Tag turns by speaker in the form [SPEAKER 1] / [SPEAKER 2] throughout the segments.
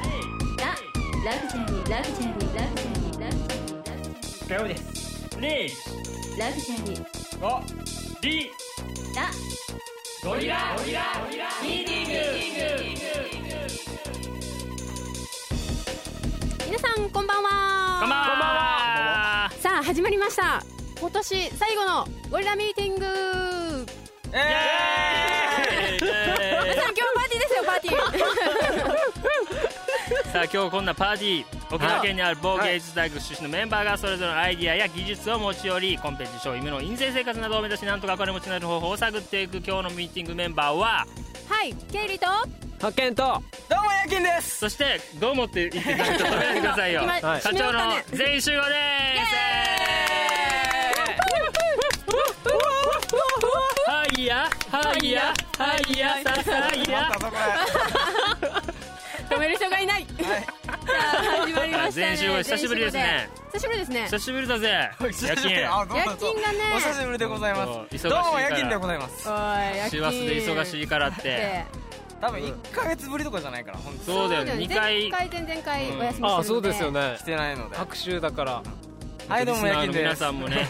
[SPEAKER 1] ラグジュアリーラグジュアリーラグジュアリーラグジュアリーラグジュアリーラグジュアリーラ
[SPEAKER 2] 皆さんこんばんは
[SPEAKER 3] こんばんは
[SPEAKER 2] さあ始まりました今年最後のゴリラミーティング皆さん今日パーティーですよパーティ ー
[SPEAKER 3] さあ今日こんなパーティー沖縄県にある某芸術大学出身のメンバーがそれぞれのアイディアや技術を持ち寄りコンペ受賞夢の陰性生活などを目指しなんとかお金持ちになる方法を探っていく今日のミーティングメンバーは
[SPEAKER 2] はいケイリーと
[SPEAKER 4] 発見と
[SPEAKER 5] どうも夜勤です
[SPEAKER 3] そしてどうもって言ってくれるとめてくださいよ
[SPEAKER 2] 今
[SPEAKER 3] 課
[SPEAKER 2] 締め終
[SPEAKER 3] 長
[SPEAKER 2] わっ
[SPEAKER 3] の
[SPEAKER 2] たね
[SPEAKER 3] 全員集合ですはいやはいやはいやささいや
[SPEAKER 5] またそこへ
[SPEAKER 2] 止める人がいないさあ始まりましたね
[SPEAKER 3] 全集合久しぶりですね
[SPEAKER 2] 全集合で久しぶりですね
[SPEAKER 3] 久しぶりだぜ夜勤
[SPEAKER 5] あどうもどうも
[SPEAKER 2] 夜勤がね
[SPEAKER 5] お久しぶりでございます
[SPEAKER 3] そ
[SPEAKER 5] ど
[SPEAKER 3] う忙しいから
[SPEAKER 5] うも夜勤でございます
[SPEAKER 2] おい
[SPEAKER 3] 師走で忙しいからって
[SPEAKER 5] 多分一ヶ月ぶりとかじゃないから本当
[SPEAKER 3] そうだよね
[SPEAKER 2] 二
[SPEAKER 3] 2
[SPEAKER 2] 回
[SPEAKER 3] 回
[SPEAKER 2] 前回前々回お休みしてるんで
[SPEAKER 4] ああそうですよね
[SPEAKER 5] 来てないので
[SPEAKER 4] 拍手だから
[SPEAKER 5] はいどうも夜勤で
[SPEAKER 3] 皆
[SPEAKER 5] す
[SPEAKER 3] さんもね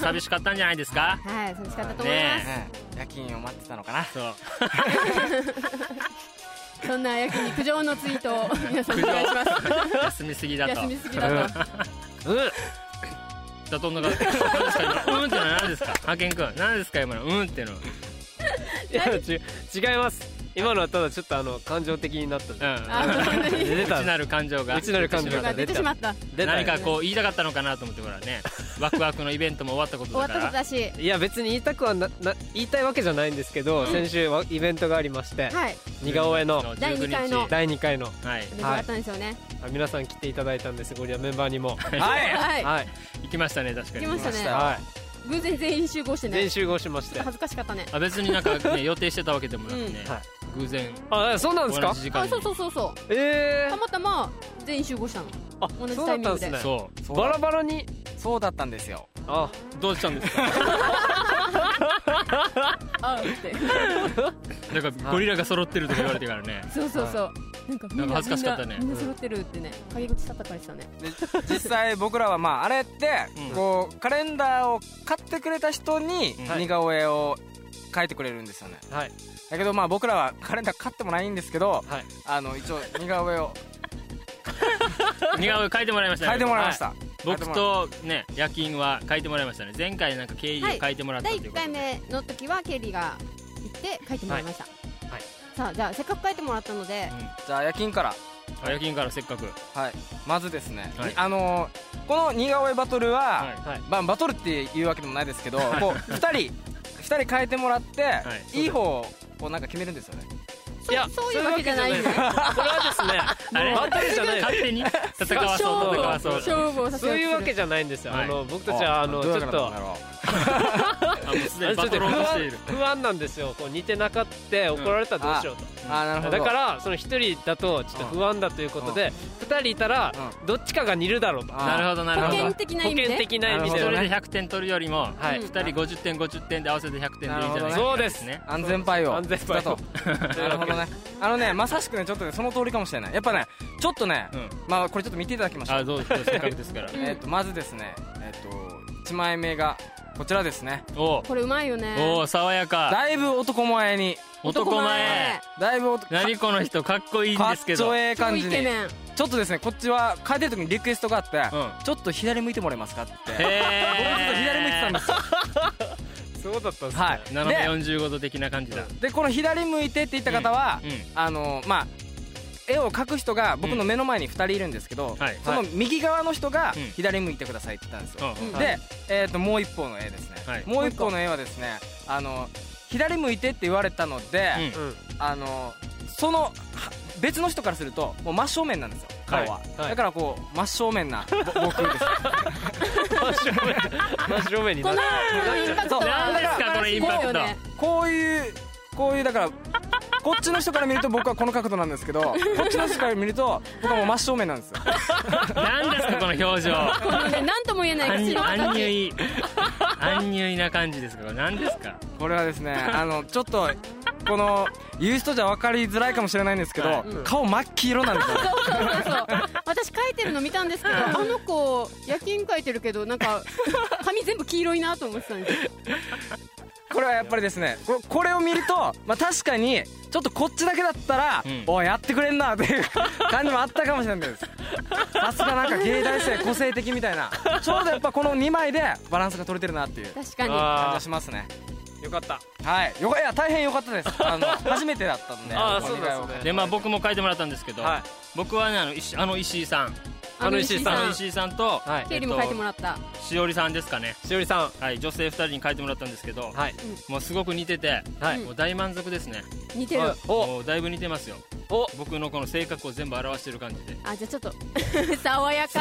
[SPEAKER 3] 寂しかったんじゃないですか
[SPEAKER 2] はい寂しかったと思います
[SPEAKER 5] ね夜勤を待ってたのかな
[SPEAKER 3] そう
[SPEAKER 2] そんな焼肉上のツイートを皆さんお
[SPEAKER 3] 苦
[SPEAKER 2] 願いします
[SPEAKER 3] 情休みすぎだと
[SPEAKER 2] 休みすぎだと
[SPEAKER 3] だとんな感じ何ですか今うんってのは何ですか派遣君何ですか今のうんっての
[SPEAKER 4] いや違違います今のはただちょっとあの感情的になったんで
[SPEAKER 3] うん
[SPEAKER 2] あ本当に
[SPEAKER 4] 出た
[SPEAKER 3] 内なる感情が
[SPEAKER 4] 内なる感情
[SPEAKER 2] が出てしまった
[SPEAKER 4] 出た
[SPEAKER 3] 何かこう言いたかったのかなと思ってほらねワクワクのイベントも終わったこと
[SPEAKER 2] 終わ
[SPEAKER 3] だ
[SPEAKER 2] っ
[SPEAKER 3] か
[SPEAKER 2] たこと
[SPEAKER 3] ら
[SPEAKER 2] だし
[SPEAKER 4] いや別に言いたくはなな言いたいわけじゃないんですけど、先週はイベントがありまして、
[SPEAKER 2] はい
[SPEAKER 4] 似顔絵の
[SPEAKER 2] 第二回の
[SPEAKER 3] 19
[SPEAKER 4] 第2回の
[SPEAKER 3] 日はい
[SPEAKER 2] 出かったんですよね
[SPEAKER 4] あ皆さん来ていただいたんですゴリラメンバーにも
[SPEAKER 5] はい
[SPEAKER 2] はい
[SPEAKER 4] はい
[SPEAKER 3] 行きましたね確か
[SPEAKER 2] 行
[SPEAKER 3] に
[SPEAKER 2] きましたね
[SPEAKER 4] は
[SPEAKER 2] 偶然全員集合して
[SPEAKER 4] い
[SPEAKER 2] ね
[SPEAKER 4] 全集合しまして
[SPEAKER 2] 恥ずかしかったね
[SPEAKER 3] あ別になんかね予定してたわけでもなくね
[SPEAKER 4] うんはい
[SPEAKER 3] 偶然
[SPEAKER 4] あそうなんです
[SPEAKER 3] 同
[SPEAKER 4] か
[SPEAKER 3] じ時間
[SPEAKER 2] あ
[SPEAKER 3] に
[SPEAKER 2] そうそうそうそう
[SPEAKER 4] ええ
[SPEAKER 2] たまたま全員集合したの
[SPEAKER 4] あ
[SPEAKER 2] 同じ
[SPEAKER 4] そう
[SPEAKER 2] タイ
[SPEAKER 4] だ
[SPEAKER 2] ミ
[SPEAKER 4] っ
[SPEAKER 2] ン
[SPEAKER 4] たん
[SPEAKER 2] グ
[SPEAKER 4] で
[SPEAKER 2] です
[SPEAKER 4] ね
[SPEAKER 3] そ
[SPEAKER 4] バラバラに
[SPEAKER 5] そうだったんですよ
[SPEAKER 4] あ
[SPEAKER 3] うどうしたんですか
[SPEAKER 2] あーって
[SPEAKER 3] なんかゴリラが揃ってるとか言われてからね
[SPEAKER 2] そうそうそうなんかみん
[SPEAKER 3] なんか
[SPEAKER 2] な
[SPEAKER 3] 恥ずかしかったね
[SPEAKER 2] みんなみんな揃ってるってね陰口叩かれてたね
[SPEAKER 5] で実際僕らはまああれって
[SPEAKER 3] うん
[SPEAKER 5] こうカレンダーを買ってくれた人に
[SPEAKER 3] うん
[SPEAKER 5] 似顔絵を描いてくれるんですよね
[SPEAKER 4] はい
[SPEAKER 5] だけどまあ僕らは カレンダー買ってもないんですけど
[SPEAKER 4] はい
[SPEAKER 5] あの一応似顔 絵を
[SPEAKER 3] 似顔絵描いてもらいましたね
[SPEAKER 5] 描いてもらいまし
[SPEAKER 3] は
[SPEAKER 5] た
[SPEAKER 3] 僕とね夜勤は描いてもらいましたね前回なんか経緯を描いてもらったと
[SPEAKER 2] 第
[SPEAKER 3] いう
[SPEAKER 2] 1
[SPEAKER 3] ことで、
[SPEAKER 2] 回目の時はケリーが行って書いてもらいました
[SPEAKER 4] いはい
[SPEAKER 2] さあじゃあせっかく書いてもらったので
[SPEAKER 5] じゃあ夜勤から
[SPEAKER 3] うん、あ夜勤からせっかく
[SPEAKER 5] はいまずですね、
[SPEAKER 3] はい
[SPEAKER 5] あのーこの似顔絵バトルは、
[SPEAKER 3] い
[SPEAKER 4] はい
[SPEAKER 5] まあ、バトルっていうわけでもないですけどこう2人2人変えてもらって、
[SPEAKER 3] い
[SPEAKER 5] い、い方をこうなんか決めるんですよね
[SPEAKER 2] そうそういうわけじゃないんで
[SPEAKER 4] これはですね
[SPEAKER 3] あれ
[SPEAKER 4] バトルじゃない
[SPEAKER 3] 勝手に戦わ
[SPEAKER 2] 勝
[SPEAKER 3] そう
[SPEAKER 2] 負を
[SPEAKER 3] 戦わそう
[SPEAKER 2] 勝負をさせよ
[SPEAKER 4] そういうわけ
[SPEAKER 2] じ
[SPEAKER 4] じゃないんですよ、
[SPEAKER 3] はい
[SPEAKER 4] あの僕たちはあのちょっと
[SPEAKER 3] あもうすで
[SPEAKER 4] あ
[SPEAKER 3] に
[SPEAKER 4] れちょ
[SPEAKER 3] バ
[SPEAKER 4] っと
[SPEAKER 3] ト
[SPEAKER 4] 不
[SPEAKER 3] ろうとしてい
[SPEAKER 4] 安
[SPEAKER 3] る
[SPEAKER 4] 不安なんですよこう似てなかって怒られたらどうしようと、
[SPEAKER 5] ああなるほど
[SPEAKER 4] だからその一人だとちょっと不安だということで二人いたらどっちかが似るだろうと
[SPEAKER 5] あ
[SPEAKER 3] なるほどなる
[SPEAKER 2] ゃ
[SPEAKER 3] ほ
[SPEAKER 2] 保
[SPEAKER 3] ど
[SPEAKER 2] 険的な意味
[SPEAKER 4] 保険
[SPEAKER 2] で
[SPEAKER 4] 的な意味
[SPEAKER 3] 一
[SPEAKER 4] で
[SPEAKER 3] 人
[SPEAKER 4] は
[SPEAKER 3] で
[SPEAKER 4] ね
[SPEAKER 3] 100点取るよりも、
[SPEAKER 4] はい
[SPEAKER 3] 二人50点50点で合わせて100点でいいんじゃない
[SPEAKER 5] なるほ
[SPEAKER 4] そうです
[SPEAKER 3] ね
[SPEAKER 5] 安全パイを
[SPEAKER 4] 安全パイ
[SPEAKER 5] だ
[SPEAKER 4] を
[SPEAKER 5] となるほどねあのねまさしくねちょっとねその通りかもしれないやっぱねちょっとね、
[SPEAKER 3] うん
[SPEAKER 5] まあこれちょっと見ていただきましょ う
[SPEAKER 3] あどうぞせっかくですから
[SPEAKER 5] えっとまずですねえっ、と1枚目がこちらですね
[SPEAKER 3] おう
[SPEAKER 2] これうまいよね
[SPEAKER 3] おう爽やか
[SPEAKER 5] だいぶ男前に
[SPEAKER 3] 男前
[SPEAKER 5] だいぶ男
[SPEAKER 3] 何この人かっこいいん
[SPEAKER 5] か
[SPEAKER 3] で
[SPEAKER 5] っ
[SPEAKER 3] すけ
[SPEAKER 5] ちょ
[SPEAKER 3] ど
[SPEAKER 5] ええ
[SPEAKER 2] 超
[SPEAKER 5] 感
[SPEAKER 2] イ
[SPEAKER 5] じ
[SPEAKER 2] ケ
[SPEAKER 5] に
[SPEAKER 2] メン
[SPEAKER 5] ちょっとですねこっちは帰ってる時にリクエストがあって、
[SPEAKER 3] ん
[SPEAKER 5] ちょっと左向いてもらえますかって僕ずっと
[SPEAKER 3] へ
[SPEAKER 5] 左向いて
[SPEAKER 3] え
[SPEAKER 5] たんですよ
[SPEAKER 4] そうだったんです
[SPEAKER 5] はい
[SPEAKER 3] 斜め
[SPEAKER 5] で
[SPEAKER 3] 45度的な感じだ
[SPEAKER 5] でこの左向いてって言った方は、
[SPEAKER 3] うんうん
[SPEAKER 5] あのまあ絵を描く人が僕の目の前に2人いるんですけど、
[SPEAKER 3] はい
[SPEAKER 5] その右側の人が
[SPEAKER 3] うん
[SPEAKER 5] 左向いてくださいって言ったんですよ、
[SPEAKER 3] うんうん
[SPEAKER 2] ん
[SPEAKER 5] で、えー、ともう一方の絵ですね、
[SPEAKER 3] はい
[SPEAKER 5] もう一方の絵はですねあの左向いてって言われたので、
[SPEAKER 3] うん
[SPEAKER 4] うん
[SPEAKER 5] あのそのは別の人からするともう真正面なんですよ顔は、
[SPEAKER 4] はいはい
[SPEAKER 5] だからこう真正面なぼ僕です
[SPEAKER 4] 真正面真正面に
[SPEAKER 2] こ
[SPEAKER 4] な
[SPEAKER 2] の
[SPEAKER 4] る
[SPEAKER 2] インパクトは
[SPEAKER 3] 何ですかこのインパクト
[SPEAKER 2] 素晴らしいですよね
[SPEAKER 5] こういうこういうだからこっちの人から見ると僕はこの角度なんですけどこっちの人から見ると僕はもう真正面なんですよ
[SPEAKER 3] 何ですかこの表情
[SPEAKER 2] このね何とも言えない口の
[SPEAKER 3] 安
[SPEAKER 2] 形
[SPEAKER 3] 入い安入いな感じですけど何ですか
[SPEAKER 5] これはですねあのちょっとこの言う人じゃ分かりづらいかもしれないんですけど、
[SPEAKER 4] うん
[SPEAKER 5] 顔真っ黄色なんですよ
[SPEAKER 2] そうそうそう私書いてるの見たんですけどあの子夜勤書いてるけどなん か髪全部黄色いなと思ってたんですよ
[SPEAKER 5] これはやっぱりですねここれを見ると、まあ、確かにちょっとこっちだけだったら、
[SPEAKER 3] うん
[SPEAKER 5] おいやってくれんなっていう感じもあったかもしれないですさすがなんか芸大生個性的みたいなちょうどやっぱこの2枚でバランスが取れてるなってい
[SPEAKER 2] 確
[SPEAKER 5] う
[SPEAKER 2] かに
[SPEAKER 5] 感じ
[SPEAKER 4] あ
[SPEAKER 5] がしますね
[SPEAKER 4] ーよかった
[SPEAKER 5] はいよかいや大変良かったですあの 初めてだったんで
[SPEAKER 4] あー
[SPEAKER 5] この
[SPEAKER 4] そうで
[SPEAKER 5] 二
[SPEAKER 4] すね
[SPEAKER 5] 枚を
[SPEAKER 3] でまあ僕も書いてもらったんですけど、
[SPEAKER 4] はい
[SPEAKER 3] 僕はねあの石あの石井さん
[SPEAKER 4] あの石井さん
[SPEAKER 3] あの石井さんと、
[SPEAKER 4] はい
[SPEAKER 2] 経理も書いてもらった
[SPEAKER 3] しおりさんですかね
[SPEAKER 4] しおりさ
[SPEAKER 3] はい女性2人に書いてもらったんですけど、
[SPEAKER 4] んはい
[SPEAKER 3] もうすごく似てて、
[SPEAKER 4] はい
[SPEAKER 3] もう大満足ですね
[SPEAKER 2] 似てる
[SPEAKER 4] お
[SPEAKER 3] もうだいぶ似てますよ
[SPEAKER 4] お
[SPEAKER 3] 僕のこの性格を全部表してる感じで
[SPEAKER 2] あじゃあちょっと 爽や か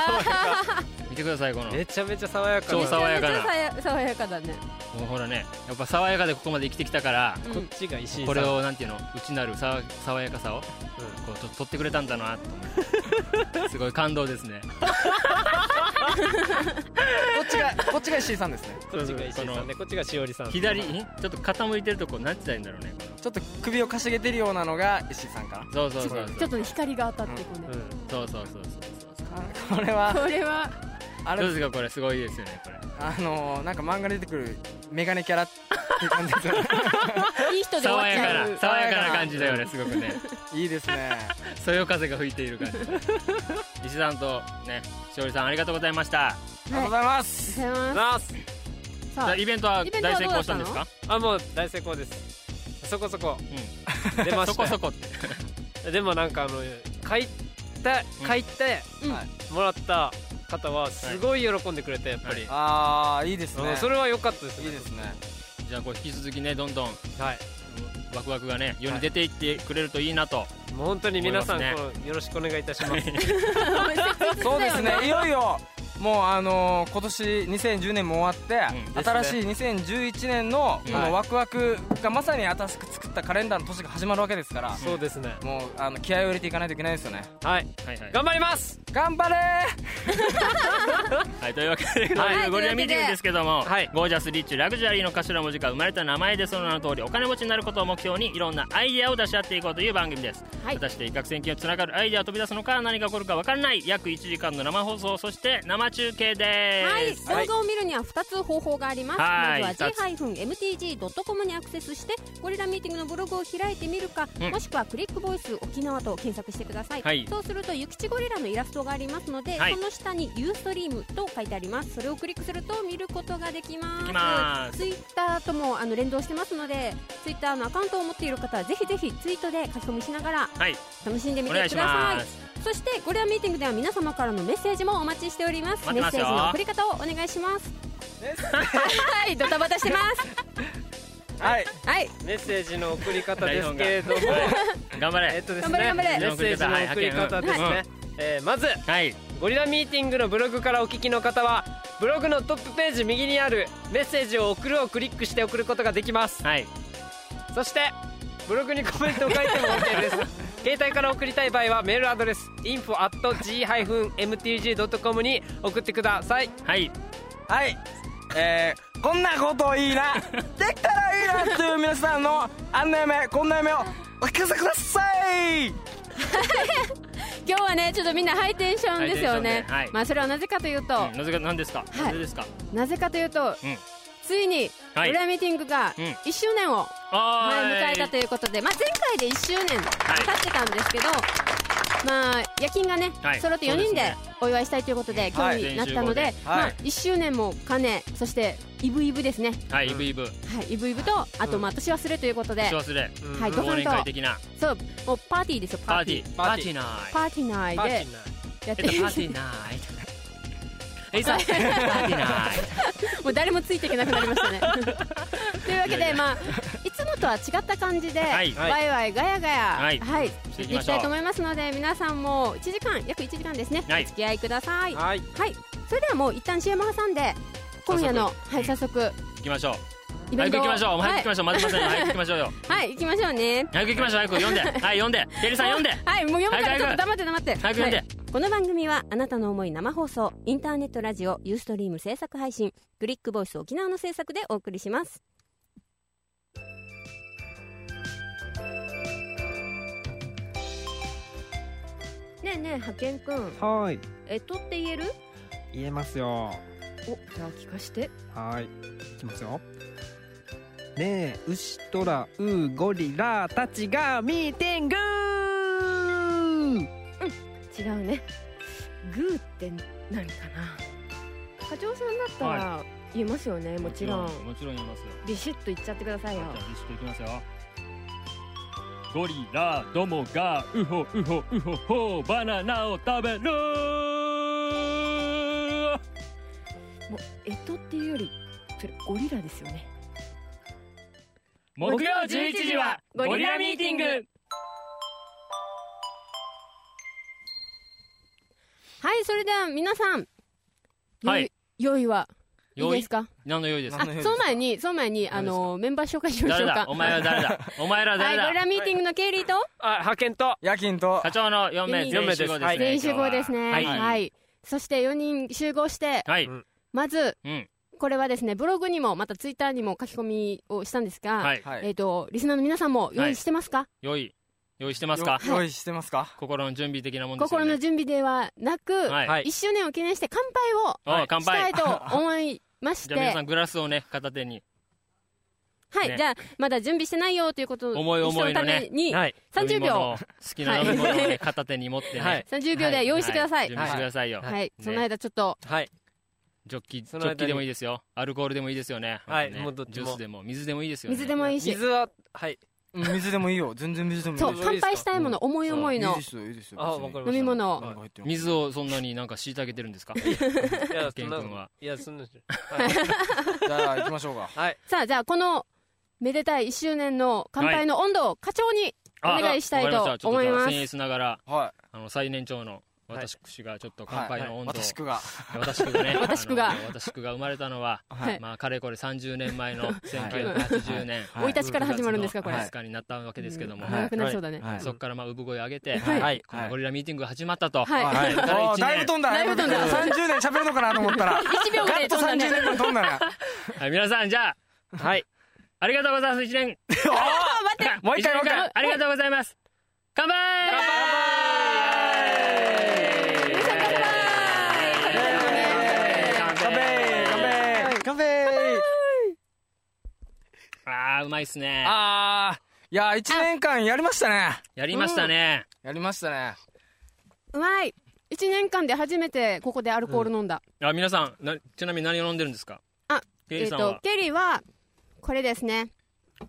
[SPEAKER 3] 見てくださいこのも
[SPEAKER 4] めちゃめちゃ爽やか
[SPEAKER 3] 超
[SPEAKER 4] な
[SPEAKER 3] 爽やかな
[SPEAKER 2] めちゃめちゃ爽やかだね
[SPEAKER 3] うほらねやっぱ爽やかでここまで生きてきたから
[SPEAKER 2] うん
[SPEAKER 4] こっちが石井さん
[SPEAKER 3] これをなんていうの内なるさ爽やかさをこうと取ってくれたんだなと 思ってすごい感動ですね
[SPEAKER 5] こっちがこっちが石井さんですね
[SPEAKER 4] こっちが石井さんでこっちがしおりさん
[SPEAKER 3] 左んちょっと傾いてるとこなんて言ったらいいんだろうね
[SPEAKER 5] ちょっと首をかしげてるようなのが石井さんかな
[SPEAKER 3] このそうそうそうそ
[SPEAKER 2] ちょ
[SPEAKER 3] う
[SPEAKER 2] っとね光が当たってこうね
[SPEAKER 4] う
[SPEAKER 3] そうそうそうそうそう
[SPEAKER 5] これは
[SPEAKER 2] これは
[SPEAKER 5] あ
[SPEAKER 3] どう
[SPEAKER 5] れ
[SPEAKER 3] ですかこれすごいですよねこれ
[SPEAKER 5] あのーなんか漫画で出てくるメガネキャラっていう感じです よね
[SPEAKER 2] いい人で終わっ
[SPEAKER 3] 爽
[SPEAKER 2] ち
[SPEAKER 3] やか
[SPEAKER 2] ゃう
[SPEAKER 3] な爽やかな感じだよねすごく ね
[SPEAKER 5] いいですね
[SPEAKER 3] そよ風が吹いている感じ石さんとねしおりさんありがとうございました
[SPEAKER 5] ありがとうございます
[SPEAKER 2] ありがとうござい
[SPEAKER 4] ん
[SPEAKER 2] ま
[SPEAKER 4] ナース
[SPEAKER 2] す
[SPEAKER 3] じゃ
[SPEAKER 2] さ
[SPEAKER 3] あ
[SPEAKER 2] あ
[SPEAKER 3] イベントは
[SPEAKER 2] イベントは
[SPEAKER 3] 大成功したんです
[SPEAKER 2] どうだ
[SPEAKER 3] か
[SPEAKER 4] あもう大成功ですそこそこ
[SPEAKER 3] う
[SPEAKER 4] 出ま
[SPEAKER 3] んそ
[SPEAKER 4] し
[SPEAKER 3] こ
[SPEAKER 4] たよ
[SPEAKER 3] そこって
[SPEAKER 4] でもなんかあの書いた
[SPEAKER 3] うん
[SPEAKER 4] 書いて
[SPEAKER 2] うん
[SPEAKER 5] はい
[SPEAKER 4] もらった方はすごい喜んでくれてやっぱり、
[SPEAKER 5] あーいいです
[SPEAKER 4] う
[SPEAKER 5] ね
[SPEAKER 4] んそれは良かったです
[SPEAKER 5] いいですね
[SPEAKER 3] じゃあこう引き続きねどんどん
[SPEAKER 4] はい
[SPEAKER 3] ワクワクがね世に出ていってくれるといいなと
[SPEAKER 4] もう本当に皆さん、
[SPEAKER 3] 思いま
[SPEAKER 4] このよろしくお願いいたします
[SPEAKER 5] そうですねいよいよもうあのー今年2010年も終わって、
[SPEAKER 3] うん
[SPEAKER 5] 新しい2011年の
[SPEAKER 3] うん
[SPEAKER 5] このワクワクがまさに新しく作ったカレンダーの年が始まるわけですから、
[SPEAKER 4] そうですね
[SPEAKER 5] もうあの気合を入れていかないといけないですよね
[SPEAKER 4] はい
[SPEAKER 3] はいはい
[SPEAKER 4] 頑張ります
[SPEAKER 5] 頑張れ
[SPEAKER 3] はい、というわけで、
[SPEAKER 2] はい
[SPEAKER 3] ゴリラミーティングですけども、
[SPEAKER 4] はい
[SPEAKER 3] ゴージャスリッチラグジュアリーの頭文字が生まれた名前でその名の通りお金持ちになることを目標にいろんなアイデアを出し合っていこうという番組です、
[SPEAKER 2] はい
[SPEAKER 3] 果たして一攫千金をつながるアイデアを飛び出すのか何が起こるかわからない約1時間の生放送そして生中継です、
[SPEAKER 2] はい、動画を見るには2つ方法があります、
[SPEAKER 3] はい
[SPEAKER 2] まずは g-mtg.com にアクセスしてゴリラミーティングのブログを開いてみるか、
[SPEAKER 3] うん
[SPEAKER 2] もしくはクリックボイス沖縄と検索してください、
[SPEAKER 3] はい
[SPEAKER 2] そうするとゆきちゴリラのイラストがありますので、
[SPEAKER 3] はい
[SPEAKER 2] その下にユーストリームと書いてありますそれをクリックすると見ることができます
[SPEAKER 3] できます
[SPEAKER 2] ツイッターともあの連動してますのでツイッターのアカウントを持っている方はぜひぜひツイートで書き込みしながら
[SPEAKER 3] はい、
[SPEAKER 2] 楽しんでみ
[SPEAKER 3] お
[SPEAKER 2] て
[SPEAKER 3] 願い
[SPEAKER 2] くだ
[SPEAKER 3] し
[SPEAKER 2] さい
[SPEAKER 3] ます
[SPEAKER 2] そしてゴリラミーティングでは皆様からのメッセージもお待ちしております
[SPEAKER 3] 待って
[SPEAKER 2] メ
[SPEAKER 3] ま
[SPEAKER 2] ッ
[SPEAKER 3] すよ
[SPEAKER 2] セージの送り方をお願い しますはいドタバタしてます
[SPEAKER 5] はい
[SPEAKER 2] はい
[SPEAKER 4] メッセージの送り方ですけれども
[SPEAKER 3] 頑張
[SPEAKER 4] え
[SPEAKER 3] れ
[SPEAKER 4] っとです
[SPEAKER 2] 頑
[SPEAKER 4] ね
[SPEAKER 2] 張れ頑張れ
[SPEAKER 4] メッセージの送り方ですね、
[SPEAKER 3] はい
[SPEAKER 4] えーまず
[SPEAKER 3] はい
[SPEAKER 4] ゴリラミーティングのブログからお聞きの方はブログのトップページ右にある「メッセージを送る」をクリックして送ることができます
[SPEAKER 3] はい
[SPEAKER 4] そしてブログにコメントを書いても OK です携帯から送りたい場合はメールアドレス info.g-mtg.com に送ってください
[SPEAKER 3] はい
[SPEAKER 5] はいえー、こんなこといいなできたらいいなっていう皆さんのあんな夢こんな夢をお聞かせください
[SPEAKER 2] 今日はねちょっとみんなハイテンションですよね
[SPEAKER 3] ハイテンションではい
[SPEAKER 2] まあそれはなぜかというと、
[SPEAKER 3] うんなぜか何ですか、
[SPEAKER 2] い
[SPEAKER 3] なぜですか
[SPEAKER 2] なぜかというと、
[SPEAKER 3] ん
[SPEAKER 2] ついにゴ
[SPEAKER 3] はい
[SPEAKER 2] リラミーティングが
[SPEAKER 3] うん
[SPEAKER 2] 1周年を、
[SPEAKER 3] あ
[SPEAKER 2] はい
[SPEAKER 3] ー
[SPEAKER 2] 迎えたということで、まあ、前回で1周年経ってたんですけど、まあ夜勤がね、
[SPEAKER 3] はい
[SPEAKER 2] 揃って4
[SPEAKER 3] そ
[SPEAKER 2] 人
[SPEAKER 3] うです
[SPEAKER 2] で
[SPEAKER 3] ね
[SPEAKER 2] お祝いしたいということで、今
[SPEAKER 5] はい
[SPEAKER 2] 日になったので、
[SPEAKER 3] 全
[SPEAKER 2] まあ
[SPEAKER 5] はい、
[SPEAKER 2] 1周年も兼ねそしてイブイブですね
[SPEAKER 3] はいイブイブ
[SPEAKER 2] はい、イブイブとあとまあ年忘れということで、
[SPEAKER 3] 年忘れ
[SPEAKER 2] はいご
[SPEAKER 3] 忘
[SPEAKER 2] 飯
[SPEAKER 3] 年会
[SPEAKER 2] と
[SPEAKER 3] 的な
[SPEAKER 2] そうもうパーティーですよ
[SPEAKER 3] パ
[SPEAKER 2] パ
[SPEAKER 3] ー
[SPEAKER 2] ー
[SPEAKER 3] テ
[SPEAKER 2] テ
[SPEAKER 3] ィ
[SPEAKER 2] ィー
[SPEAKER 3] ー
[SPEAKER 4] パ
[SPEAKER 3] パー
[SPEAKER 4] ー
[SPEAKER 3] テ
[SPEAKER 4] テ
[SPEAKER 3] ィ
[SPEAKER 4] ィ
[SPEAKER 3] ーナイ
[SPEAKER 2] パーティー内
[SPEAKER 4] パーテ
[SPEAKER 2] で
[SPEAKER 4] ィーな
[SPEAKER 2] やって
[SPEAKER 3] えっ と、パーティー
[SPEAKER 2] る
[SPEAKER 3] ナイト。えいさん、パーティーナイ
[SPEAKER 2] もう誰もついていけなくなりまし たねというわけ
[SPEAKER 3] いやい
[SPEAKER 2] でまあいつもとは違った感じで、
[SPEAKER 3] はい
[SPEAKER 2] ワイワイガヤガヤ
[SPEAKER 3] はい
[SPEAKER 2] はい、や
[SPEAKER 3] し
[SPEAKER 2] ってて
[SPEAKER 3] い
[SPEAKER 2] い
[SPEAKER 3] きましょう
[SPEAKER 2] きたいと思いますので皆さんも1時間約1時間ですね、
[SPEAKER 3] はい
[SPEAKER 2] お付き合いくださいはい、
[SPEAKER 4] はい
[SPEAKER 2] それではもう一旦 CM 挟んで今夜の
[SPEAKER 3] 早速
[SPEAKER 2] はい早速
[SPEAKER 3] ト。行きましょう。
[SPEAKER 2] イベ
[SPEAKER 3] 早く
[SPEAKER 2] ント
[SPEAKER 3] 行きましょう。
[SPEAKER 2] はい
[SPEAKER 3] 早く行きましょう。待ってませんよ。早く行きましょうよ。
[SPEAKER 2] はい行きましょうね
[SPEAKER 3] 早く行きましょう。早く読んで。はい、読んで。テリーさん読んで。
[SPEAKER 2] はいもう読むから
[SPEAKER 3] 早く
[SPEAKER 2] ちょっと黙って黙って
[SPEAKER 3] 早く読んで
[SPEAKER 2] はいこの番組はあなたの思い生放送インターネットラジオユーストリーム制作配信クリックボイス沖縄の制作でお送りしますねえねえ派遣くん
[SPEAKER 5] はい
[SPEAKER 2] えとって言える
[SPEAKER 5] 言えますよ
[SPEAKER 2] おじゃあ聞かして
[SPEAKER 5] はいいきますよねえ牛トラウゴリラたちがミーティング
[SPEAKER 2] 違うねグーって何かな課長さんだったら言えますよね、もちろん
[SPEAKER 3] もちろん言いますよ。
[SPEAKER 2] ビシッと言っちゃってください
[SPEAKER 3] じ
[SPEAKER 2] よ
[SPEAKER 3] ゃあビシッといきますよ。ゴリラどもがウホウホウホホバナナを食べる。
[SPEAKER 2] もうえとっていうよりそれゴリラですよね
[SPEAKER 3] 木曜11時はゴリラミーティング。
[SPEAKER 2] はいそれでは皆さん
[SPEAKER 3] はい
[SPEAKER 2] 用意は
[SPEAKER 3] 用意
[SPEAKER 2] か
[SPEAKER 3] 何の用意です
[SPEAKER 5] あ
[SPEAKER 3] か
[SPEAKER 5] 何の用意
[SPEAKER 2] その前にその前にあのメンバー紹介しまし
[SPEAKER 3] 誰
[SPEAKER 2] ょう
[SPEAKER 3] だ
[SPEAKER 2] か
[SPEAKER 3] お前は誰 だお前らは
[SPEAKER 2] は
[SPEAKER 3] 誰
[SPEAKER 2] いゴ
[SPEAKER 3] だ
[SPEAKER 2] リラミーティングのケイリーと
[SPEAKER 4] あ派遣と
[SPEAKER 5] 夜勤と
[SPEAKER 3] 課長の4名全員集合ですね。
[SPEAKER 2] 全員集合ですね
[SPEAKER 3] は
[SPEAKER 2] はいい、そして4人集合して
[SPEAKER 3] はい。
[SPEAKER 4] うん
[SPEAKER 2] まず
[SPEAKER 3] うん。
[SPEAKER 2] これはですねブログにもまたツイッターにも書き込みをしたんですが、
[SPEAKER 3] はい。
[SPEAKER 5] は
[SPEAKER 2] えっ、とリスナーの皆さんも用意してますか、
[SPEAKER 3] 用意、用意してますか
[SPEAKER 5] よ用意してますか
[SPEAKER 3] 心の準備的なもんですよ
[SPEAKER 2] 心の
[SPEAKER 3] ね。
[SPEAKER 2] 準備ではなく、
[SPEAKER 3] はい。
[SPEAKER 4] はい
[SPEAKER 2] 1周年を記念して乾
[SPEAKER 3] お
[SPEAKER 2] 杯を
[SPEAKER 3] 乾
[SPEAKER 2] した
[SPEAKER 3] 杯
[SPEAKER 2] い。と思いまし
[SPEAKER 3] じ
[SPEAKER 2] て、
[SPEAKER 3] ゃあ皆さんグラスをね、片手に。
[SPEAKER 2] はい、
[SPEAKER 3] ね
[SPEAKER 2] じゃあまだ準備してないよということ
[SPEAKER 3] 思い思いのね
[SPEAKER 2] 人めに
[SPEAKER 4] はい
[SPEAKER 2] 30
[SPEAKER 3] 飲み物
[SPEAKER 2] 秒
[SPEAKER 3] を好きな飲み物をね、片手に持って
[SPEAKER 4] は
[SPEAKER 3] ね
[SPEAKER 4] い。
[SPEAKER 2] 30秒で用意してください
[SPEAKER 3] 準
[SPEAKER 2] はい、
[SPEAKER 3] 備してくださいよ。
[SPEAKER 4] は
[SPEAKER 2] はい
[SPEAKER 3] ね
[SPEAKER 2] その間ちょっと
[SPEAKER 4] はい
[SPEAKER 3] ジョッキ、ジ
[SPEAKER 4] そ
[SPEAKER 3] ョ
[SPEAKER 4] の間
[SPEAKER 3] ッ
[SPEAKER 4] に
[SPEAKER 3] キでもいいですよ。アルコールでもいいですよね。
[SPEAKER 4] はい
[SPEAKER 3] ね
[SPEAKER 4] もうどっちも
[SPEAKER 3] ジュースでも、水でもいいですよね。
[SPEAKER 2] 水でもいいし、
[SPEAKER 4] 水ははい
[SPEAKER 5] うん水でもいいよ全然水でもいい
[SPEAKER 2] そう
[SPEAKER 5] よ
[SPEAKER 4] 水
[SPEAKER 2] 乾杯したいもの、思い思い
[SPEAKER 5] いい
[SPEAKER 2] の
[SPEAKER 5] ですよいいですよ
[SPEAKER 4] あわかりました
[SPEAKER 2] 飲み物を
[SPEAKER 5] なんか入ってる
[SPEAKER 3] 水をそんなになんか虐げてるんですか
[SPEAKER 4] いや
[SPEAKER 3] ケン君は。
[SPEAKER 4] いやそんなはい
[SPEAKER 5] じゃあ行きましょうか
[SPEAKER 4] はい
[SPEAKER 2] さあじゃあこのめでたい1周年の乾杯の温度を課長にお
[SPEAKER 3] あ
[SPEAKER 2] 願いしたいと
[SPEAKER 3] わかりましたちょっ
[SPEAKER 2] 思います
[SPEAKER 3] じゃあ僭越ながら、
[SPEAKER 5] は
[SPEAKER 3] あの、最年長の私がちょっと
[SPEAKER 5] い
[SPEAKER 3] 乾杯の温度を、
[SPEAKER 5] 私くが
[SPEAKER 3] 私くがね、
[SPEAKER 2] 私くが
[SPEAKER 3] あの私くが生まれたのは、
[SPEAKER 2] はい
[SPEAKER 3] まあ、かれこれ30年前の1980年。
[SPEAKER 5] は
[SPEAKER 2] 生い立ちから始まるんですかこれ、
[SPEAKER 5] はい
[SPEAKER 3] 2日になったわけですけども、
[SPEAKER 5] はい
[SPEAKER 2] 長くなりそうだね、
[SPEAKER 5] はい
[SPEAKER 3] そこからまあ産声を上げて、
[SPEAKER 2] はい
[SPEAKER 4] はい
[SPEAKER 3] このゴリラミーティングが始まったと、
[SPEAKER 2] はい
[SPEAKER 5] はい
[SPEAKER 3] ただ一
[SPEAKER 5] お
[SPEAKER 3] 年
[SPEAKER 5] ーだいぶ飛んだ
[SPEAKER 2] だいぶ飛んだ
[SPEAKER 5] 30年喋るのかなと思ったら
[SPEAKER 2] 1秒ぐらい
[SPEAKER 5] と
[SPEAKER 2] 飛んだ
[SPEAKER 5] 30
[SPEAKER 2] ね
[SPEAKER 5] 年間飛んだな
[SPEAKER 3] はい皆さんじゃあ
[SPEAKER 4] はい
[SPEAKER 3] ありがとうございます1年
[SPEAKER 2] あ待って
[SPEAKER 5] もう一回
[SPEAKER 3] 1
[SPEAKER 5] もう
[SPEAKER 3] 年
[SPEAKER 5] 一回
[SPEAKER 3] 間ありがとうございます乾杯
[SPEAKER 2] 皆さん乾杯
[SPEAKER 5] カンペイカンペ
[SPEAKER 3] あーうまいっすね
[SPEAKER 5] あーいやー1年間やりましたね
[SPEAKER 3] やりましたね、
[SPEAKER 5] やりましたね
[SPEAKER 2] うまい1年間で初めてここでアルコール飲んだ、
[SPEAKER 3] あ皆さんなちなみに何を飲んでるんですか
[SPEAKER 2] あ
[SPEAKER 3] ケイ
[SPEAKER 2] え
[SPEAKER 3] リ
[SPEAKER 2] っ、
[SPEAKER 3] ーさんは
[SPEAKER 2] と、ケリーは、これですね。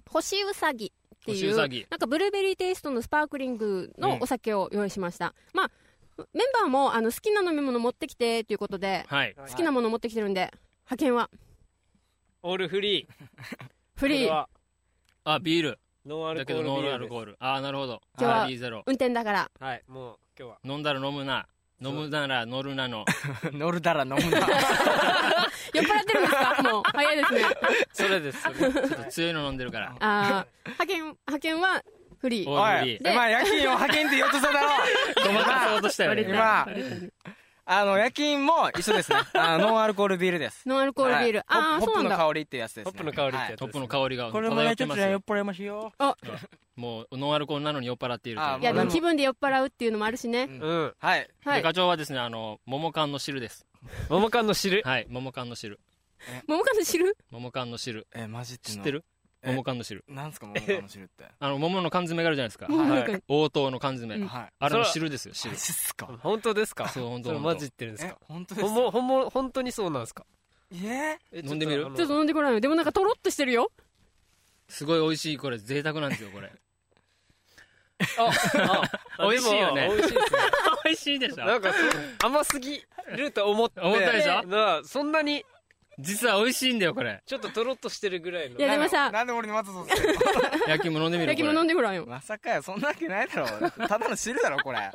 [SPEAKER 2] 星うさぎって
[SPEAKER 3] 星
[SPEAKER 2] いうう、
[SPEAKER 3] さぎ
[SPEAKER 2] なんかブルーベリーテイストのスパークリングのお酒を用意しました。まあ、メンバーもあの好きな飲み物持ってきてということで、
[SPEAKER 3] はい
[SPEAKER 2] 好きなもの持ってきてるんで、派遣は
[SPEAKER 4] オールフリー
[SPEAKER 2] フリ
[SPEAKER 4] これ
[SPEAKER 2] ー、
[SPEAKER 4] は
[SPEAKER 3] あビール
[SPEAKER 4] ノンアル
[SPEAKER 3] だ
[SPEAKER 4] コ
[SPEAKER 3] け
[SPEAKER 4] ー
[SPEAKER 3] ど
[SPEAKER 4] ル
[SPEAKER 3] ノ
[SPEAKER 4] ビ
[SPEAKER 3] ー
[SPEAKER 4] ー
[SPEAKER 3] アル
[SPEAKER 4] ル
[SPEAKER 3] コー
[SPEAKER 4] で
[SPEAKER 3] ルああなるほど
[SPEAKER 2] 今日は
[SPEAKER 3] ビーゼロ
[SPEAKER 2] 運転だから。
[SPEAKER 4] すはいもう今日は
[SPEAKER 3] 飲んだら飲むな飲むなら乗るなの
[SPEAKER 5] 乗るだら飲むな
[SPEAKER 2] 酔っ払ってるんですかもう、早いですね。
[SPEAKER 4] それですそれ
[SPEAKER 3] ちょっと強いの飲んでるから
[SPEAKER 2] あー派遣、派遣はフリー。
[SPEAKER 3] オー
[SPEAKER 5] お
[SPEAKER 3] ルリ
[SPEAKER 5] い
[SPEAKER 3] ー
[SPEAKER 5] お前夜勤を派遣って言おうとしただろ
[SPEAKER 3] ごまかそうとしたよね
[SPEAKER 5] 今あの夜勤も一緒ですねあのノンアルコールビールです
[SPEAKER 2] ノンアルコールビール。あ
[SPEAKER 5] はい
[SPEAKER 2] あ、
[SPEAKER 5] ホッ
[SPEAKER 2] そう
[SPEAKER 5] プ
[SPEAKER 2] なん
[SPEAKER 5] の
[SPEAKER 2] だ。
[SPEAKER 5] 香りってやつですね
[SPEAKER 4] ホップの香りってやつ
[SPEAKER 5] はい
[SPEAKER 3] トップの香りが
[SPEAKER 5] これも
[SPEAKER 3] 漂
[SPEAKER 5] ね
[SPEAKER 3] っ
[SPEAKER 5] ち
[SPEAKER 3] て
[SPEAKER 5] ょっ
[SPEAKER 3] ま
[SPEAKER 5] と
[SPEAKER 3] す
[SPEAKER 5] ね酔
[SPEAKER 3] よ
[SPEAKER 5] っ払いますよ
[SPEAKER 3] もうノンアルコールなのに酔っ払っている
[SPEAKER 5] あ
[SPEAKER 3] と
[SPEAKER 2] い
[SPEAKER 5] ー
[SPEAKER 3] いう
[SPEAKER 2] や、でも
[SPEAKER 5] もう
[SPEAKER 2] 気分で酔っ払うっていうのもあるしね。
[SPEAKER 4] うん
[SPEAKER 5] はい
[SPEAKER 2] は
[SPEAKER 3] で
[SPEAKER 2] い。
[SPEAKER 3] 課長はですねあの桃缶の汁です
[SPEAKER 4] 桃缶の汁
[SPEAKER 3] はい桃缶の汁
[SPEAKER 2] 桃缶の汁
[SPEAKER 3] 桃缶の汁
[SPEAKER 5] えマジって
[SPEAKER 3] 知
[SPEAKER 5] の
[SPEAKER 3] ってる
[SPEAKER 5] え
[SPEAKER 3] 桃缶の汁
[SPEAKER 5] なんすか桃缶の汁って
[SPEAKER 3] あの桃の缶詰があるじゃないですか
[SPEAKER 2] 桃缶
[SPEAKER 4] は。い
[SPEAKER 3] 応答の缶詰
[SPEAKER 2] うん
[SPEAKER 5] はい
[SPEAKER 3] あれの汁ですよ
[SPEAKER 5] マ
[SPEAKER 3] 汁
[SPEAKER 5] ジっすか
[SPEAKER 4] 本当ですか
[SPEAKER 3] そう本当
[SPEAKER 4] それ
[SPEAKER 3] 本当
[SPEAKER 4] マジ言ってるんです
[SPEAKER 5] え
[SPEAKER 4] か
[SPEAKER 5] 本当です
[SPEAKER 4] ほんもほんも本当にそうなんですか
[SPEAKER 5] え
[SPEAKER 4] え
[SPEAKER 3] 飲んでみる
[SPEAKER 4] ちょっ
[SPEAKER 2] ちょっ
[SPEAKER 4] と
[SPEAKER 2] と飲んでこないよ。でもなんかとろっとしてるよ。
[SPEAKER 3] すごい美味しいこれ贅沢なんですよこれ
[SPEAKER 4] あの あ
[SPEAKER 3] 美味しいよね
[SPEAKER 4] でも美味しいですね
[SPEAKER 3] 美味しいでし
[SPEAKER 4] なんかそう甘すぎると思って
[SPEAKER 3] 思ったでしょ
[SPEAKER 4] なあそんなに
[SPEAKER 3] 実は美味しいんだよこれ
[SPEAKER 4] ちょっととろっとしてるぐらいの
[SPEAKER 2] いやでもさ
[SPEAKER 5] なんで俺にわざとつける
[SPEAKER 3] 焼きも飲んでみる
[SPEAKER 2] 焼きも
[SPEAKER 3] こ
[SPEAKER 2] 飲ん
[SPEAKER 3] れ
[SPEAKER 2] でごらんよ
[SPEAKER 5] の。まさかやそんなわけないだろただの汁だろこれ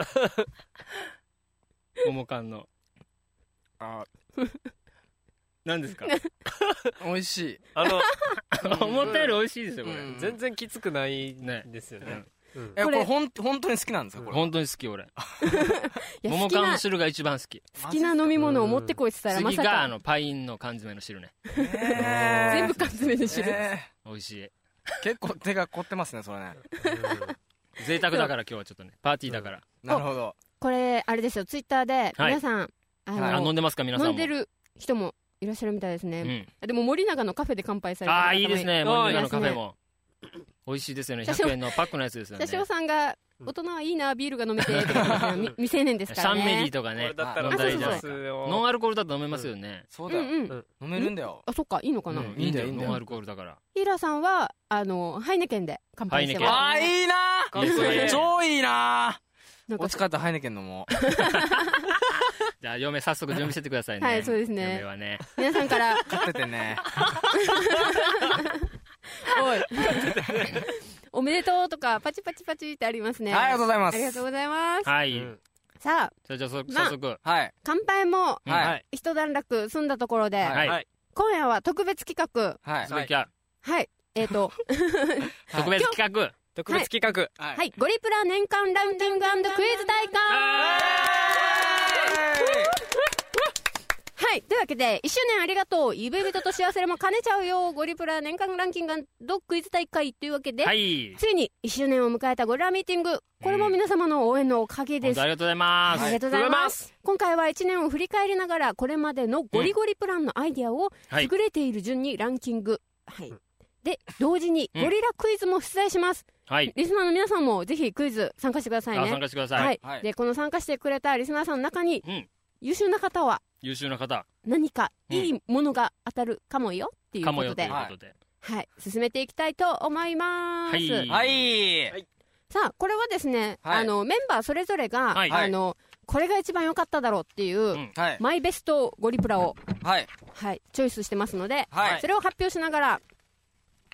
[SPEAKER 3] 桃缶の
[SPEAKER 5] あ
[SPEAKER 3] 何ですか
[SPEAKER 5] 美味しい
[SPEAKER 4] あの
[SPEAKER 3] 思ったより美味しいですよこれ、
[SPEAKER 5] うん
[SPEAKER 4] 全然きつくないんですよ
[SPEAKER 3] う
[SPEAKER 4] ね
[SPEAKER 3] ん
[SPEAKER 4] うん
[SPEAKER 5] え
[SPEAKER 2] こ
[SPEAKER 5] こ
[SPEAKER 2] れ
[SPEAKER 5] れほん本当に好きなんですかこれ
[SPEAKER 3] 本当に好き俺
[SPEAKER 2] いや
[SPEAKER 3] 桃
[SPEAKER 2] 好き
[SPEAKER 3] 缶
[SPEAKER 2] な
[SPEAKER 3] の汁が一番好き
[SPEAKER 2] 好きな飲み物を持ってこいって言ったらま
[SPEAKER 3] 次
[SPEAKER 2] さ
[SPEAKER 3] があ
[SPEAKER 2] か
[SPEAKER 3] のパインの缶詰の汁ね
[SPEAKER 5] えー
[SPEAKER 2] 全部缶詰で知る、
[SPEAKER 5] え
[SPEAKER 3] 美味しい
[SPEAKER 5] ー結構手が凝ってますねそれね
[SPEAKER 3] 贅沢だから今日はちょっとねパーティーだから、
[SPEAKER 5] なるほど
[SPEAKER 2] これあれですよツイッターで
[SPEAKER 3] はい
[SPEAKER 2] 皆さん、あの
[SPEAKER 5] はい
[SPEAKER 3] あ飲んでますか皆さんも
[SPEAKER 2] 飲んでる人もいらっしゃるみたいです
[SPEAKER 3] う
[SPEAKER 2] ね、
[SPEAKER 3] ん、
[SPEAKER 2] でも森永のカフェで乾杯されてる方
[SPEAKER 3] あ
[SPEAKER 2] も
[SPEAKER 3] あいいですね
[SPEAKER 4] ん
[SPEAKER 3] 森永のカフェも美味しいですよね
[SPEAKER 2] 車掌
[SPEAKER 3] 100円のパックのやつですよね
[SPEAKER 2] 車掌さんが大人はいいなビールが飲めてって言ってま したよみ未成年です
[SPEAKER 3] シ
[SPEAKER 2] か
[SPEAKER 3] ャ
[SPEAKER 2] ら
[SPEAKER 3] ン
[SPEAKER 2] ね
[SPEAKER 3] メリーとか
[SPEAKER 4] こ
[SPEAKER 3] ね
[SPEAKER 4] れだったら
[SPEAKER 3] 飲んだらいいじゃ
[SPEAKER 4] ナ
[SPEAKER 3] な
[SPEAKER 4] ス
[SPEAKER 3] いノ
[SPEAKER 4] を
[SPEAKER 3] ンアルコールだと飲めますよね、
[SPEAKER 5] そうだよ
[SPEAKER 2] うんうん
[SPEAKER 5] 飲めるんだよ
[SPEAKER 2] あそっかいいの
[SPEAKER 3] う
[SPEAKER 2] か
[SPEAKER 3] ん
[SPEAKER 2] な、
[SPEAKER 3] いいんだよ
[SPEAKER 5] いいんだよ
[SPEAKER 3] ノンアルコールだから
[SPEAKER 2] ヒーラーさんはあのハイネケンで乾杯してま
[SPEAKER 3] うん
[SPEAKER 2] す
[SPEAKER 5] あーいいな
[SPEAKER 4] か
[SPEAKER 3] っこいい
[SPEAKER 5] ー超いいな
[SPEAKER 2] なん
[SPEAKER 5] お
[SPEAKER 2] か
[SPEAKER 5] 疲れたハイネケン飲も
[SPEAKER 3] じゃあ嫁早速準備してってくださいね
[SPEAKER 2] はいそうですね
[SPEAKER 3] 嫁はね
[SPEAKER 2] 皆さんから
[SPEAKER 5] う買っててね
[SPEAKER 2] おい おめでとうとかパチパチパチってありますね
[SPEAKER 5] はいありがとうございます
[SPEAKER 2] ありがとうございます
[SPEAKER 3] はい、
[SPEAKER 2] さあ
[SPEAKER 3] それじゃあそ
[SPEAKER 2] まあ
[SPEAKER 3] 早速
[SPEAKER 5] はい
[SPEAKER 2] 乾杯も
[SPEAKER 3] うん
[SPEAKER 5] はい
[SPEAKER 4] はい
[SPEAKER 2] 一段落済んだところで、
[SPEAKER 5] はい
[SPEAKER 3] はい
[SPEAKER 2] 今夜は特別企画
[SPEAKER 5] はい
[SPEAKER 3] すべきは
[SPEAKER 2] はいえっ、ー、と
[SPEAKER 3] 特別企画
[SPEAKER 4] 特別企画
[SPEAKER 5] は
[SPEAKER 2] はいゴリプラ年間ランキングクイズ大会はいというわけで1周年ありがとう夢人と幸せも兼ねちゃうよゴリプラ年間ランキングクイズ大会というわけで、
[SPEAKER 3] はい
[SPEAKER 2] ついに1周年を迎えたゴリラミーティングこれも皆様の応援のおかげで
[SPEAKER 3] 本
[SPEAKER 2] す、
[SPEAKER 3] 当ありがとうございま
[SPEAKER 2] あり
[SPEAKER 3] す
[SPEAKER 2] がとうございます今回は1年を振り返りながらこれまでのゴリゴリプランのアイディアを
[SPEAKER 3] はい
[SPEAKER 2] 優れている順にランキング、はい、で同時に
[SPEAKER 3] うん
[SPEAKER 2] ゴリラクイズも出題します、
[SPEAKER 3] はい
[SPEAKER 2] リスナーの皆さんもぜひクイズ参加してください
[SPEAKER 3] あ参
[SPEAKER 2] ね
[SPEAKER 3] 加してくだ
[SPEAKER 2] は
[SPEAKER 3] さい
[SPEAKER 2] い、でこの参加してくれたリスナーさんの中に、
[SPEAKER 3] うん
[SPEAKER 2] 優秀な方は
[SPEAKER 3] 優秀な方
[SPEAKER 2] 何かいいものが当たるかもよっていう
[SPEAKER 3] か
[SPEAKER 2] こ
[SPEAKER 3] も
[SPEAKER 2] と
[SPEAKER 3] よとい
[SPEAKER 2] で、
[SPEAKER 3] うことで
[SPEAKER 2] はい、進めていきたいと思います、
[SPEAKER 3] はい
[SPEAKER 5] はい
[SPEAKER 2] さあこれはですね、
[SPEAKER 5] はい
[SPEAKER 2] あのメンバーそれぞれが、
[SPEAKER 3] はい
[SPEAKER 2] あのこれが一番良かっただろうっていう、
[SPEAKER 3] ん
[SPEAKER 5] はい
[SPEAKER 2] マイベストゴリプラを、
[SPEAKER 5] はい
[SPEAKER 2] はい、チョイスしてますので、
[SPEAKER 5] はい
[SPEAKER 2] それを発表しながら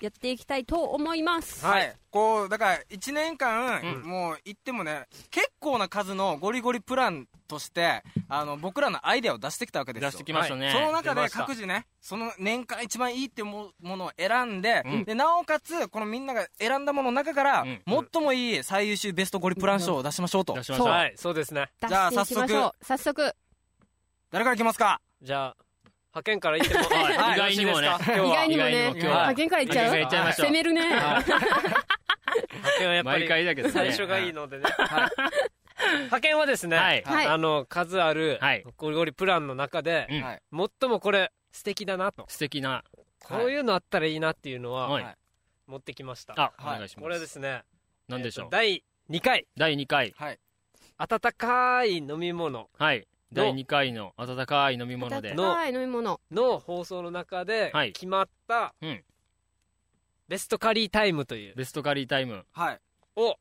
[SPEAKER 2] やっていきたいと思います、
[SPEAKER 5] はいこうだから1年間
[SPEAKER 3] うん
[SPEAKER 5] もう言ってもね結構な数のゴリゴリプランとしてあの僕らのアイデアを出してきたわけですよ
[SPEAKER 3] 出してきましたね、
[SPEAKER 5] その中
[SPEAKER 4] 出
[SPEAKER 5] で
[SPEAKER 4] ました
[SPEAKER 5] 各自ねその年間一番いいってもものを選んで,、
[SPEAKER 3] うん
[SPEAKER 5] でなおかつこのみんなが選んだものの中から、
[SPEAKER 3] うん
[SPEAKER 5] 最もいい最優秀ベストゴリプラン賞を出しましょうと、
[SPEAKER 3] 出しまし
[SPEAKER 2] そ
[SPEAKER 3] た
[SPEAKER 2] う
[SPEAKER 4] はいそうですね
[SPEAKER 2] 出
[SPEAKER 5] じゃあ
[SPEAKER 2] していきましょう早速
[SPEAKER 5] 誰からいきますか
[SPEAKER 4] じゃあ派遣から行っても
[SPEAKER 3] はい
[SPEAKER 4] はい
[SPEAKER 3] 意外にもね
[SPEAKER 4] よろしいですか
[SPEAKER 2] 意
[SPEAKER 3] 意外に
[SPEAKER 2] 外にも
[SPEAKER 4] 今日は
[SPEAKER 2] ね
[SPEAKER 3] も今日は
[SPEAKER 2] あ限界いっちゃ
[SPEAKER 3] 限
[SPEAKER 2] う
[SPEAKER 3] 界いっちゃいましょう
[SPEAKER 2] 攻めるね
[SPEAKER 4] 派遣はやっぱ
[SPEAKER 3] 毎
[SPEAKER 4] り
[SPEAKER 3] 回だけどね
[SPEAKER 4] 最初がいいのでね派遣はです
[SPEAKER 3] は
[SPEAKER 4] ね
[SPEAKER 3] い
[SPEAKER 2] はい
[SPEAKER 4] あの数ある
[SPEAKER 3] はい
[SPEAKER 4] ゴリゴリプランの中で
[SPEAKER 3] うん
[SPEAKER 5] はい
[SPEAKER 4] 最もこれ素敵だなと
[SPEAKER 3] 素敵な
[SPEAKER 5] はい
[SPEAKER 4] こういうのあったらいいなっていうのは
[SPEAKER 3] はい
[SPEAKER 5] はい
[SPEAKER 4] 持ってきました
[SPEAKER 3] あお
[SPEAKER 5] はい
[SPEAKER 3] 願いします
[SPEAKER 4] これはですね
[SPEAKER 3] 何でしょ
[SPEAKER 4] えっ
[SPEAKER 3] う
[SPEAKER 4] と第2回
[SPEAKER 3] 第2回
[SPEAKER 5] はい
[SPEAKER 4] 温かい飲み物
[SPEAKER 3] はい第2回の温かい飲み物で
[SPEAKER 4] の
[SPEAKER 2] はい飲み物
[SPEAKER 4] の放送の中で
[SPEAKER 3] はい
[SPEAKER 4] 決まった
[SPEAKER 3] うん
[SPEAKER 4] ベストカリータイムという
[SPEAKER 3] ベストカリータイム
[SPEAKER 5] はい
[SPEAKER 4] を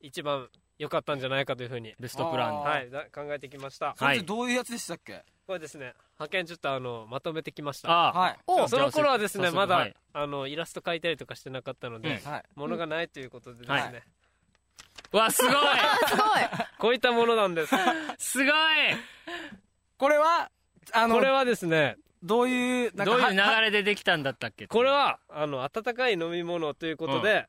[SPEAKER 4] 一番良かったんじゃないかというふうに、
[SPEAKER 3] ベストプラン
[SPEAKER 5] あー
[SPEAKER 4] はい、だ考えてきました
[SPEAKER 5] それ
[SPEAKER 3] は
[SPEAKER 5] っ
[SPEAKER 3] い
[SPEAKER 5] てどういうやつでしたっけ
[SPEAKER 4] これですね派遣ちょっとあのまとめてきました
[SPEAKER 3] ああ
[SPEAKER 5] はい
[SPEAKER 2] を
[SPEAKER 4] その頃はです
[SPEAKER 3] じゃ
[SPEAKER 4] ね
[SPEAKER 3] あ
[SPEAKER 4] まだ、
[SPEAKER 3] はい
[SPEAKER 4] あのイラスト描いたりとかしてなかったので、
[SPEAKER 5] はい
[SPEAKER 4] 物がないということでですね、
[SPEAKER 5] はい
[SPEAKER 3] わ すごい
[SPEAKER 2] すごい
[SPEAKER 4] こういったものな んです
[SPEAKER 3] すごい
[SPEAKER 5] これはあの
[SPEAKER 4] これはですね
[SPEAKER 5] どういうなんか
[SPEAKER 3] どういう流
[SPEAKER 5] は
[SPEAKER 3] れでできたんだったっけ
[SPEAKER 4] これはあの温かい飲み物ということで、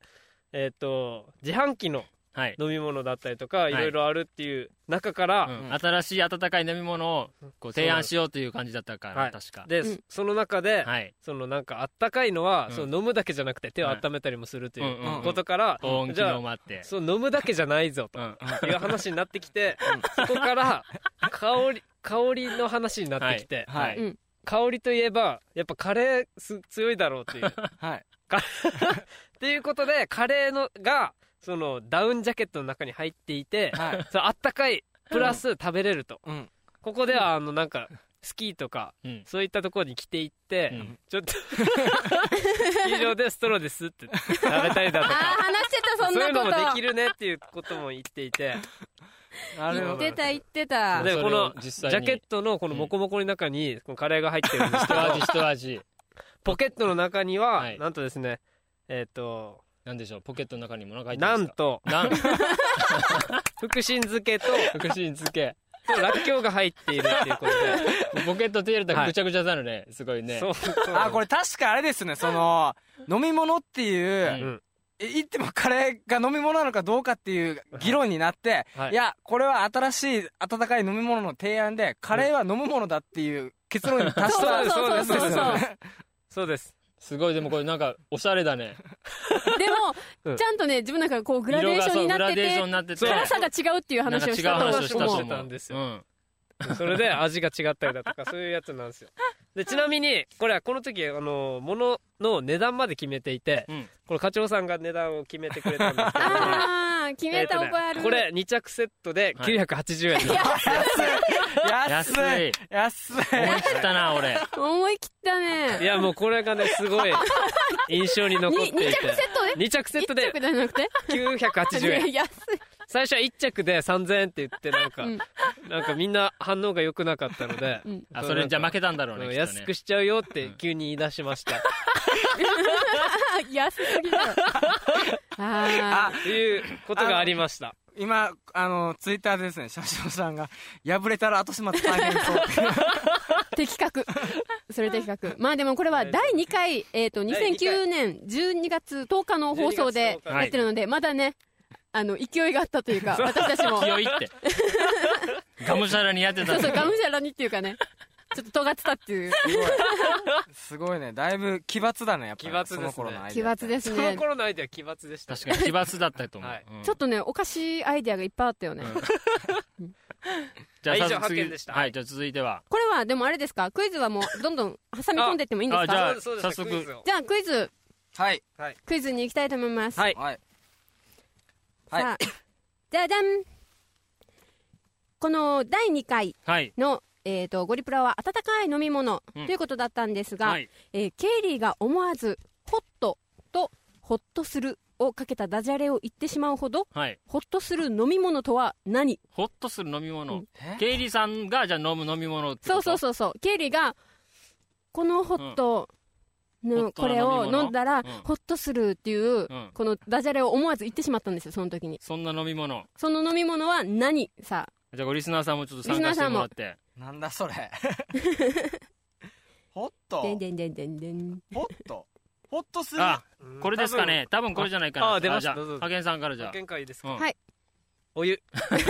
[SPEAKER 4] えっ、と自販機の
[SPEAKER 3] はい、
[SPEAKER 4] 飲み物だったりとか、
[SPEAKER 3] い
[SPEAKER 4] い、ろいろあるっていう中か
[SPEAKER 3] う
[SPEAKER 4] ら、
[SPEAKER 3] ん新しい温かい飲み物をこう提案しようという感じだったから、
[SPEAKER 4] はい
[SPEAKER 3] 確か
[SPEAKER 4] で、
[SPEAKER 2] うん
[SPEAKER 4] その中で、
[SPEAKER 3] はい
[SPEAKER 4] そのなんかあったかいのは、
[SPEAKER 3] うん
[SPEAKER 4] その飲むだけじゃなくて手を温めたりもするとい
[SPEAKER 3] うんうん
[SPEAKER 5] うんうん
[SPEAKER 4] うことから、
[SPEAKER 3] 保温機
[SPEAKER 4] じゃ
[SPEAKER 3] 能
[SPEAKER 4] あ
[SPEAKER 3] もあって
[SPEAKER 4] そう飲むだけじゃないぞ
[SPEAKER 3] うん
[SPEAKER 4] という話になってきて、そこから香り香りの話になってきて、
[SPEAKER 5] はい
[SPEAKER 2] うん
[SPEAKER 4] 香りといえばやっぱカレーす強いだろうというっ
[SPEAKER 5] はい
[SPEAKER 4] ていうことでカレーのがそのダウンジャケットの中に入っていて、
[SPEAKER 5] はい
[SPEAKER 4] そのあったかいプラス食べれると、
[SPEAKER 5] うん
[SPEAKER 4] ここではあのなんかスキーとか
[SPEAKER 3] うん
[SPEAKER 4] そういったところに着ていって、
[SPEAKER 3] うん
[SPEAKER 4] ちょっと スキー場でストローですって食べたりだと
[SPEAKER 2] あー
[SPEAKER 4] か
[SPEAKER 2] 話してたそん
[SPEAKER 4] そう
[SPEAKER 2] な
[SPEAKER 4] いう
[SPEAKER 2] こ
[SPEAKER 4] の
[SPEAKER 2] と
[SPEAKER 4] もできるねっていうことも言っていて
[SPEAKER 5] なる
[SPEAKER 2] 言
[SPEAKER 5] ほ
[SPEAKER 2] っ
[SPEAKER 5] ど
[SPEAKER 2] てた言ってた
[SPEAKER 4] で
[SPEAKER 3] それを
[SPEAKER 4] この
[SPEAKER 3] 実
[SPEAKER 4] ジ
[SPEAKER 3] 際に
[SPEAKER 4] ャケットのこのモコモコの中にこのカレーが入ってるんですけど
[SPEAKER 3] 一味一味
[SPEAKER 4] ポケットの中には、
[SPEAKER 3] はい
[SPEAKER 4] なんとですねえっ、と
[SPEAKER 3] なんでしょうポケットの中にも何か入ってま
[SPEAKER 4] なん
[SPEAKER 3] すか
[SPEAKER 4] と
[SPEAKER 3] なんと
[SPEAKER 4] 福神漬けと
[SPEAKER 3] 福神漬け
[SPEAKER 4] とらっきょうが入っているっていうこと
[SPEAKER 3] ポケットテールだ
[SPEAKER 4] はい
[SPEAKER 3] ぐちゃぐちゃになるねすごい
[SPEAKER 4] で
[SPEAKER 3] ね
[SPEAKER 4] そうそう
[SPEAKER 5] あ、これ確かあれですね、その、飲み物っていう、
[SPEAKER 3] ん
[SPEAKER 5] え言ってもカレーが飲み物なのかどうかっていう議論になって、
[SPEAKER 3] はい
[SPEAKER 5] いや、これは新しい温かい飲み物の提案で、カレーは飲むものだっていう結論に達し
[SPEAKER 2] そ
[SPEAKER 5] た
[SPEAKER 2] うそうそうそうそう
[SPEAKER 5] ですよね
[SPEAKER 4] そうです
[SPEAKER 3] すごいでもこれなんかおしゃれだね
[SPEAKER 2] で
[SPEAKER 4] うん
[SPEAKER 2] もちゃんとね自分の中でこうグラデーションに
[SPEAKER 3] 色がそうグ
[SPEAKER 2] なっ
[SPEAKER 3] ラ
[SPEAKER 2] て
[SPEAKER 3] デーシ
[SPEAKER 2] て
[SPEAKER 3] ョンになってて
[SPEAKER 2] 辛さが違うっていう
[SPEAKER 3] なんか
[SPEAKER 2] 話を
[SPEAKER 3] 違
[SPEAKER 2] し
[SPEAKER 3] う
[SPEAKER 2] たと思
[SPEAKER 3] 話
[SPEAKER 2] う
[SPEAKER 3] をしたと
[SPEAKER 4] して
[SPEAKER 3] 思
[SPEAKER 4] た
[SPEAKER 3] うん
[SPEAKER 4] ですよ
[SPEAKER 3] うん
[SPEAKER 4] それで味が違ったりだとかそういうやつなんですよでちなみにこれはこの時あの物の値段まで決めていて
[SPEAKER 3] うん
[SPEAKER 4] この課長さんが値段を決めてくれたんですけ ど
[SPEAKER 2] ああ決めた覚えあ
[SPEAKER 4] え
[SPEAKER 2] る
[SPEAKER 4] っとねこれ2着セットで980円です、
[SPEAKER 5] 安い安い
[SPEAKER 3] 思い切ったな俺
[SPEAKER 2] 思い切った
[SPEAKER 4] い、
[SPEAKER 2] ね
[SPEAKER 4] やもうこれがねすご い印象に残ってい
[SPEAKER 2] に二
[SPEAKER 4] て
[SPEAKER 2] 着セットで
[SPEAKER 4] 2着セットで
[SPEAKER 2] 一着じゃなくて
[SPEAKER 4] 980円
[SPEAKER 2] いや安い
[SPEAKER 4] 最初は1着で3000円って言ってなんか、
[SPEAKER 2] うん
[SPEAKER 4] なんかみんな反応が良くなかったので、
[SPEAKER 2] うん
[SPEAKER 3] あそれじゃ負けたんだろう
[SPEAKER 4] う
[SPEAKER 3] ね
[SPEAKER 4] ん
[SPEAKER 3] きっと
[SPEAKER 4] 安
[SPEAKER 3] ね
[SPEAKER 4] くしちゃうよって急に言い出しました、
[SPEAKER 2] あ安すぎだろあ
[SPEAKER 5] あ
[SPEAKER 4] ということがありました
[SPEAKER 5] 今あのツイッターでですね車掌さんが破れたら後始末大変そうって
[SPEAKER 2] あ的確それ的確まあでもこれは第2回、えー、と
[SPEAKER 4] 第二回
[SPEAKER 2] 2009年12月10日の放送で
[SPEAKER 4] 12月10日
[SPEAKER 2] やってるのでまだねあの勢いがあったというか私たちも
[SPEAKER 3] 勢いって がむしゃらにやってた
[SPEAKER 2] そ
[SPEAKER 3] ん
[SPEAKER 2] う
[SPEAKER 3] だ
[SPEAKER 2] そうがむしゃらにっていうかねちょっと尖ってたっていう
[SPEAKER 5] すごいねだいぶ奇抜だねやっぱり
[SPEAKER 4] 奇抜ですね
[SPEAKER 5] その頃のアイ
[SPEAKER 2] 奇
[SPEAKER 5] デア
[SPEAKER 2] 抜です
[SPEAKER 4] そ
[SPEAKER 2] ね
[SPEAKER 4] の頃のアイデア奇抜でしたね
[SPEAKER 3] 確かに奇抜だったと思う
[SPEAKER 4] はい
[SPEAKER 3] うん
[SPEAKER 2] ちょっとねおかしいアイデアがいっぱいあったよね、
[SPEAKER 3] うん
[SPEAKER 2] こ
[SPEAKER 3] じゃあ
[SPEAKER 4] 以上
[SPEAKER 3] 早速
[SPEAKER 4] 発
[SPEAKER 3] 次
[SPEAKER 4] 見でした
[SPEAKER 3] はいじゃあ続いては
[SPEAKER 2] れはでもあれですかクイズはもうどんどん挟み込んでってもいいんです
[SPEAKER 3] あじゃ
[SPEAKER 2] か
[SPEAKER 3] あ
[SPEAKER 4] そうですそうです
[SPEAKER 3] 早速
[SPEAKER 4] クイズを
[SPEAKER 2] じゃあクイズ
[SPEAKER 5] はい
[SPEAKER 2] クイズに行きたいと思います、
[SPEAKER 4] はい
[SPEAKER 5] はいはい
[SPEAKER 2] さあじゃじゃんこの第2回
[SPEAKER 3] はい
[SPEAKER 2] の、えー、とゴリプラは温かい飲み物と
[SPEAKER 3] うん
[SPEAKER 2] いうことだったんですが、
[SPEAKER 3] はい
[SPEAKER 2] えーケイリーが思わず「ホット」と「ホッとする」をかけたダジャレを言ってしまうほど
[SPEAKER 3] はい
[SPEAKER 2] ホッとする飲み物とは何
[SPEAKER 3] ホッとする飲み物
[SPEAKER 5] え
[SPEAKER 3] ケイリーさんがじゃあ飲む飲み物ってこ
[SPEAKER 2] そ
[SPEAKER 3] と
[SPEAKER 2] うそうそうそうケイリーがこのホット
[SPEAKER 3] うん
[SPEAKER 2] の、
[SPEAKER 3] ホット
[SPEAKER 2] こ
[SPEAKER 3] な
[SPEAKER 2] れを
[SPEAKER 3] 飲み物
[SPEAKER 2] 飲んだら、
[SPEAKER 3] うん
[SPEAKER 2] ホッとするっていう、
[SPEAKER 3] うん
[SPEAKER 2] このダジャレを思わず言ってしまったんですよその時に
[SPEAKER 3] そんな飲み物
[SPEAKER 2] その飲み物は何さあ
[SPEAKER 3] じゃあこうリスナーさんもちょっと参加してもらって
[SPEAKER 5] なんだ それホッ
[SPEAKER 2] で
[SPEAKER 5] ト
[SPEAKER 2] んでんでんでんでん
[SPEAKER 5] ホットホッとする
[SPEAKER 3] あこれですかね多分これじゃないかな
[SPEAKER 4] あ出ました
[SPEAKER 3] じゃあ
[SPEAKER 4] どうぞ
[SPEAKER 3] 派遣さんからじゃ
[SPEAKER 4] 見解いいですか、
[SPEAKER 3] あ
[SPEAKER 2] はい
[SPEAKER 4] お湯
[SPEAKER 2] それ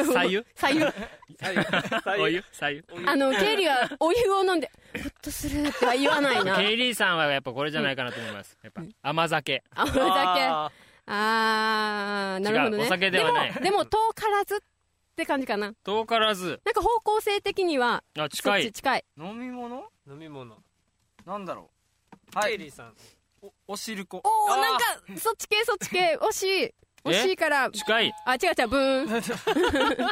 [SPEAKER 2] を
[SPEAKER 3] 左右
[SPEAKER 2] 左右
[SPEAKER 4] 左
[SPEAKER 3] うんお湯左右
[SPEAKER 2] あのケイリーはお湯を飲んでホッとするとは言わない な
[SPEAKER 3] ケイリーさんはやっぱこれじゃないかなと思いますやっぱ甘酒
[SPEAKER 2] あお酒ああーなるほどね
[SPEAKER 3] 違うお酒ではない
[SPEAKER 2] もでも遠からずって感じかななん
[SPEAKER 3] 遠からず
[SPEAKER 2] か方向性的には
[SPEAKER 3] あ近
[SPEAKER 2] そっ
[SPEAKER 3] い
[SPEAKER 2] ち近い
[SPEAKER 5] 飲み物
[SPEAKER 4] 飲み物
[SPEAKER 5] なんだろうは
[SPEAKER 4] ケイ
[SPEAKER 5] い
[SPEAKER 4] リーさん
[SPEAKER 5] おおしるこ
[SPEAKER 2] おお
[SPEAKER 4] あー
[SPEAKER 2] なんかそっち系そっち系惜しい惜しいから
[SPEAKER 3] 近い
[SPEAKER 2] あ違う違うブーン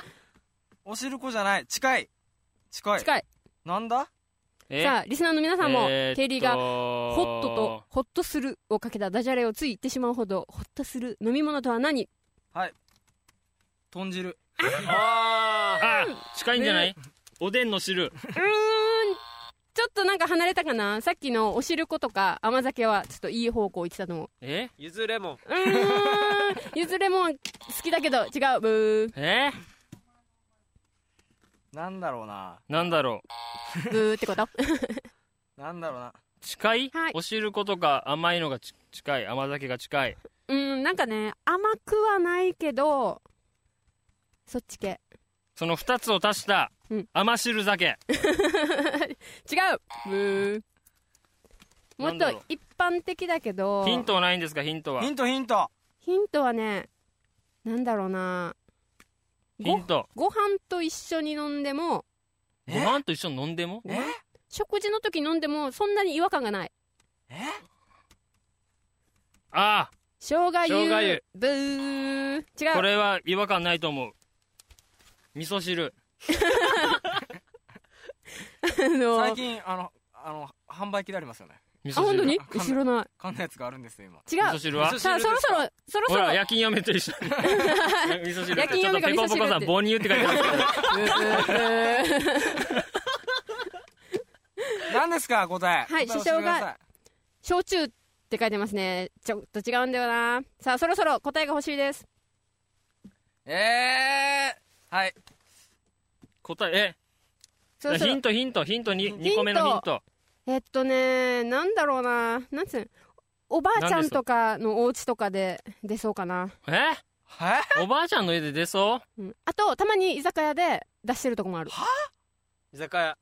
[SPEAKER 5] おしるこじゃない近い近い
[SPEAKER 2] 近い
[SPEAKER 5] なんだ
[SPEAKER 3] え
[SPEAKER 2] さあリスナーの皆さんも
[SPEAKER 3] えーっと
[SPEAKER 2] ケイリーがホットとホッとするをかけたダジャレをつい言ってしまうほどホッとする飲み物とは何
[SPEAKER 5] 豚汁
[SPEAKER 4] あ
[SPEAKER 3] あ近いんじゃないおでんの汁
[SPEAKER 2] うーんちょっとなんか離れたかなさっきのお汁粉とか甘酒はちょっといい方向行ってたと思う
[SPEAKER 3] え
[SPEAKER 4] ゆずレモン
[SPEAKER 2] うー んゆずレモン好きだけど違うブ
[SPEAKER 3] え
[SPEAKER 5] なんだろうな
[SPEAKER 3] なんだろう
[SPEAKER 2] ーブーってこと
[SPEAKER 5] なんだろうな
[SPEAKER 3] 近い
[SPEAKER 2] はい
[SPEAKER 3] お汁粉とか甘いのがち近い甘酒が近いう
[SPEAKER 2] ーんなんかね甘くはないけどそっち系
[SPEAKER 3] その2つを足した
[SPEAKER 2] うん
[SPEAKER 3] 甘汁酒
[SPEAKER 2] 違うブーも
[SPEAKER 3] な
[SPEAKER 2] っ
[SPEAKER 3] んだろう
[SPEAKER 2] と一般的だけど
[SPEAKER 3] ヒントはないんですかヒントは
[SPEAKER 5] ヒントヒント
[SPEAKER 2] ヒントはねなんだろうな
[SPEAKER 3] ヒ
[SPEAKER 2] ご
[SPEAKER 3] ント
[SPEAKER 2] ご飯と一緒に飲んでも
[SPEAKER 3] ご飯と一緒に飲んでも
[SPEAKER 5] え
[SPEAKER 2] 食事の時飲んでもそんなに違和感がない
[SPEAKER 5] え
[SPEAKER 3] あ
[SPEAKER 2] 生姜
[SPEAKER 4] 生
[SPEAKER 2] 湯
[SPEAKER 4] 姜湯
[SPEAKER 2] ブー違
[SPEAKER 3] あ
[SPEAKER 2] う
[SPEAKER 3] これは違和感ないと思う味噌汁
[SPEAKER 2] あの
[SPEAKER 5] 最近あのあの販売機でありますよね
[SPEAKER 3] 味
[SPEAKER 2] あ
[SPEAKER 3] 噌
[SPEAKER 2] 本当
[SPEAKER 3] 汁
[SPEAKER 2] に
[SPEAKER 5] わかんない
[SPEAKER 2] 知らな
[SPEAKER 5] 缶のやつがあるんですよ今
[SPEAKER 2] い違
[SPEAKER 3] 味噌
[SPEAKER 2] う
[SPEAKER 3] 汁は
[SPEAKER 4] 味噌汁
[SPEAKER 2] さあそろそろそろそ
[SPEAKER 3] ほ
[SPEAKER 2] ろ
[SPEAKER 3] ら夜勤嫁と一緒 に味噌汁
[SPEAKER 2] 夜勤
[SPEAKER 3] ちょっ
[SPEAKER 2] 嫁
[SPEAKER 3] と
[SPEAKER 2] が
[SPEAKER 3] ペ
[SPEAKER 2] 味
[SPEAKER 3] コ
[SPEAKER 2] 噌汁って
[SPEAKER 3] ペコさん母乳って書いてある
[SPEAKER 5] 何ですか答え
[SPEAKER 2] はい
[SPEAKER 5] 答え
[SPEAKER 2] 師匠が
[SPEAKER 5] 教えてください
[SPEAKER 2] 焼酎って書いてますねちょっと違うんだよなさあそろそろ答えが欲しいです
[SPEAKER 5] えはい。
[SPEAKER 3] 答え
[SPEAKER 2] そ
[SPEAKER 3] え
[SPEAKER 2] ろそろ
[SPEAKER 3] ヒントヒントヒント 2,
[SPEAKER 2] ント
[SPEAKER 3] 二個目のヒント
[SPEAKER 2] えっとねなんだろうななんつうのおばあちゃんとかのお家とかで出そうかな、
[SPEAKER 3] え
[SPEAKER 5] は
[SPEAKER 3] おばあちゃんの家で出そう
[SPEAKER 2] うん、あとたまに居酒屋で出してるとこもある
[SPEAKER 4] 居酒屋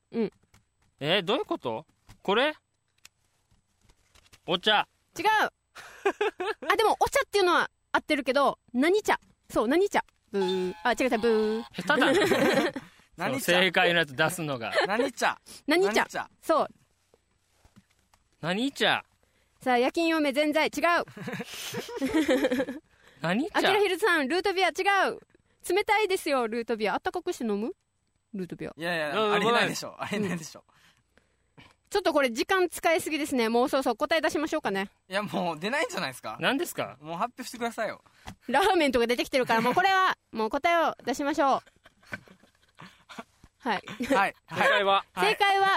[SPEAKER 3] えどういうことこれお茶
[SPEAKER 2] 違うあでもお茶っていうのは合ってるけど何茶そう何茶ブーあ違う違うブー
[SPEAKER 3] 下 手だなそう
[SPEAKER 5] 何茶
[SPEAKER 3] 正解のやつ出すのが
[SPEAKER 5] 何茶
[SPEAKER 2] 何茶そう
[SPEAKER 3] 何茶
[SPEAKER 2] さあ夜勤嫁全在違う
[SPEAKER 3] 何
[SPEAKER 2] アキ
[SPEAKER 3] 茶
[SPEAKER 2] ラヒルさんルートビア違う冷たいですよルートビアあったかくして飲むルートビア
[SPEAKER 5] いやいやい
[SPEAKER 3] うん
[SPEAKER 5] や、ありえないでしょ。ありえないでしょ。
[SPEAKER 2] ちょっとこれ時間使いすぎですねもうそうそう答え出しましょうかね
[SPEAKER 5] いや、もう出ないんじゃないですか
[SPEAKER 3] 何ですか
[SPEAKER 5] もう発表してく ださいよ。
[SPEAKER 2] ラーメンとか出てきてるからもうこれ はもう答えを出しましょうはい、
[SPEAKER 5] はい。
[SPEAKER 4] 正
[SPEAKER 5] はい。
[SPEAKER 4] 解は
[SPEAKER 5] はい
[SPEAKER 2] 正解は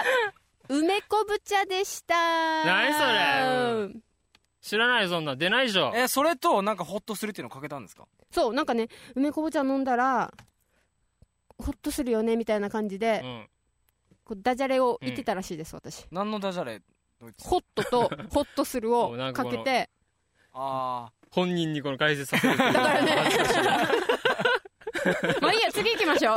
[SPEAKER 2] 梅昆布茶でした
[SPEAKER 3] 何
[SPEAKER 2] それ
[SPEAKER 3] 知らないよそんなん出ないでしょ
[SPEAKER 5] え、それと、なんかホッとするっていうのをかけたんですか
[SPEAKER 2] そうなんかね梅昆布茶飲んだらホッとするよねみたいな感じで
[SPEAKER 3] う、ん
[SPEAKER 2] こうダジャレを言ってたらしいです、私
[SPEAKER 5] 何のダジャレどいつ
[SPEAKER 2] ホットとホッとするを
[SPEAKER 3] おなんか
[SPEAKER 2] か
[SPEAKER 3] こ
[SPEAKER 2] け
[SPEAKER 3] の
[SPEAKER 2] て
[SPEAKER 5] あ
[SPEAKER 3] 本人にこの解説させる
[SPEAKER 2] だからねもういいや次行きましょう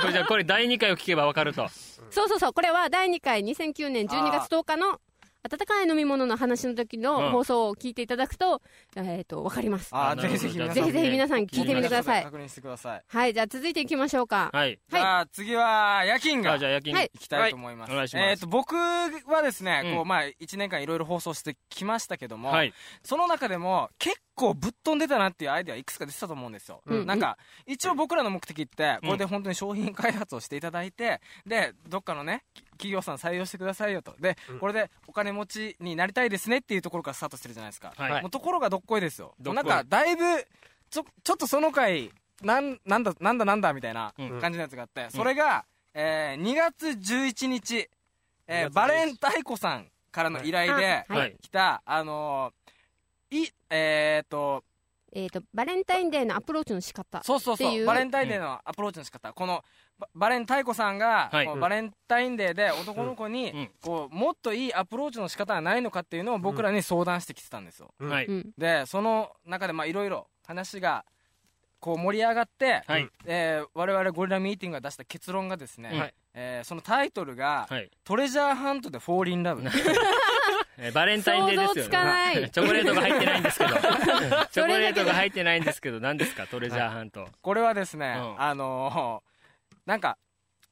[SPEAKER 3] これじゃあこれ第2回を聞けばわかると
[SPEAKER 2] そうそうそうこれは第2回2009年12月10日の温かい飲み物の話の時
[SPEAKER 3] うん
[SPEAKER 2] の放送を聞いていただくと、えっ、とわかります
[SPEAKER 5] ーあ
[SPEAKER 3] あ
[SPEAKER 5] ー、ぜひぜひ皆さん。
[SPEAKER 2] ぜひぜひ皆さん聞いてみてください
[SPEAKER 5] 確認してください。
[SPEAKER 2] はいじゃあ続いていきましょうか
[SPEAKER 3] はい
[SPEAKER 5] じゃあ、次は、夜勤
[SPEAKER 3] あ
[SPEAKER 5] が
[SPEAKER 3] じゃあ夜勤
[SPEAKER 2] はい
[SPEAKER 5] 行きたいと思います。
[SPEAKER 3] はいお願いします
[SPEAKER 5] えっと、僕はですね、
[SPEAKER 3] うん
[SPEAKER 5] こう、まあ、1年間いろいろ放送してきましたけども、
[SPEAKER 3] はい
[SPEAKER 5] その中でも結構ぶっ飛んでたなっていうアイデアいくつか出てたと思うんですよ、
[SPEAKER 2] うん
[SPEAKER 5] なんか一応僕らの目的って
[SPEAKER 3] うん
[SPEAKER 5] これで本当に商品開発をしていただいてでどっかのねき企業さん採用してくださいよとでこれでお金持ちになりたいですねっていうところからスタートしてるじゃないですか、
[SPEAKER 3] はい
[SPEAKER 5] もうところがどっこいですよ
[SPEAKER 3] どっこい
[SPEAKER 5] なんかだいぶちょちょっとその回なんなんだなんだなんだみたいな
[SPEAKER 3] うん
[SPEAKER 5] 感じのやつがあって、それが、えー2月11日、えー
[SPEAKER 4] 2月11
[SPEAKER 5] バレンタイコさんからの依頼で、
[SPEAKER 2] はい
[SPEAKER 3] はい
[SPEAKER 5] 来た、あのーい、えー、っと、
[SPEAKER 2] えっ、とバレンタインデーのアプローチの仕方
[SPEAKER 5] そうそう
[SPEAKER 2] って
[SPEAKER 5] そ、
[SPEAKER 2] いうう
[SPEAKER 5] バレンタインデーのアプローチの仕方、この、ババレンタイコさんが、
[SPEAKER 3] はい
[SPEAKER 5] こう
[SPEAKER 3] うん
[SPEAKER 5] バレンタインデーで男の子
[SPEAKER 3] うんうん
[SPEAKER 5] に、こう、もっといいアプローチの仕方はないのかっていうのを僕らに相談してきてたんですよ。
[SPEAKER 3] はい
[SPEAKER 2] うん、
[SPEAKER 5] で、その中で、まあ、いろいろ話が、こう盛り上がって、
[SPEAKER 3] はい
[SPEAKER 5] えー我々ゴリラミーティングが出した結論がですね、
[SPEAKER 3] はい
[SPEAKER 5] えーそのタイトルが、
[SPEAKER 3] はい
[SPEAKER 5] トレジャーハントでフォーリンラブ。
[SPEAKER 3] えーバレンタインデーですよ
[SPEAKER 2] 想像つかな
[SPEAKER 3] ね
[SPEAKER 2] い
[SPEAKER 3] チョコレートが入ってないんです けどチョコレートが入ってないんですけど何ですかトレジャーハント
[SPEAKER 5] これはですね、
[SPEAKER 3] うん
[SPEAKER 5] あのーなんか、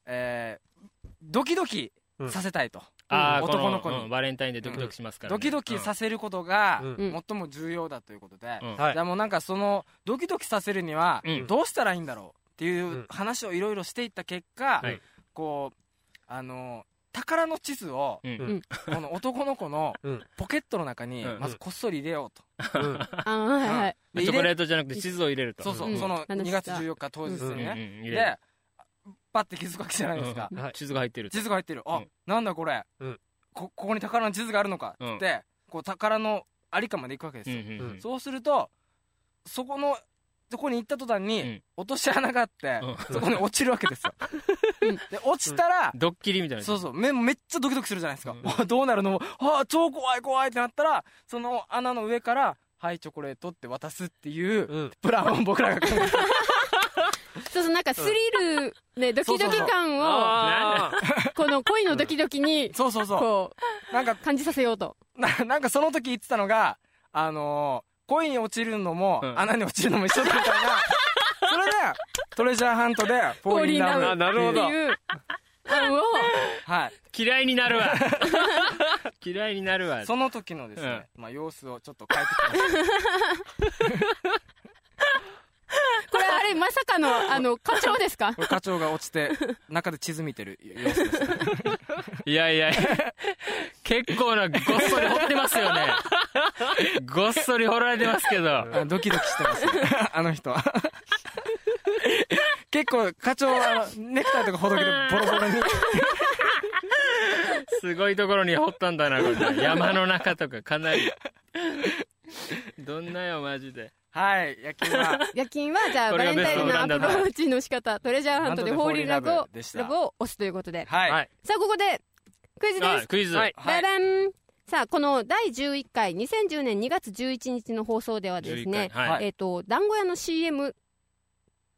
[SPEAKER 5] えードキドキさせたいと、
[SPEAKER 3] ああ
[SPEAKER 5] 男の子
[SPEAKER 3] う
[SPEAKER 5] に、
[SPEAKER 3] んバレンタインデードキドキしますからね
[SPEAKER 5] ドキドキさ
[SPEAKER 3] せ
[SPEAKER 5] せることが
[SPEAKER 4] うん
[SPEAKER 2] うん
[SPEAKER 5] 最も重要だということで、
[SPEAKER 3] うん
[SPEAKER 5] じゃあもうなんかそのドキドキさせるには
[SPEAKER 3] うん
[SPEAKER 5] どうしたらいいんだろうっていううん話をいろいろしていった結果、
[SPEAKER 3] はい
[SPEAKER 5] こうあのー宝の地図を
[SPEAKER 3] うん
[SPEAKER 4] うん
[SPEAKER 5] この男の子の
[SPEAKER 4] うん
[SPEAKER 5] ポケットの中に
[SPEAKER 3] うん
[SPEAKER 5] まずこっそり入れようと、
[SPEAKER 2] あーはいはい
[SPEAKER 5] で
[SPEAKER 3] チョコレ
[SPEAKER 5] 入れ
[SPEAKER 3] ートじゃなくて地図を入れると
[SPEAKER 5] そうそう、
[SPEAKER 2] うん
[SPEAKER 5] その
[SPEAKER 2] うん
[SPEAKER 5] 2月14日当日
[SPEAKER 3] う
[SPEAKER 5] にね、
[SPEAKER 4] うん
[SPEAKER 3] んうん入れる
[SPEAKER 5] でパッて気づくわけじゃないですか、
[SPEAKER 3] うん
[SPEAKER 4] はい
[SPEAKER 3] 地図が入ってる
[SPEAKER 5] 地図が入ってるあ、
[SPEAKER 3] うん
[SPEAKER 5] なんだこれ、
[SPEAKER 4] うん
[SPEAKER 5] こここに宝の地図があるのか
[SPEAKER 3] うん
[SPEAKER 5] って、こう宝のありかまで行くわけです
[SPEAKER 3] うんう
[SPEAKER 5] よ、
[SPEAKER 3] んうん
[SPEAKER 5] そうするとそこのそこに行った途端に、
[SPEAKER 3] うん
[SPEAKER 5] 落とし穴があって、
[SPEAKER 3] う
[SPEAKER 5] そこに落ちるわけ ですよ、
[SPEAKER 2] うん
[SPEAKER 5] で落ちたら、
[SPEAKER 3] ドッキリみたいな
[SPEAKER 5] そうそうめめっちゃドキドキするじゃないですか、
[SPEAKER 3] う
[SPEAKER 5] どうなるのああ超怖い怖いってなったらその穴の上から「はいチョコレート」って渡すっていう
[SPEAKER 4] うん
[SPEAKER 5] プランを僕らが考えた
[SPEAKER 2] そうそうなんかスリル、ね、ドキドキ感を
[SPEAKER 4] あー
[SPEAKER 2] この恋のドキドキに
[SPEAKER 5] そうそうそ
[SPEAKER 2] こ
[SPEAKER 5] うなんか
[SPEAKER 2] う感じさせようと
[SPEAKER 5] な なんかその時言ってたのが、あのー恋に落ちるのも、
[SPEAKER 3] うん
[SPEAKER 5] 穴に落ちるのも一緒だみたい な。それで、トレジャーハントで、フォーリンラブ。
[SPEAKER 4] あなるほ
[SPEAKER 2] って
[SPEAKER 4] ど
[SPEAKER 2] いう案を
[SPEAKER 5] はい。
[SPEAKER 3] 嫌いになる わ嫌いになるわ
[SPEAKER 5] その時のですね、まあ様子をちょっと変えてきまし
[SPEAKER 2] これあれまさかのあの課長ですか
[SPEAKER 5] た。課長が落ちて、中で地図見てる様子です。
[SPEAKER 3] いやい やいや結構なごっそり掘ってますよねごっそり掘られてますけど
[SPEAKER 5] あドキドキしてます ね。あの人は。結構、課長は、あのネクタイとかほどけてボロボロに。
[SPEAKER 3] すごいところに掘ったんだなこれ山の中とかかなりどんなよマジで
[SPEAKER 5] はい夜勤は
[SPEAKER 2] 夜勤はじゃあ
[SPEAKER 3] こ
[SPEAKER 2] バ
[SPEAKER 3] れが
[SPEAKER 2] レンタインのアプローチの仕方トレジャーハントでホーリーラブ
[SPEAKER 5] ハン
[SPEAKER 2] を
[SPEAKER 5] トでホーリーラブでした
[SPEAKER 2] ラブを押すということで
[SPEAKER 5] はい、
[SPEAKER 3] はい
[SPEAKER 2] さあここでクイズで
[SPEAKER 3] あ
[SPEAKER 2] す
[SPEAKER 3] クイズ、
[SPEAKER 4] はい
[SPEAKER 5] はい
[SPEAKER 2] ダダンさあこの第11回2010年2月11日の放送ではですね
[SPEAKER 3] 11回はい
[SPEAKER 2] えっと団子屋の CM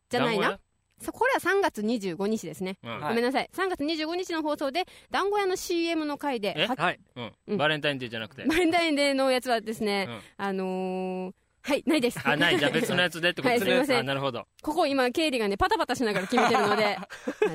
[SPEAKER 2] じゃないなさこれは3月25日ですね
[SPEAKER 3] 団子屋、うん
[SPEAKER 5] はい
[SPEAKER 2] ごめんなさい3月25日の放送で団子屋の CM の回で
[SPEAKER 3] え
[SPEAKER 2] は
[SPEAKER 4] はい
[SPEAKER 3] うん
[SPEAKER 2] うん
[SPEAKER 3] バレンタインデーじゃなく て
[SPEAKER 2] バレンタインデーのやつはですね
[SPEAKER 3] うん
[SPEAKER 2] あのーはいないです
[SPEAKER 3] あないじゃあ別のやつでってことですね、
[SPEAKER 2] はいすいません
[SPEAKER 3] あなるほどは
[SPEAKER 2] ここ今経理がねパタパタしながら決めてるのであ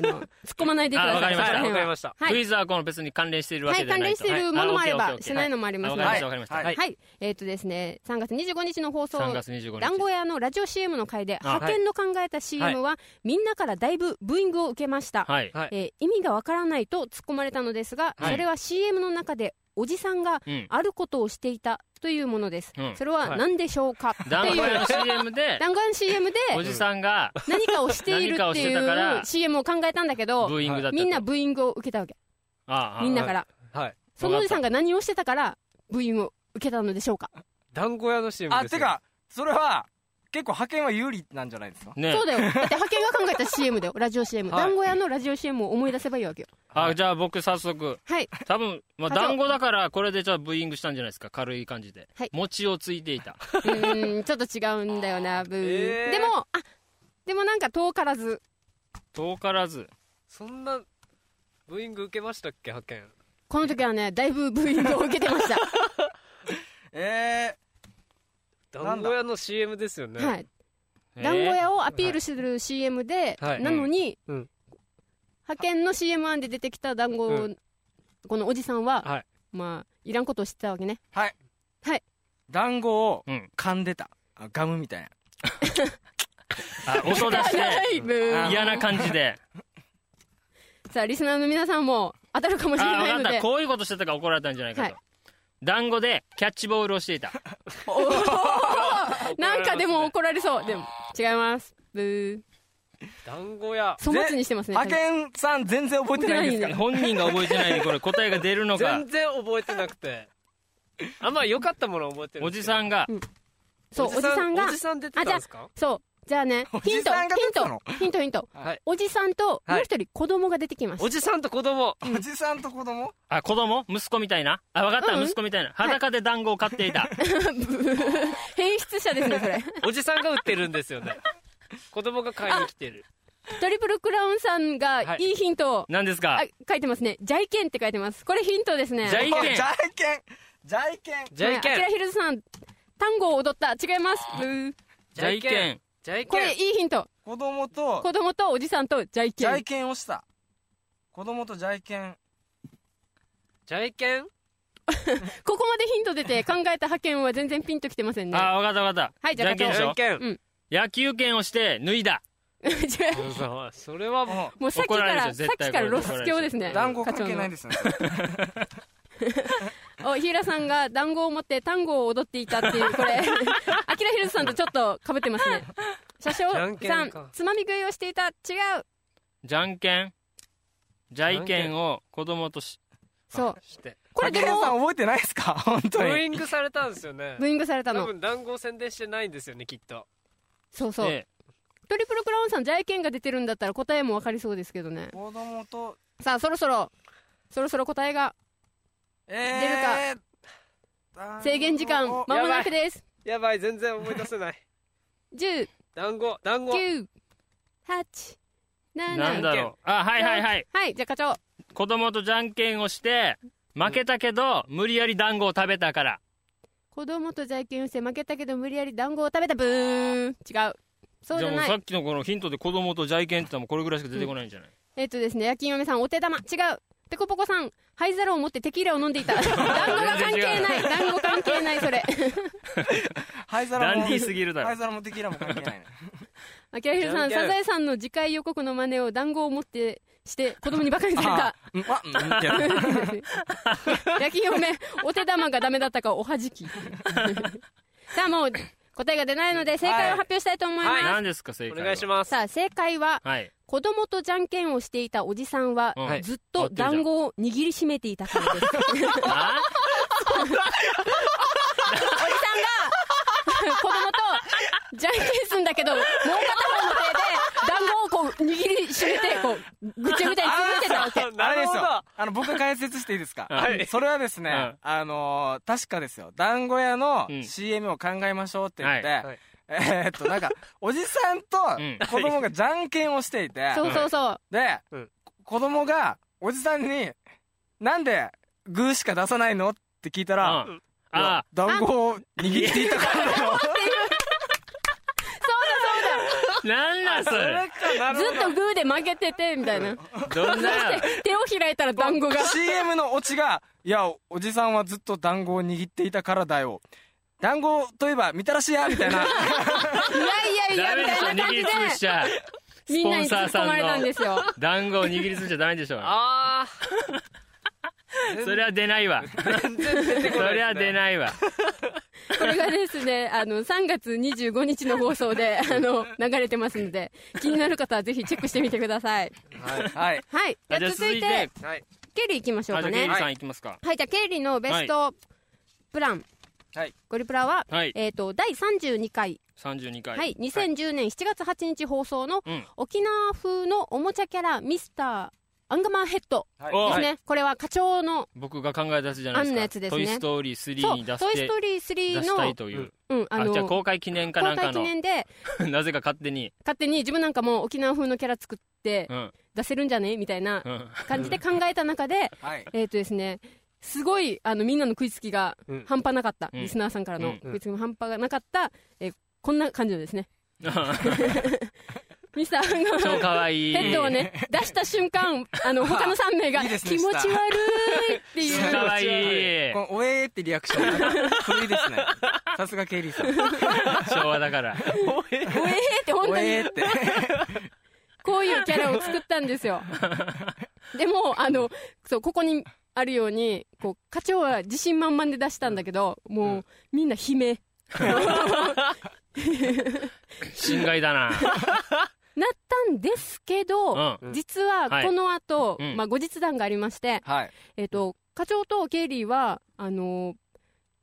[SPEAKER 2] の突っ込まないでください
[SPEAKER 3] あわかりました
[SPEAKER 2] その
[SPEAKER 4] はいわ
[SPEAKER 2] 辺
[SPEAKER 4] かり
[SPEAKER 2] は
[SPEAKER 4] ました
[SPEAKER 2] はい
[SPEAKER 3] クイズはこの別に関連しているわ
[SPEAKER 2] は
[SPEAKER 3] け
[SPEAKER 2] い
[SPEAKER 3] じゃ
[SPEAKER 2] 関
[SPEAKER 3] ない
[SPEAKER 2] 連
[SPEAKER 3] と
[SPEAKER 2] しているものもあればしてない
[SPEAKER 3] の
[SPEAKER 2] のもあります
[SPEAKER 3] わ
[SPEAKER 2] ので
[SPEAKER 3] かりまし
[SPEAKER 2] はい
[SPEAKER 3] たわかりました、
[SPEAKER 5] はい
[SPEAKER 3] はい
[SPEAKER 2] はいえっとですね3月25日の放送
[SPEAKER 3] 3月25日
[SPEAKER 2] 団子屋のラジオ CM の回で
[SPEAKER 3] あ
[SPEAKER 2] 派遣の考えた CM はみんなからだいぶブーイングを受けました
[SPEAKER 3] はい、
[SPEAKER 4] はい
[SPEAKER 2] えー意味がわからないと突っ込まれたのですが
[SPEAKER 3] はい
[SPEAKER 2] それは CM の中でおじさんが
[SPEAKER 3] うん、
[SPEAKER 2] あることをしていたというものです
[SPEAKER 3] うん
[SPEAKER 2] それは何でしょうかって
[SPEAKER 3] 団子
[SPEAKER 2] いう
[SPEAKER 3] 屋の CM で
[SPEAKER 2] 弾丸 CM で
[SPEAKER 3] おじさんが
[SPEAKER 2] 何かをしているってい
[SPEAKER 3] 何かをしてたか
[SPEAKER 2] う
[SPEAKER 3] ら
[SPEAKER 2] CM を考えたんだけ
[SPEAKER 3] ブ
[SPEAKER 2] ど
[SPEAKER 3] ーイングだったと
[SPEAKER 2] みんなブーイングを受けたわけ
[SPEAKER 3] ああ
[SPEAKER 2] みんなから
[SPEAKER 4] はい
[SPEAKER 2] そのおじさんが何をしてたからブーイングを受けたのでしょうか
[SPEAKER 4] 団子屋の CM
[SPEAKER 5] あ
[SPEAKER 4] です
[SPEAKER 5] てかそれは結構派遣は有利なんじゃないですか
[SPEAKER 3] ね
[SPEAKER 2] そうだよだって派遣が考えた CM だ よラジオ CM
[SPEAKER 4] はい
[SPEAKER 2] 団子屋のラジオ CM を思い出せばいいわけよ
[SPEAKER 3] あじゃあ僕早速
[SPEAKER 2] はい
[SPEAKER 3] 多分まあ
[SPEAKER 2] 課長
[SPEAKER 3] 団子だからこれでじゃあブーイングしたんじゃないですか軽い感じで、
[SPEAKER 2] はい
[SPEAKER 3] 餅をついていた
[SPEAKER 2] うーんちょっと違うんだよなブー、
[SPEAKER 4] えー
[SPEAKER 2] でもあでもなんか遠からず
[SPEAKER 3] 遠からず
[SPEAKER 4] そんなブーイング受けましたっけ派遣
[SPEAKER 2] この時はねだいぶブーイングを受けてました
[SPEAKER 5] えだ
[SPEAKER 4] 団子屋の CM ですよ ね
[SPEAKER 2] はい
[SPEAKER 3] えー
[SPEAKER 2] 団子屋をアピールする CM で、
[SPEAKER 4] はい
[SPEAKER 2] なのに、
[SPEAKER 4] うんうん
[SPEAKER 2] 派遣の CM 案で出てきた団子、を
[SPEAKER 4] う
[SPEAKER 2] このおじさんは、
[SPEAKER 4] はい
[SPEAKER 2] まあいらんことを知ってたわけね
[SPEAKER 5] ー、はい
[SPEAKER 2] はい
[SPEAKER 5] 団子を
[SPEAKER 3] うん
[SPEAKER 5] 噛んでた、あガムみたいな
[SPEAKER 3] あ音出して
[SPEAKER 2] いぶー
[SPEAKER 3] 嫌な感じで
[SPEAKER 2] さあリスナーの皆さんも当たるかもしれ
[SPEAKER 3] あ
[SPEAKER 2] ない
[SPEAKER 3] 分
[SPEAKER 2] の
[SPEAKER 3] かった
[SPEAKER 2] で
[SPEAKER 3] こういうことしてたから怒られたんじゃないかと、
[SPEAKER 2] はい
[SPEAKER 3] 団子でキャッチボールをしていた
[SPEAKER 2] なんかでも怒られそうでも違いますブー
[SPEAKER 4] 団子屋
[SPEAKER 2] 粗末にしてますね
[SPEAKER 5] 派遣さん全然覚えてないん ですか
[SPEAKER 2] 覚えてないん
[SPEAKER 5] ら
[SPEAKER 2] だ
[SPEAKER 3] 本人が覚えてないでこれ答えが出るのか
[SPEAKER 4] 全然覚えてなくてあんまあ良かったものは覚えてる
[SPEAKER 3] おじさんが
[SPEAKER 2] そうおじさんが
[SPEAKER 4] おじさん出てたんですか
[SPEAKER 2] そうじゃあね
[SPEAKER 5] お
[SPEAKER 2] ヒン
[SPEAKER 5] じ
[SPEAKER 2] トヒ
[SPEAKER 5] さん
[SPEAKER 2] ン
[SPEAKER 5] が出てたの
[SPEAKER 2] トヒントヒント
[SPEAKER 4] はい
[SPEAKER 2] おじさんともう一人子供が出てきます
[SPEAKER 4] おじさんと子供
[SPEAKER 5] おじさんと子供
[SPEAKER 3] あ子供息子みたいなあ分かった、
[SPEAKER 2] うん
[SPEAKER 3] 息子みたいな裸で団子を買ってい た、
[SPEAKER 2] 変質者ですねそれ
[SPEAKER 4] おじさんが売ってるんですよね子供が買いに来てる
[SPEAKER 2] トリプルクラウンさんがいいヒントを
[SPEAKER 3] 何ですか
[SPEAKER 2] あ書いてますね「じゃいけん」って書いてますこれヒントですね
[SPEAKER 3] じゃい
[SPEAKER 5] じゃいけんじゃいけん
[SPEAKER 4] じゃいけ
[SPEAKER 2] あきら
[SPEAKER 4] ん
[SPEAKER 2] ひるさん単語を踊った違いますブー
[SPEAKER 3] じゃいけん
[SPEAKER 4] じゃい
[SPEAKER 2] こ
[SPEAKER 4] け
[SPEAKER 2] れ
[SPEAKER 4] ん
[SPEAKER 2] いいヒント
[SPEAKER 5] 子供と
[SPEAKER 2] 子供とおじさんとじゃい
[SPEAKER 5] じ
[SPEAKER 2] け
[SPEAKER 5] ゃ
[SPEAKER 2] ん
[SPEAKER 5] いけんをした子供とじゃいけん
[SPEAKER 4] じゃいけん
[SPEAKER 2] ここまでヒント出て考えた派遣は全然ピンときてませんね
[SPEAKER 3] あ分かった分かった、
[SPEAKER 2] はいじゃあ
[SPEAKER 3] んけんで
[SPEAKER 4] じ
[SPEAKER 3] し
[SPEAKER 4] ゃ
[SPEAKER 3] ょ
[SPEAKER 4] いけん
[SPEAKER 2] うん
[SPEAKER 3] 野球拳をして脱いだ
[SPEAKER 2] 違う
[SPEAKER 4] それはも
[SPEAKER 2] もうさっき
[SPEAKER 3] 怒
[SPEAKER 2] から
[SPEAKER 3] れる
[SPEAKER 2] ら
[SPEAKER 3] でし
[SPEAKER 2] さ
[SPEAKER 3] ょ
[SPEAKER 2] っ
[SPEAKER 3] 絶
[SPEAKER 2] き
[SPEAKER 3] 対
[SPEAKER 2] から
[SPEAKER 3] これ
[SPEAKER 2] ロス教ですね
[SPEAKER 5] 団子関係な
[SPEAKER 2] で
[SPEAKER 5] いですね
[SPEAKER 2] おひらさんが団子を持って単語を踊っていたっていうこれあきらひるさんとちょっとかぶってますね車掌
[SPEAKER 4] じゃんけ
[SPEAKER 2] さ
[SPEAKER 4] ん
[SPEAKER 2] ん
[SPEAKER 4] か
[SPEAKER 2] つまみ食いをしていた違う
[SPEAKER 3] じゃんけんじゃいけんを子供とし
[SPEAKER 2] そう
[SPEAKER 4] うして
[SPEAKER 2] これで
[SPEAKER 5] 派遣さん
[SPEAKER 2] も
[SPEAKER 5] 覚えてないで すか本
[SPEAKER 4] ブ
[SPEAKER 5] 当
[SPEAKER 4] ーイ
[SPEAKER 5] に
[SPEAKER 4] ングされたんですよね
[SPEAKER 2] ブーイングされた
[SPEAKER 4] 多
[SPEAKER 2] の
[SPEAKER 4] 分団子を宣伝してないんですよねきっと
[SPEAKER 2] そうそう
[SPEAKER 3] て
[SPEAKER 2] トリプルクラウンさんじゃいけんが出てるんだったら答えもわかりそうですけどね
[SPEAKER 5] 子供と
[SPEAKER 2] さあそろそろそろそろ答えが
[SPEAKER 5] えー
[SPEAKER 2] 制限時間
[SPEAKER 5] 団子
[SPEAKER 2] まもなくです
[SPEAKER 4] やばい全然思い出 せない
[SPEAKER 2] 10
[SPEAKER 4] 団子団子
[SPEAKER 2] 9 8
[SPEAKER 3] なん
[SPEAKER 2] 7
[SPEAKER 3] だろうあはいはいはい
[SPEAKER 2] はいじゃあ課長
[SPEAKER 3] 子供とじゃんけんをして負けたけど、無理やり団子を食べたから
[SPEAKER 2] 子供と在勤をして負けたけど無理やり団子を食べたブーン違うそうじゃ
[SPEAKER 3] もう
[SPEAKER 2] な
[SPEAKER 3] さ
[SPEAKER 2] い
[SPEAKER 3] っきのこのヒントで子供とじゃいけんって言ったらもうこれぐらいしか出てこないんじゃない、
[SPEAKER 2] えっとですね夜勤嫁さんお手玉違うペコポコさん灰皿を持ってテキーラを飲 んでいた団子が関係ない団子関係ないそれ
[SPEAKER 5] 灰
[SPEAKER 3] ダ
[SPEAKER 5] 皿も
[SPEAKER 3] ンディーすぎるだろ
[SPEAKER 5] 灰皿もテキーラも関係 ないね
[SPEAKER 2] あきらひるさん
[SPEAKER 4] じゃんけん
[SPEAKER 2] サザエさんの次回予告の真似を団子を持ってして子供にバカにされた
[SPEAKER 5] あうんあうん似てる
[SPEAKER 2] 焼き嫁お手玉がダメだったかおはじき さあもう答えが出ないので正解を発表したいと思います、
[SPEAKER 4] はい
[SPEAKER 3] 何ですか正
[SPEAKER 4] お
[SPEAKER 3] 解は
[SPEAKER 4] 願いします
[SPEAKER 2] さあ正解は
[SPEAKER 3] はい
[SPEAKER 2] 子供とじゃんけんをしていたおじさんは、
[SPEAKER 3] はい
[SPEAKER 2] ずっと団子を握りしめていたからですおじさんが
[SPEAKER 3] あ
[SPEAKER 2] 子供と
[SPEAKER 5] あれですよ
[SPEAKER 4] なるほど
[SPEAKER 5] あの僕が解説していいですか、
[SPEAKER 3] はい
[SPEAKER 5] それはですね、
[SPEAKER 3] うん
[SPEAKER 5] あのー確かですよ団子屋の
[SPEAKER 3] うん
[SPEAKER 5] CM を考えましょうって言って、
[SPEAKER 3] はい
[SPEAKER 4] はい
[SPEAKER 5] えーっとな んかおじさん
[SPEAKER 3] うん
[SPEAKER 5] と子供がじゃんけんをしていて、
[SPEAKER 2] そうそうそう。
[SPEAKER 5] で、
[SPEAKER 4] うん
[SPEAKER 5] 子供がおじさんに「なんでグーしか出さないの?」って聞いた
[SPEAKER 3] うん
[SPEAKER 5] ら、うわ
[SPEAKER 3] あ
[SPEAKER 5] 団子を握っていたから だよ
[SPEAKER 3] ーなんなんそれ
[SPEAKER 4] なる
[SPEAKER 2] ずっとグーで負けてて、みたいな。
[SPEAKER 3] どんな
[SPEAKER 2] 手を開いたら団子が。
[SPEAKER 5] CM のオチが「いやおじさんはずっと団子を握っていたからだよ団子といえばみたらしや」みたいな
[SPEAKER 2] いやいや
[SPEAKER 3] ダメ
[SPEAKER 2] いや、
[SPEAKER 3] でしょ
[SPEAKER 2] みたいな
[SPEAKER 3] 握り
[SPEAKER 2] 感
[SPEAKER 3] 潰
[SPEAKER 2] じ
[SPEAKER 3] しちゃ
[SPEAKER 2] で、みんなに
[SPEAKER 3] スポン
[SPEAKER 2] 突っ
[SPEAKER 3] サーさん
[SPEAKER 2] 込
[SPEAKER 3] の
[SPEAKER 2] まれたんですよ。
[SPEAKER 3] 団子を握り潰しちゃダメでしょ
[SPEAKER 4] あ
[SPEAKER 3] それは出ないわそれは出ない わ
[SPEAKER 2] これがですね、あの、3月25日の放送 で、あの、流れてますので、気になる方はぜひチェックしてみてください。
[SPEAKER 5] はい
[SPEAKER 2] はい。じゃ
[SPEAKER 3] じゃあ
[SPEAKER 2] あ続い
[SPEAKER 3] 続い
[SPEAKER 2] て
[SPEAKER 3] て、
[SPEAKER 4] ーはい
[SPEAKER 2] ケリー行きましょう
[SPEAKER 3] あじゃ
[SPEAKER 2] か
[SPEAKER 3] あケイ
[SPEAKER 2] ね
[SPEAKER 3] リ。さんいきますか
[SPEAKER 2] はい、じゃあケリーのベストプラン。
[SPEAKER 5] はい
[SPEAKER 2] ゴリプラは、
[SPEAKER 3] はい
[SPEAKER 2] えっ、と、第32回、
[SPEAKER 3] 32
[SPEAKER 2] は
[SPEAKER 3] 回
[SPEAKER 2] い、2010年7月8日放送の、
[SPEAKER 3] うん
[SPEAKER 2] 沖縄風のおもちゃキャラ、ミスター、アンガマンヘッド
[SPEAKER 5] はい
[SPEAKER 3] お
[SPEAKER 2] ですね。これは課長の、
[SPEAKER 3] 僕が考え出すじゃないです
[SPEAKER 2] 案
[SPEAKER 3] か
[SPEAKER 2] のやつですね
[SPEAKER 3] トイ・ストーリー
[SPEAKER 2] そ
[SPEAKER 3] 3
[SPEAKER 2] う、
[SPEAKER 3] に出
[SPEAKER 2] トイ・
[SPEAKER 3] し
[SPEAKER 2] ス
[SPEAKER 3] て
[SPEAKER 2] トーリー
[SPEAKER 3] 出
[SPEAKER 2] 3
[SPEAKER 3] したい
[SPEAKER 2] の、
[SPEAKER 3] という、
[SPEAKER 2] うん、あ
[SPEAKER 3] あ
[SPEAKER 2] の、
[SPEAKER 3] じゃあ公開記念かな
[SPEAKER 2] 公
[SPEAKER 3] んか
[SPEAKER 2] 開記
[SPEAKER 3] の
[SPEAKER 2] 念で、
[SPEAKER 3] なぜか勝手に
[SPEAKER 2] 勝手に自分なんかも沖縄風のキャラ作って
[SPEAKER 3] うん
[SPEAKER 2] 出せるんじゃねみたいな
[SPEAKER 3] うん
[SPEAKER 2] 感じで考えた中で、
[SPEAKER 5] はい
[SPEAKER 2] えっ、とですね、すごいあのみんなの食いつきが
[SPEAKER 4] うん
[SPEAKER 2] 半端なかった、
[SPEAKER 3] うん
[SPEAKER 2] リスナーさんからの
[SPEAKER 3] うん
[SPEAKER 2] 食いつきも半端がなかった、えーこんな感じのですね、ミスターが
[SPEAKER 3] 超可愛い
[SPEAKER 2] ヘッドをね、出した瞬間、あの他の3名が
[SPEAKER 5] いい
[SPEAKER 2] 気
[SPEAKER 5] ですね
[SPEAKER 2] 持ち悪いって
[SPEAKER 3] 超
[SPEAKER 2] いう、
[SPEAKER 3] 可愛い
[SPEAKER 5] このおえーってリアクション古いですねさすがケイリーさん
[SPEAKER 3] 昭和だ から
[SPEAKER 2] おえーって、本
[SPEAKER 5] お
[SPEAKER 2] 当に
[SPEAKER 5] えーって
[SPEAKER 2] こういうキャラを作ったんで すよ。でも、あの、そう、ここにあるように、こう、課長は自信満々で出したんだけど、もう、みんな悲鳴。
[SPEAKER 3] 侵害だな
[SPEAKER 2] なったんですけ
[SPEAKER 3] う
[SPEAKER 2] ど、
[SPEAKER 3] ん
[SPEAKER 2] 実は
[SPEAKER 3] はい
[SPEAKER 2] この後、
[SPEAKER 3] うん
[SPEAKER 2] まあ、後日談がありまして、
[SPEAKER 5] はい
[SPEAKER 2] えっ、と、課長とケイリーは、あの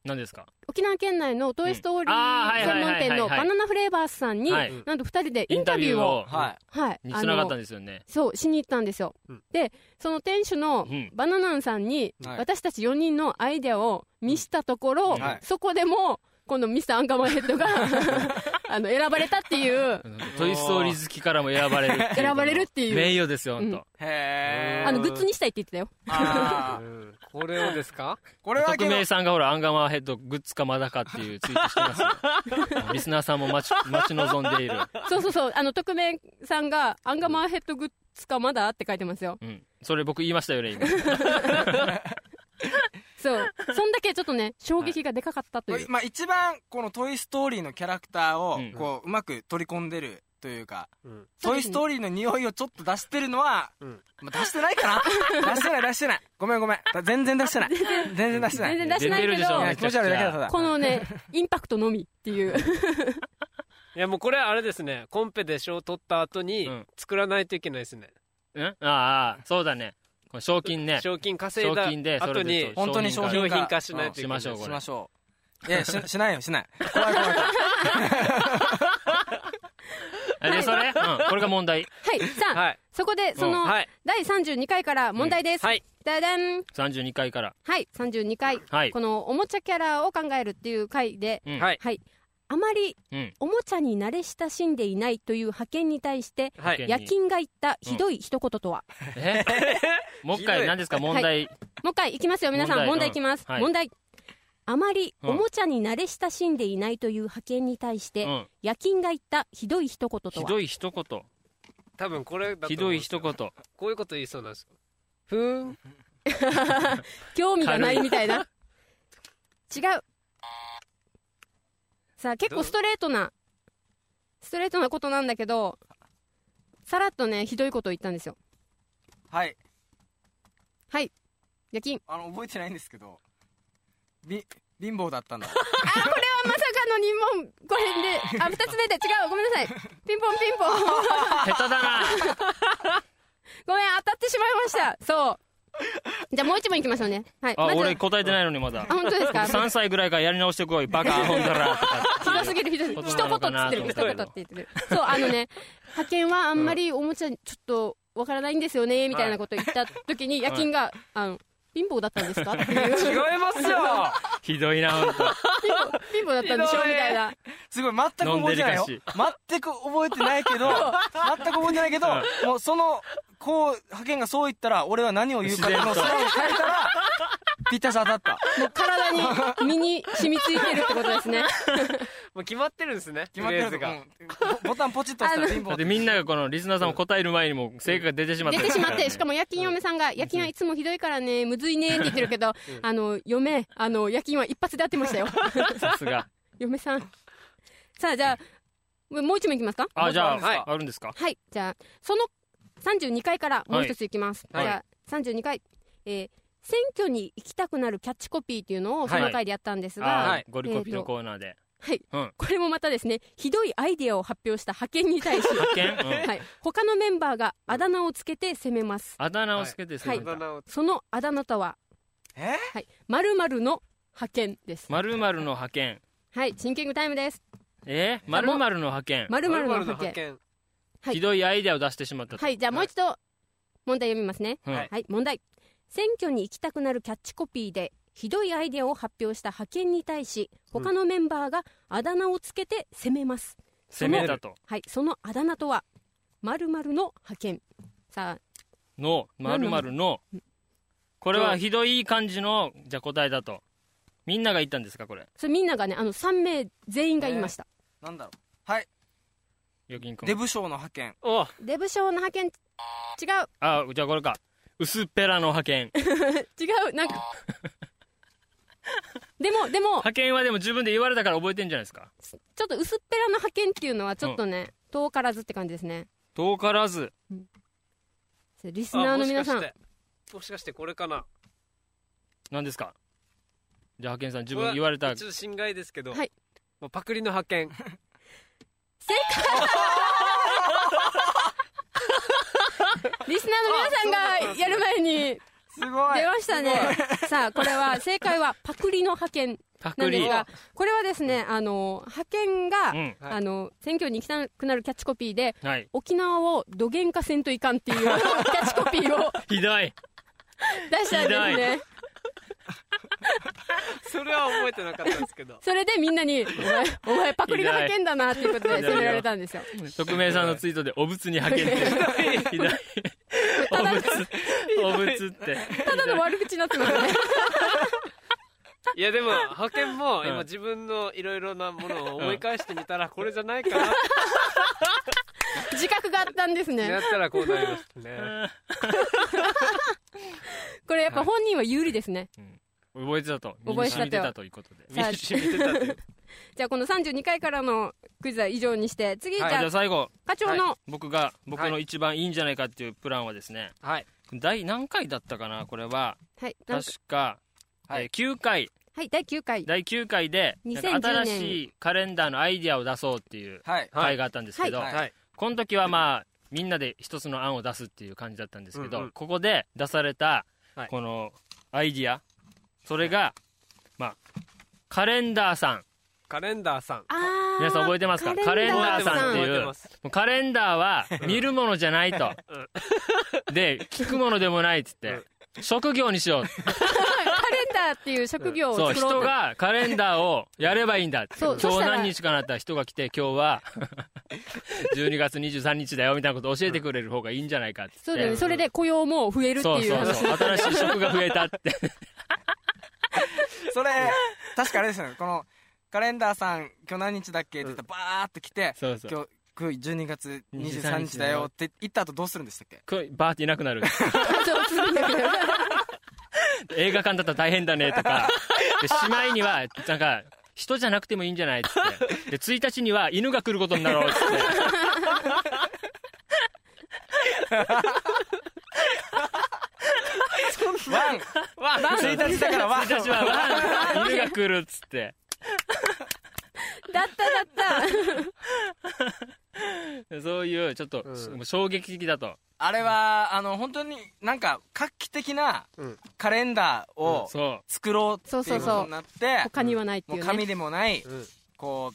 [SPEAKER 3] 何ですか
[SPEAKER 2] 沖縄県内のトイ・スト
[SPEAKER 3] う
[SPEAKER 2] ーリ
[SPEAKER 3] んあーは
[SPEAKER 2] ー
[SPEAKER 3] いはい
[SPEAKER 2] 専
[SPEAKER 3] はいはい
[SPEAKER 2] 門店のバナナフレーバーズさんに、
[SPEAKER 3] はい
[SPEAKER 2] なんと2人でイ
[SPEAKER 3] イ
[SPEAKER 2] ン
[SPEAKER 3] ン
[SPEAKER 2] タ
[SPEAKER 3] タ
[SPEAKER 2] ビ
[SPEAKER 3] ビ
[SPEAKER 2] ュ
[SPEAKER 3] ュ
[SPEAKER 2] ー
[SPEAKER 3] ー
[SPEAKER 2] を、
[SPEAKER 3] を
[SPEAKER 5] はい
[SPEAKER 2] はい、
[SPEAKER 3] に
[SPEAKER 2] あ
[SPEAKER 3] 繋がったん
[SPEAKER 2] の、
[SPEAKER 3] ですよね
[SPEAKER 2] そう、しに行ったんですよ。
[SPEAKER 4] うん
[SPEAKER 2] で、その店主の
[SPEAKER 3] うん
[SPEAKER 2] バナナンさんに、
[SPEAKER 5] はい
[SPEAKER 2] 私たち4人のアイデアを見したところ、
[SPEAKER 3] うんはい
[SPEAKER 2] そこでも、このミスターアンカーマンヘッドがあの選ばれたっていう、
[SPEAKER 3] トイ・ストーリー好きからも選ばれるっていう
[SPEAKER 2] 選ばれるっていう
[SPEAKER 3] 名誉ですよ、ほん
[SPEAKER 2] うん
[SPEAKER 3] と。
[SPEAKER 5] へー
[SPEAKER 2] あのグッズにしたいって言ってたよ。
[SPEAKER 5] あー
[SPEAKER 4] これをですか
[SPEAKER 5] これはけ
[SPEAKER 3] 匿
[SPEAKER 5] ど
[SPEAKER 3] 名さんがほら、アンガマーヘッドグッズかまだかっていうツイートしてますよ。リスナーさんも待ち、待ち望んでいる。
[SPEAKER 2] そうそうそう、あの匿名さんが、アンガーマンヘッドグッズかまだって書いてますよ。
[SPEAKER 3] うん。それ僕言いましたよね、今。
[SPEAKER 2] そう、そんだけちょっとね、衝撃がでかかったという。
[SPEAKER 5] まあ一番この「トイ・ストーリー」のキャラクターを
[SPEAKER 3] うん
[SPEAKER 5] こううまく取り込んでるというか
[SPEAKER 4] うん
[SPEAKER 5] 「トイ・ストーリー」の匂いをちょっと出してるのは、
[SPEAKER 4] うん
[SPEAKER 5] まあ、出してないかな出してない出してないごめんごめんだ全然出してない全然出してない
[SPEAKER 2] 全然出して
[SPEAKER 3] 出
[SPEAKER 2] ない
[SPEAKER 3] て
[SPEAKER 2] けど
[SPEAKER 3] るでしょ、
[SPEAKER 5] い
[SPEAKER 3] め
[SPEAKER 5] や気
[SPEAKER 3] ちゃ
[SPEAKER 5] 持
[SPEAKER 3] く
[SPEAKER 5] ち
[SPEAKER 3] ち
[SPEAKER 5] 悪いだけだた
[SPEAKER 3] ゃ。
[SPEAKER 5] だ
[SPEAKER 2] このね、インパクトのみっていう。
[SPEAKER 4] いやもうこれあれですねコンペで賞取った後に
[SPEAKER 3] うん
[SPEAKER 4] 作らないといけないですね
[SPEAKER 3] うんああああ、そうだね。この賞金ね。
[SPEAKER 4] 賞金稼い
[SPEAKER 3] 賞
[SPEAKER 4] だ
[SPEAKER 3] 金で、そ
[SPEAKER 4] 後
[SPEAKER 3] れ
[SPEAKER 4] に
[SPEAKER 3] で
[SPEAKER 5] 本当に賞
[SPEAKER 3] 金
[SPEAKER 4] 商品化しないと
[SPEAKER 3] し
[SPEAKER 4] いけない
[SPEAKER 3] ましょう、
[SPEAKER 5] し
[SPEAKER 3] こ
[SPEAKER 5] ま
[SPEAKER 3] れ。
[SPEAKER 5] しょうい やししないよしない怖い怖い怖い
[SPEAKER 3] あで、それうん。これが問題。
[SPEAKER 2] はい、さあ、
[SPEAKER 4] はい
[SPEAKER 2] そこで、その、
[SPEAKER 4] はい
[SPEAKER 2] 第32回から問題です。
[SPEAKER 4] はい
[SPEAKER 2] だだん。
[SPEAKER 3] 32回から。
[SPEAKER 2] はい、32回。
[SPEAKER 3] はい
[SPEAKER 2] こ。のおもちゃキャラを考えるっていう回で、
[SPEAKER 3] うん
[SPEAKER 4] はい
[SPEAKER 2] はい。あまり
[SPEAKER 3] うん。
[SPEAKER 2] おもちゃに慣れ親しんでいないという派遣に対して、
[SPEAKER 4] は
[SPEAKER 3] 派
[SPEAKER 4] い
[SPEAKER 3] 遣
[SPEAKER 2] 夜勤が言ったひどい一言とは、
[SPEAKER 3] えもう一
[SPEAKER 4] ひど
[SPEAKER 3] 回、
[SPEAKER 4] い
[SPEAKER 3] 何ですか、問題。
[SPEAKER 2] もう一回いきますよ、皆さん。問
[SPEAKER 3] 問
[SPEAKER 2] 題
[SPEAKER 3] 題
[SPEAKER 2] いきます。
[SPEAKER 3] うんはい
[SPEAKER 2] 問題。あまり
[SPEAKER 3] うん
[SPEAKER 2] おもちゃに慣れ親しんでいないという派遣に対し
[SPEAKER 3] う
[SPEAKER 2] て、
[SPEAKER 3] ん。
[SPEAKER 2] 夜勤が言ったひどい一言と
[SPEAKER 3] ひ
[SPEAKER 2] は
[SPEAKER 3] どい一言。
[SPEAKER 4] 多分これだと思うんですよ
[SPEAKER 3] ひどい一言。
[SPEAKER 4] こういうこと言いそうなんですよふーん
[SPEAKER 2] 興味がないみたいな。違う。さあ、結構ストレートな、ストレートなことなんだけど、さらっとね、ひどいことを言ったんですよ。
[SPEAKER 5] はい
[SPEAKER 2] はい。夜勤。
[SPEAKER 5] あの覚えてないんですけどび貧乏だったんだ
[SPEAKER 2] あー、これはまさかの2問、これで、あ、2つ目で違う、ごめんなさい。ピンポンピンポン。
[SPEAKER 3] 下手だな。
[SPEAKER 2] ごめん、当たってしまいました。そう。じゃあもう一問いきましょうね。はい。ま
[SPEAKER 3] あ、
[SPEAKER 2] ず、
[SPEAKER 3] 俺答えてないのにまだ
[SPEAKER 2] あ、。本当ですか
[SPEAKER 3] 3歳ぐらいからやり直してこい、バカアホンだ ら。
[SPEAKER 2] ひどすぎるひどすぎる。
[SPEAKER 3] 言
[SPEAKER 2] 一
[SPEAKER 3] 葉なの
[SPEAKER 2] 言っ
[SPEAKER 3] か
[SPEAKER 2] つっ
[SPEAKER 3] な
[SPEAKER 2] てる、一言って言ってる。そう、あのね、派遣はあんまりおもちゃにちょっとわからないんですよねみたいなこと言った時に夜勤が「あの貧乏だったんですか?」っ ていう
[SPEAKER 4] 違いますよ
[SPEAKER 3] ひどいな本当
[SPEAKER 2] 貧乏だったんでしょみたいな
[SPEAKER 5] すごい、全く覚えてない
[SPEAKER 3] ノン
[SPEAKER 5] よ。
[SPEAKER 3] デリ
[SPEAKER 5] 全く覚えてない けど、全く覚えてないけど、もうその、こう、派遣がそう言ったら、俺は何を言うかっていうのを素直に変えたら、ぴったし当たった。
[SPEAKER 2] もう体に身に染みついてるってことですね
[SPEAKER 4] もう決まってるんですね
[SPEAKER 5] 決まってる
[SPEAKER 4] フレーズが、
[SPEAKER 5] うんボボタンポチッと押したら 貧
[SPEAKER 3] だっ
[SPEAKER 5] 乏
[SPEAKER 3] てみんながこのリスナーさんを答える前にも正解が出てしまった
[SPEAKER 2] 出てしまってしか
[SPEAKER 3] も
[SPEAKER 2] も夜勤嫁さんが「夜勤はいつもひどいからねむずいね」って言ってるけどあの嫁あの夜勤は一発で当てましたよ
[SPEAKER 3] さすが
[SPEAKER 2] 嫁さんさあじゃあもう一問いきますか
[SPEAKER 3] あじゃあ、
[SPEAKER 4] はい
[SPEAKER 3] あるんですか
[SPEAKER 2] はい、じゃあ、その32回からもう一ついきます。
[SPEAKER 3] はい
[SPEAKER 2] じゃあ、32回、えー選挙に行きたくなるキャッチコピーっていうのをその回でやったんですが、
[SPEAKER 3] あ、
[SPEAKER 4] はい
[SPEAKER 3] ゴリコピ
[SPEAKER 2] えー
[SPEAKER 3] の
[SPEAKER 2] と
[SPEAKER 3] コーナーで、
[SPEAKER 2] はい、
[SPEAKER 3] うん
[SPEAKER 2] これもまたですね、ひどいアイデアを発表した派遣に対し、
[SPEAKER 3] 派遣、うん
[SPEAKER 2] はい、他のメンバーがあだ名をつけて攻めます。
[SPEAKER 3] あだ名をつけてす
[SPEAKER 2] は
[SPEAKER 3] る
[SPEAKER 2] い
[SPEAKER 3] ん
[SPEAKER 4] あだ
[SPEAKER 3] だ
[SPEAKER 4] 名を
[SPEAKER 2] そのあだ名とは、
[SPEAKER 5] え
[SPEAKER 2] はい、まるまるの派遣です。
[SPEAKER 3] まるまるの派遣
[SPEAKER 2] はい、シンキングタイムです。
[SPEAKER 3] えまるまるの派遣
[SPEAKER 2] まるまるの
[SPEAKER 4] 〇〇
[SPEAKER 2] 派遣。
[SPEAKER 4] 遣
[SPEAKER 2] はい
[SPEAKER 3] ひどいアイデアを出してしまったと
[SPEAKER 2] はい、じゃあもう一度問題読みますね。
[SPEAKER 3] うん
[SPEAKER 5] はい
[SPEAKER 2] はい、問題。選挙に行きたくなるキャッチコピーで、ひどいアイデアを発表した派遣に対し、他のメンバーがあだ名をつけて攻めます。
[SPEAKER 3] 攻めたと
[SPEAKER 2] はい、そのあだ名とは、まるの派遣。さあ、
[SPEAKER 3] のまるまるのこれはひどい感じのじゃあ答えだとみんなが言ったんですかこれ
[SPEAKER 2] それみんながね、あの、3名全員が言いました。
[SPEAKER 5] なんだろう。はい。
[SPEAKER 3] よきんく
[SPEAKER 5] デ
[SPEAKER 3] ん
[SPEAKER 5] ブ賞の派遣。
[SPEAKER 4] お
[SPEAKER 2] デブ賞の派遣、違う、
[SPEAKER 3] あじゃあこれか薄っぺらの派遣
[SPEAKER 2] 違う、なん か。でも、でも、
[SPEAKER 3] 派遣はでも自分で言われたから覚えてんじゃないですか
[SPEAKER 2] ちょっと薄っぺらの派遣っていうのは、ちょっとね、遠からずって感じですね。
[SPEAKER 3] 遠からず
[SPEAKER 2] リスナー
[SPEAKER 4] あ
[SPEAKER 2] の
[SPEAKER 4] もし
[SPEAKER 2] 皆
[SPEAKER 4] か
[SPEAKER 2] さ
[SPEAKER 4] し
[SPEAKER 2] ん、
[SPEAKER 4] てもしかしてこれかな
[SPEAKER 3] 何ですかじゃあ派遣さん自分言われ
[SPEAKER 4] う
[SPEAKER 3] た
[SPEAKER 4] ちょっと心外ですけど、
[SPEAKER 2] はい
[SPEAKER 4] もうパクリの 派遣
[SPEAKER 2] 正解リスナーの皆さんがやる前に
[SPEAKER 5] すごい
[SPEAKER 2] 出。ましたねさあこれは正解はパクリの派遣
[SPEAKER 3] パ
[SPEAKER 2] な
[SPEAKER 3] ク
[SPEAKER 2] んで
[SPEAKER 3] リ
[SPEAKER 2] すがこれはですねあの派遣が、
[SPEAKER 3] うん
[SPEAKER 4] はい
[SPEAKER 2] あの選挙に行きたくなるキャッチコピーで
[SPEAKER 3] はい
[SPEAKER 2] 沖縄をどげんかせんといかんっていう キャッチコピーを
[SPEAKER 3] ひどい
[SPEAKER 2] 出したんですね
[SPEAKER 4] それは覚えてなかったんですけど
[SPEAKER 2] それでみんなに「お前お前パクリの派遣だな」っていうことで責められたんですよ
[SPEAKER 3] 匿名さんのツイートでお仏に派遣ってひどいお仏お仏って
[SPEAKER 2] ただの悪口になってますね
[SPEAKER 4] いやでも派遣も
[SPEAKER 3] うん
[SPEAKER 4] 今自分のいろいろなものを思い返してみたらこれじゃないかなっ
[SPEAKER 2] 自覚があったんです
[SPEAKER 4] て
[SPEAKER 2] ね
[SPEAKER 4] なったらこうなり ましたね
[SPEAKER 2] これやっぱ本人は有利ですね
[SPEAKER 3] 覚えてたと身
[SPEAKER 2] 覚え
[SPEAKER 3] に
[SPEAKER 2] てたと
[SPEAKER 3] 染みてたということで
[SPEAKER 4] 身に染みてたっていう
[SPEAKER 2] じゃあこの32回からのクイズは以上にして次じ
[SPEAKER 3] はいじ
[SPEAKER 2] ゃ
[SPEAKER 3] ゃ
[SPEAKER 2] あ
[SPEAKER 3] あ最後
[SPEAKER 2] 課長の
[SPEAKER 3] 僕が僕の一番いいんじゃないかっていうプランはですね
[SPEAKER 4] はい
[SPEAKER 3] 第何回だったかなこれは
[SPEAKER 2] はいなん
[SPEAKER 3] 確か
[SPEAKER 2] か
[SPEAKER 5] はい
[SPEAKER 3] えー9回
[SPEAKER 2] はい第9回
[SPEAKER 3] 第9回でなんか
[SPEAKER 2] 2010
[SPEAKER 3] 新しいカレンダーのアイディアを出そうっていう
[SPEAKER 5] はい。
[SPEAKER 4] はい
[SPEAKER 3] 回があったんですけど
[SPEAKER 5] はい
[SPEAKER 4] はい
[SPEAKER 3] この時はまあみんなで一つの案を出すっていう感じだったんですけど、
[SPEAKER 4] うんうん
[SPEAKER 3] ここで出された
[SPEAKER 4] はい
[SPEAKER 3] このアイディアそれがまあカレンダーさん
[SPEAKER 4] カレンダーさん
[SPEAKER 2] あー
[SPEAKER 3] 皆さん覚えてますかカレンダーさんって
[SPEAKER 4] 覚え
[SPEAKER 3] い
[SPEAKER 4] て
[SPEAKER 3] う
[SPEAKER 4] ます
[SPEAKER 3] もうカレンダーは見るものじゃないと、で聞くものでもないっつって、職業にしよう
[SPEAKER 2] カレンダーっていう職業を
[SPEAKER 3] そう
[SPEAKER 2] 作ろ
[SPEAKER 3] 人
[SPEAKER 2] うと
[SPEAKER 3] がカレンダーをやればいいんだって
[SPEAKER 2] そう
[SPEAKER 3] 今
[SPEAKER 2] そ
[SPEAKER 3] 日
[SPEAKER 2] したら
[SPEAKER 3] 何日かなった人が来て今日 は12月23日だよみたいなこと教えてくれる方がいいんじゃないかっつって
[SPEAKER 2] そうだよねそれで雇用も増えるって
[SPEAKER 3] そう
[SPEAKER 2] いう
[SPEAKER 3] そう
[SPEAKER 2] 話
[SPEAKER 3] そう新しい職が増えたって
[SPEAKER 5] それ、確かあれですよね。この、カレンダーさん、今日何日だっけって言ったら、バーって来て、
[SPEAKER 3] そうそう
[SPEAKER 5] 今日、12月23日だよって言った後どうするんでし たっけ
[SPEAKER 3] こうバーっていなく なる
[SPEAKER 2] そうするんだけど
[SPEAKER 3] 映画館だったら大変だねとかでしまいにはなんか人じゃなくてもいいんじゃないっつってで1日には犬が来ることになろうっ つって
[SPEAKER 5] ワン
[SPEAKER 4] わあ
[SPEAKER 5] 1日だからワン
[SPEAKER 3] 1日はワ ン犬が来るっつって
[SPEAKER 2] だっただった
[SPEAKER 3] でそういうちょっと、
[SPEAKER 4] うん
[SPEAKER 3] もう衝撃的だと
[SPEAKER 5] あれは、あの、本当になんか、画期的な
[SPEAKER 4] うん
[SPEAKER 5] カレンダーを
[SPEAKER 3] そ
[SPEAKER 5] 作ろうっていうことになって、
[SPEAKER 2] 他にはないって
[SPEAKER 5] も
[SPEAKER 2] いうう
[SPEAKER 5] 紙
[SPEAKER 2] ね
[SPEAKER 5] でもない、
[SPEAKER 4] うん
[SPEAKER 5] こ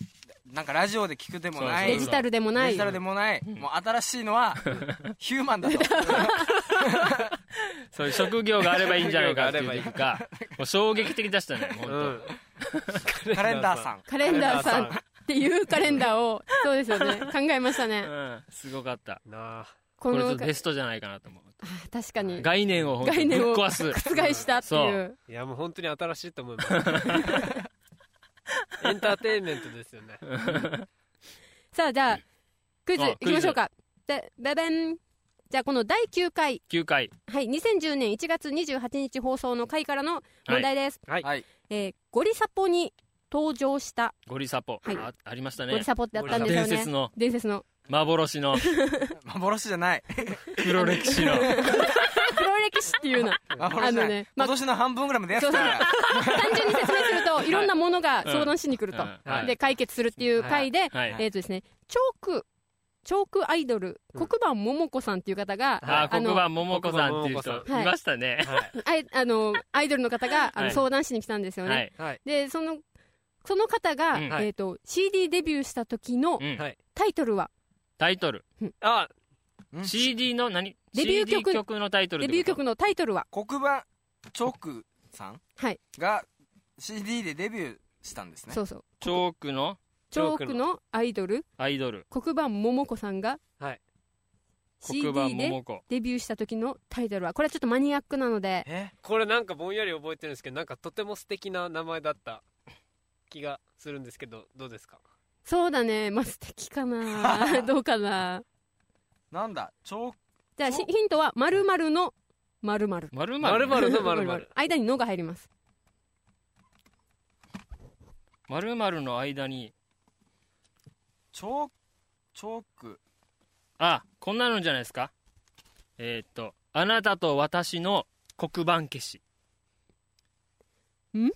[SPEAKER 5] う、なんかラジオで聞くでもな
[SPEAKER 3] そう
[SPEAKER 5] い
[SPEAKER 2] デジタルでもな
[SPEAKER 5] デ
[SPEAKER 2] い
[SPEAKER 5] ジタルでもないもう新しいのはヒューマンだと
[SPEAKER 3] そういう職業があればいいんじゃないかっていう時が もう衝撃的でしたね本
[SPEAKER 4] う
[SPEAKER 3] 当、
[SPEAKER 4] ん
[SPEAKER 5] カレンダーさん
[SPEAKER 2] カレンダーさんっていうカレンダーをそうですよ ね考えましたね
[SPEAKER 3] うんすごかった
[SPEAKER 4] なあ
[SPEAKER 2] こ
[SPEAKER 3] これ
[SPEAKER 2] の
[SPEAKER 3] とベストじゃないかなと思う
[SPEAKER 2] あ確かに
[SPEAKER 3] 概念を本当
[SPEAKER 2] 概
[SPEAKER 3] にぶっ
[SPEAKER 2] 念を覆
[SPEAKER 3] 壊す
[SPEAKER 2] したっていう
[SPEAKER 4] いやもう本当に新しいと思 いますエンターテインメントですよね
[SPEAKER 2] さあじゃあクイズ
[SPEAKER 3] あ
[SPEAKER 2] いきましょうかでベベンじゃあこの第9回
[SPEAKER 3] 9回
[SPEAKER 2] はい2010年1月28日放送の回からの問題です、
[SPEAKER 4] はい
[SPEAKER 5] はい
[SPEAKER 2] えーゴリサポに登場した
[SPEAKER 3] ゴリサポ、
[SPEAKER 2] はい
[SPEAKER 3] あありました
[SPEAKER 2] ゴ
[SPEAKER 3] ね
[SPEAKER 2] リサポってあったんですよね
[SPEAKER 3] 伝説の
[SPEAKER 2] 伝説の
[SPEAKER 3] 幻の
[SPEAKER 5] 幻じゃ ない
[SPEAKER 3] 黒歴史の
[SPEAKER 2] 黒歴史ってい うの
[SPEAKER 5] 幻じゃ
[SPEAKER 2] あの
[SPEAKER 5] な
[SPEAKER 2] ね
[SPEAKER 5] い
[SPEAKER 2] まあ
[SPEAKER 5] 今年の半分ぐらいまでやって
[SPEAKER 2] そう
[SPEAKER 5] た
[SPEAKER 2] そう
[SPEAKER 5] から
[SPEAKER 2] 単純に説明するといろんなものが相談しに来ると、
[SPEAKER 3] うんはい
[SPEAKER 2] で解決するっていう回で、
[SPEAKER 3] はい
[SPEAKER 2] えっ、とですねチョークチョークアイドル黒板桃子さんっていう方が、
[SPEAKER 3] あー
[SPEAKER 2] あの
[SPEAKER 3] 黒板桃子さんっていう人
[SPEAKER 4] 黒板桃子
[SPEAKER 2] さん
[SPEAKER 3] いましたね
[SPEAKER 2] あいあのアイドルの方があの
[SPEAKER 3] はい
[SPEAKER 2] 相談しに来たんですよね、
[SPEAKER 3] はい
[SPEAKER 4] はい
[SPEAKER 2] でそのその方が、
[SPEAKER 3] うん
[SPEAKER 4] はい
[SPEAKER 2] えー、と CD デビューした時の
[SPEAKER 3] うん
[SPEAKER 4] はい
[SPEAKER 2] タイトルは、
[SPEAKER 3] タイトル
[SPEAKER 4] あ
[SPEAKER 3] CD の何
[SPEAKER 2] デビュー曲
[SPEAKER 3] CD 曲のタイトルっ
[SPEAKER 2] デ
[SPEAKER 3] て
[SPEAKER 2] ビュー
[SPEAKER 3] こと
[SPEAKER 2] 曲のタイトルは
[SPEAKER 5] 黒板チョークさん
[SPEAKER 2] はい
[SPEAKER 5] が CD でデビューしたんですね
[SPEAKER 2] そうそう
[SPEAKER 3] チョークの
[SPEAKER 2] チョークのアイドル
[SPEAKER 3] アイドル
[SPEAKER 2] 黒板桃子さんが
[SPEAKER 4] はい
[SPEAKER 3] 黒
[SPEAKER 2] CD
[SPEAKER 3] 板
[SPEAKER 2] で
[SPEAKER 3] 桃子
[SPEAKER 2] デビューした時のタイトルはこれはちょっとマニアックなので
[SPEAKER 5] え
[SPEAKER 4] これなんかぼんやり覚えてるんですけどなんかとても素敵な名前だった気がするんですけどどうですか
[SPEAKER 2] そうだねまあ素敵かなどうかな
[SPEAKER 5] なんだチョーク
[SPEAKER 2] じゃあしヒントは〇〇の〇〇
[SPEAKER 3] まるま
[SPEAKER 4] ま
[SPEAKER 3] る
[SPEAKER 4] る まるのまるまる
[SPEAKER 2] 間に「の」が入ります
[SPEAKER 3] まるまるの間に
[SPEAKER 5] チョークチョーク
[SPEAKER 3] あこんなのじゃないですかえーっとあなたと私の黒板消し
[SPEAKER 2] ブ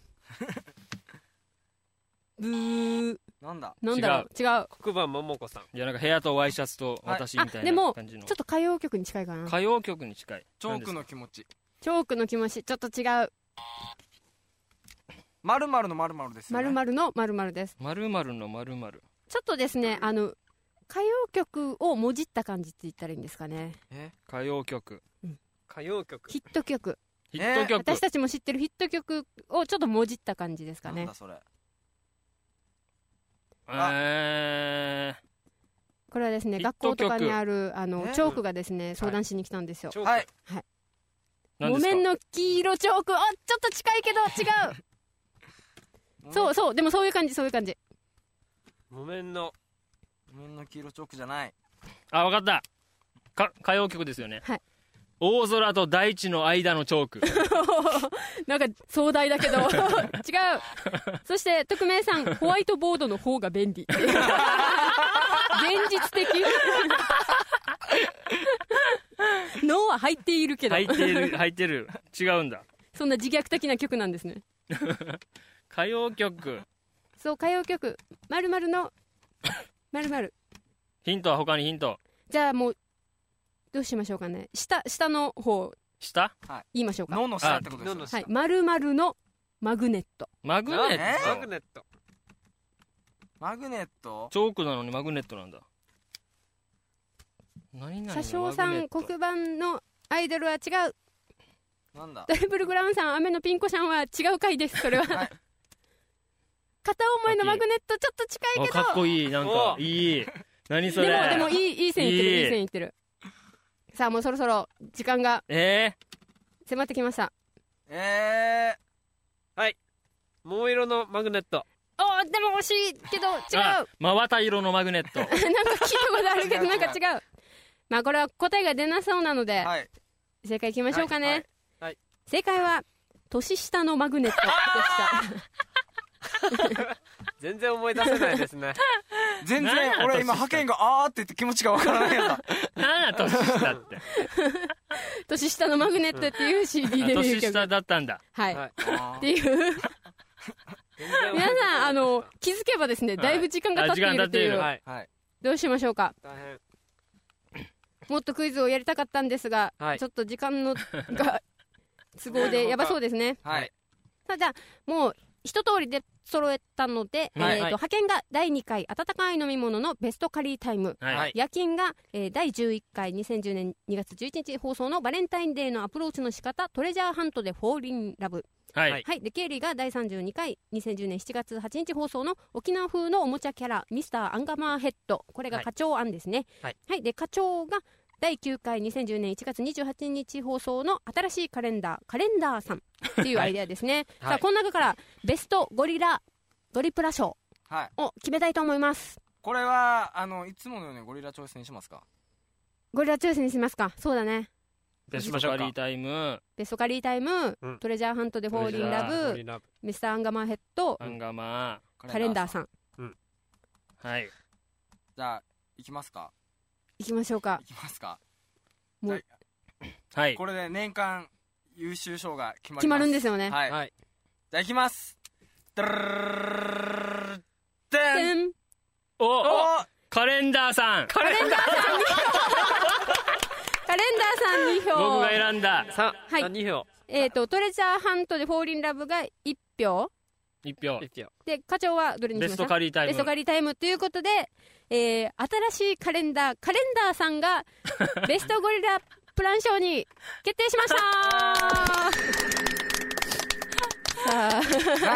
[SPEAKER 2] ー
[SPEAKER 5] なんだ
[SPEAKER 2] なんだろう違う
[SPEAKER 4] 黒板桃子さん
[SPEAKER 3] いやなんか部屋とワイシャツと私みたい
[SPEAKER 2] あで
[SPEAKER 3] な
[SPEAKER 2] も
[SPEAKER 3] 感じの
[SPEAKER 2] ちょっと歌謡曲に近いかな
[SPEAKER 3] 歌謡曲に近い
[SPEAKER 5] チョーク
[SPEAKER 3] 何で
[SPEAKER 5] の
[SPEAKER 3] すか
[SPEAKER 5] 気持ち
[SPEAKER 2] チョークの気持ちちょっと違う
[SPEAKER 5] まるまるのまるまるですよ
[SPEAKER 2] 〇
[SPEAKER 5] ね
[SPEAKER 2] 〇の〇〇です
[SPEAKER 3] まるまるのまるまる
[SPEAKER 2] ちょっとですねあの歌謡曲をもじった感じって言ったらいいんですかね
[SPEAKER 3] 歌謡曲
[SPEAKER 4] 歌謡曲
[SPEAKER 2] ヒット曲
[SPEAKER 3] ヒット曲
[SPEAKER 2] 私たちも知ってるヒット曲をちょっともじった感じですか
[SPEAKER 5] なん
[SPEAKER 2] ね
[SPEAKER 5] だそれあ
[SPEAKER 3] え
[SPEAKER 2] これはですね
[SPEAKER 3] ヒット
[SPEAKER 2] 学校
[SPEAKER 3] 曲
[SPEAKER 2] とかにあるあの
[SPEAKER 5] え
[SPEAKER 2] チョークがですね相談しに来たんですよ
[SPEAKER 4] 超
[SPEAKER 5] はい
[SPEAKER 3] ー
[SPEAKER 2] 木綿の黄色チョークあちょっと近いけど違うそうそうでもそういう感じそういう感じ
[SPEAKER 4] 木綿の
[SPEAKER 5] 木綿の黄色チョークじゃない
[SPEAKER 3] あ、わかった。か歌謡曲ですよね。
[SPEAKER 2] はい
[SPEAKER 3] 大空と大地の間のチョーク。
[SPEAKER 2] なんか壮大だけど 違うそして匿名さんホワイトボードの方が便利現実的脳 は入っているけど、
[SPEAKER 3] 入ってる、入ってる。違うんだ。
[SPEAKER 2] そんな自虐的な曲なんですね
[SPEAKER 3] 歌謡曲。
[SPEAKER 2] そう歌謡曲「まるまるのまるまる
[SPEAKER 3] ヒントは他にヒント。
[SPEAKER 2] じゃあもうどうしましょうかね下下の方
[SPEAKER 3] 下
[SPEAKER 2] 言いましょうか
[SPEAKER 5] 脳の下ってことです
[SPEAKER 4] の
[SPEAKER 5] よ
[SPEAKER 4] の
[SPEAKER 5] ね
[SPEAKER 4] 下
[SPEAKER 2] はい「まるまるのマグネット
[SPEAKER 3] マグネッ
[SPEAKER 5] な
[SPEAKER 4] マ
[SPEAKER 3] ト
[SPEAKER 4] グ。ネット
[SPEAKER 5] マグネット
[SPEAKER 3] チョークなのにマグネットなんだ。何々の
[SPEAKER 2] 車掌さ
[SPEAKER 3] マグネ
[SPEAKER 2] ん
[SPEAKER 3] ット
[SPEAKER 2] 黒板のアイドルは違う
[SPEAKER 5] な んだ
[SPEAKER 2] ダイブルグラウンさん雨のピンコさんは違う回ですそれは、
[SPEAKER 5] はい
[SPEAKER 2] 片思いのマグネットちょっと近い
[SPEAKER 3] あ
[SPEAKER 2] け
[SPEAKER 3] か
[SPEAKER 2] ど
[SPEAKER 3] っこいい。なんか、
[SPEAKER 4] お
[SPEAKER 3] いい。何それ。
[SPEAKER 2] でもでもいいいい線いって
[SPEAKER 3] い
[SPEAKER 2] る
[SPEAKER 3] い
[SPEAKER 2] いい線いってるさあもうそろそろ時間が
[SPEAKER 3] え
[SPEAKER 2] 迫ってきました
[SPEAKER 5] え
[SPEAKER 4] 桃色のマグネット
[SPEAKER 2] おーでも惜しいけど
[SPEAKER 3] ー、
[SPEAKER 2] 違うなん
[SPEAKER 3] あ
[SPEAKER 2] か
[SPEAKER 3] 真綿色のマグネット。
[SPEAKER 2] 聞いたことあるけどなんか違うまあこれは答えが出なそうなので、
[SPEAKER 5] ーはい
[SPEAKER 2] 正解いきましょうかね、
[SPEAKER 5] はいはい
[SPEAKER 4] はい
[SPEAKER 2] 正解は年下のマグネットでした
[SPEAKER 4] 全然思い出せないです ね
[SPEAKER 5] 全然
[SPEAKER 3] なんだ
[SPEAKER 5] 俺今派遣があーって言って気持ちがわからないんだ
[SPEAKER 3] なんだ、年下って。
[SPEAKER 2] 年下のマグネットっていう CD
[SPEAKER 3] あ
[SPEAKER 2] デビュ
[SPEAKER 3] 年
[SPEAKER 2] ー曲
[SPEAKER 3] 下だったんだ。
[SPEAKER 2] はい、
[SPEAKER 4] はい
[SPEAKER 5] あ
[SPEAKER 2] っ
[SPEAKER 5] ー
[SPEAKER 2] ていう
[SPEAKER 4] 全然思い出
[SPEAKER 2] 皆
[SPEAKER 4] せない
[SPEAKER 2] さんあの気づけばですねだいぶ時間が経っているとい、
[SPEAKER 3] あ時間経っていうる
[SPEAKER 4] はい
[SPEAKER 5] はい
[SPEAKER 2] どうしましょうか
[SPEAKER 4] 大変
[SPEAKER 2] もっとクイズをやりたかったんですが、
[SPEAKER 4] はい
[SPEAKER 2] ちょっ と時間のが都合でやばそうですね
[SPEAKER 5] はい
[SPEAKER 2] さあじゃあもう一通りで揃えたので、
[SPEAKER 3] はい
[SPEAKER 2] えーと
[SPEAKER 4] はい
[SPEAKER 2] 派遣が第2回温かい飲み物のベストカリータイム、
[SPEAKER 3] はい。
[SPEAKER 2] 夜勤が、えー第11回2010年2月11日放送のバレンタインデーのアプローチの仕方トレジャーハントでフォーリンラブ
[SPEAKER 3] はい。
[SPEAKER 4] はい
[SPEAKER 2] はいでケイリーが第32回2010年7月8日放送の沖縄風のおもちゃキャラミスターアンガマーヘッドこれが課長案ですね
[SPEAKER 4] はい、
[SPEAKER 2] で課長が第9回2010年1月28日放送の新しいカレンダーカレンダーさんっていうアイデアですね、
[SPEAKER 4] はい
[SPEAKER 2] さあこの中からベストゴリラゴリプラ賞
[SPEAKER 5] はい。
[SPEAKER 2] を決めたいと思います
[SPEAKER 5] これは、あの、いつものようにゴリラ挑戦しますか
[SPEAKER 2] ゴリラ抽選にしますかそうだね
[SPEAKER 3] ベストカリータイム、
[SPEAKER 2] ベストカリータイム、
[SPEAKER 4] うん
[SPEAKER 2] トレジャーハントでフォーリンラ
[SPEAKER 4] ゴ
[SPEAKER 2] ブ
[SPEAKER 4] リラブ
[SPEAKER 2] ミスターアンガマンヘッド
[SPEAKER 3] アンガマ
[SPEAKER 2] カレンダー
[SPEAKER 5] ん。
[SPEAKER 2] さん
[SPEAKER 3] ー。はい。
[SPEAKER 5] じゃあ、行きますか
[SPEAKER 2] 行きましょうか
[SPEAKER 5] 行きますか
[SPEAKER 2] もう
[SPEAKER 5] はい
[SPEAKER 3] はい。
[SPEAKER 5] これで年間優秀賞が決まります
[SPEAKER 2] 決まるんです
[SPEAKER 5] よ
[SPEAKER 2] よね、
[SPEAKER 5] はい。じゃ
[SPEAKER 4] はい
[SPEAKER 5] あ行きます。ドゥルルルルルルで
[SPEAKER 2] で
[SPEAKER 5] ん
[SPEAKER 2] ん
[SPEAKER 3] お
[SPEAKER 5] お
[SPEAKER 3] おカレンダーさん
[SPEAKER 4] カレンダー
[SPEAKER 2] カレンダーさ
[SPEAKER 3] 僕
[SPEAKER 2] ん2票
[SPEAKER 3] が選んだ
[SPEAKER 4] さん
[SPEAKER 2] はい
[SPEAKER 4] あ二票
[SPEAKER 2] えー、とトレジャーハントでフォーリンラブが1票
[SPEAKER 3] 一票。
[SPEAKER 4] 一票
[SPEAKER 2] で課長はどれにし
[SPEAKER 3] ベ
[SPEAKER 2] ま
[SPEAKER 3] ス
[SPEAKER 2] し
[SPEAKER 3] ト
[SPEAKER 2] た
[SPEAKER 3] カリータイ
[SPEAKER 2] ベスト
[SPEAKER 3] ム。
[SPEAKER 2] カリータイムということで、えー新しいカレンダーカレンダーさ んがベストゴリラプラン賞に決定し ましたさあ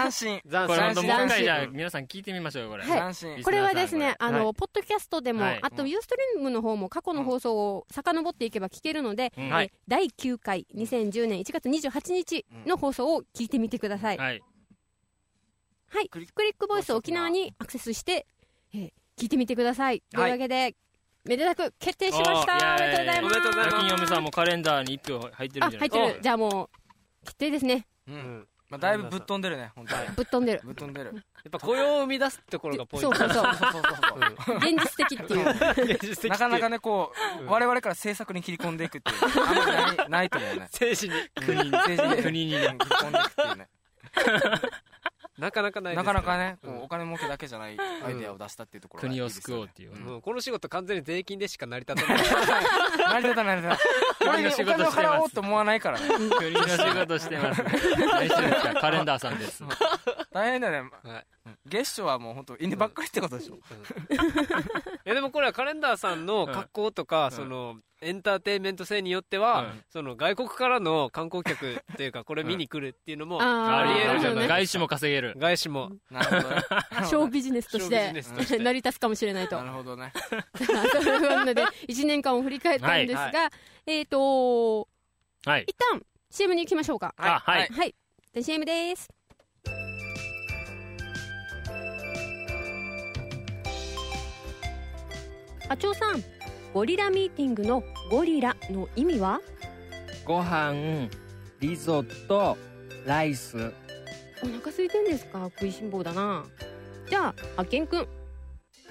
[SPEAKER 5] 斬新。
[SPEAKER 4] 斬
[SPEAKER 3] これ本当
[SPEAKER 5] 斬
[SPEAKER 3] もう一
[SPEAKER 5] 新
[SPEAKER 3] 回じゃあ
[SPEAKER 4] 斬
[SPEAKER 3] 皆さん聞いてみましょうよこれ。
[SPEAKER 2] はい
[SPEAKER 5] 斬新。
[SPEAKER 2] これはです
[SPEAKER 3] リ
[SPEAKER 2] ね
[SPEAKER 3] ス、
[SPEAKER 2] あ
[SPEAKER 4] れ
[SPEAKER 2] の、ポッドキャストでも、
[SPEAKER 3] はい
[SPEAKER 2] あとユーストリームの方も過去の放送を遡っていけば聞けるので、
[SPEAKER 3] うん
[SPEAKER 4] はい
[SPEAKER 2] えー第9回2010年1月28日の放送を聞いてみてください。はい、
[SPEAKER 3] はい。
[SPEAKER 2] ク
[SPEAKER 5] ク
[SPEAKER 2] リ
[SPEAKER 5] リ
[SPEAKER 2] ックボイス沖縄にアクセスして、えー聞いてみてください。というわけで、めでたく決定しました。
[SPEAKER 3] おー
[SPEAKER 2] おめでとうございます。
[SPEAKER 4] イエーイおめでとうござ
[SPEAKER 3] 夜
[SPEAKER 4] います
[SPEAKER 3] 勤嫁さんもカレンダーに一票入ってる
[SPEAKER 2] あ、
[SPEAKER 3] んじゃない
[SPEAKER 2] 入
[SPEAKER 3] です
[SPEAKER 2] って
[SPEAKER 3] か。
[SPEAKER 2] る。じゃあもう、決定ですね。
[SPEAKER 5] う。
[SPEAKER 4] うんん
[SPEAKER 5] まあ、だいぶぶっ飛んでるね、本当に。
[SPEAKER 2] ぶっ飛んでる。
[SPEAKER 5] ぶっ飛んでる。
[SPEAKER 4] やっぱ雇用を生み出すところがポイン
[SPEAKER 2] そ
[SPEAKER 4] ト
[SPEAKER 2] うそうそう。
[SPEAKER 5] そうそうそうそう。
[SPEAKER 2] 現実的っていう。
[SPEAKER 5] なかなか
[SPEAKER 4] ね
[SPEAKER 5] ね、こう、我々から制作に切り込んでいくっていう、あんまりないないと思うね。
[SPEAKER 4] 政治に
[SPEAKER 3] 国に
[SPEAKER 5] 政治に
[SPEAKER 3] 国に
[SPEAKER 5] うん切り込んでいくっていうね。
[SPEAKER 4] なかなかないで
[SPEAKER 5] な
[SPEAKER 4] すか
[SPEAKER 5] からなかね、こ
[SPEAKER 4] うん
[SPEAKER 5] うお金儲けだけじゃないアイデアを出したっていうところがいい
[SPEAKER 3] 国を
[SPEAKER 5] です
[SPEAKER 3] 救おう
[SPEAKER 5] よ
[SPEAKER 3] っ
[SPEAKER 5] ね
[SPEAKER 3] ていう。
[SPEAKER 5] ん
[SPEAKER 4] もうこの仕事完全に税金でしか成り立たない
[SPEAKER 5] 成り立たない成り立 たない俺にお金を払おうと思わないからね
[SPEAKER 3] 国の仕事してます。大丈夫ですかカレンダーさんです。
[SPEAKER 5] 大変だね
[SPEAKER 4] はい
[SPEAKER 5] 月初はもう本当稲ばっかりってことでしょ
[SPEAKER 4] いやでもこれはカレンダーさんの格好とか、
[SPEAKER 3] ん
[SPEAKER 4] そのエンターテインメント性によって
[SPEAKER 3] う
[SPEAKER 4] は、
[SPEAKER 3] ん
[SPEAKER 4] その外国からの観光客っていうかこれ見に来るっていうの も、
[SPEAKER 2] あ
[SPEAKER 3] あ
[SPEAKER 2] ー
[SPEAKER 3] りえ
[SPEAKER 4] 得
[SPEAKER 3] るじゃな
[SPEAKER 2] なほ
[SPEAKER 3] い。
[SPEAKER 2] どね
[SPEAKER 3] 外資も稼げる。
[SPEAKER 4] 外資も
[SPEAKER 5] なるほどね
[SPEAKER 2] ショービジネスとし
[SPEAKER 4] ショービ
[SPEAKER 2] て
[SPEAKER 4] ジネスとして
[SPEAKER 2] 成り立つかもしれないと
[SPEAKER 5] なるほどね
[SPEAKER 2] そういうので1年間を振り返ったんですが、
[SPEAKER 4] はい
[SPEAKER 2] えっ、ー、と
[SPEAKER 3] はい。
[SPEAKER 2] 一旦 CM に行きましょうかは
[SPEAKER 3] あ、はい
[SPEAKER 2] い、。じゃあ CM です課長さんゴリラミーティングのゴリラの意味は
[SPEAKER 6] ご飯リゾットライス
[SPEAKER 2] お腹空いてんですか食いしん坊だなじゃあ派遣くん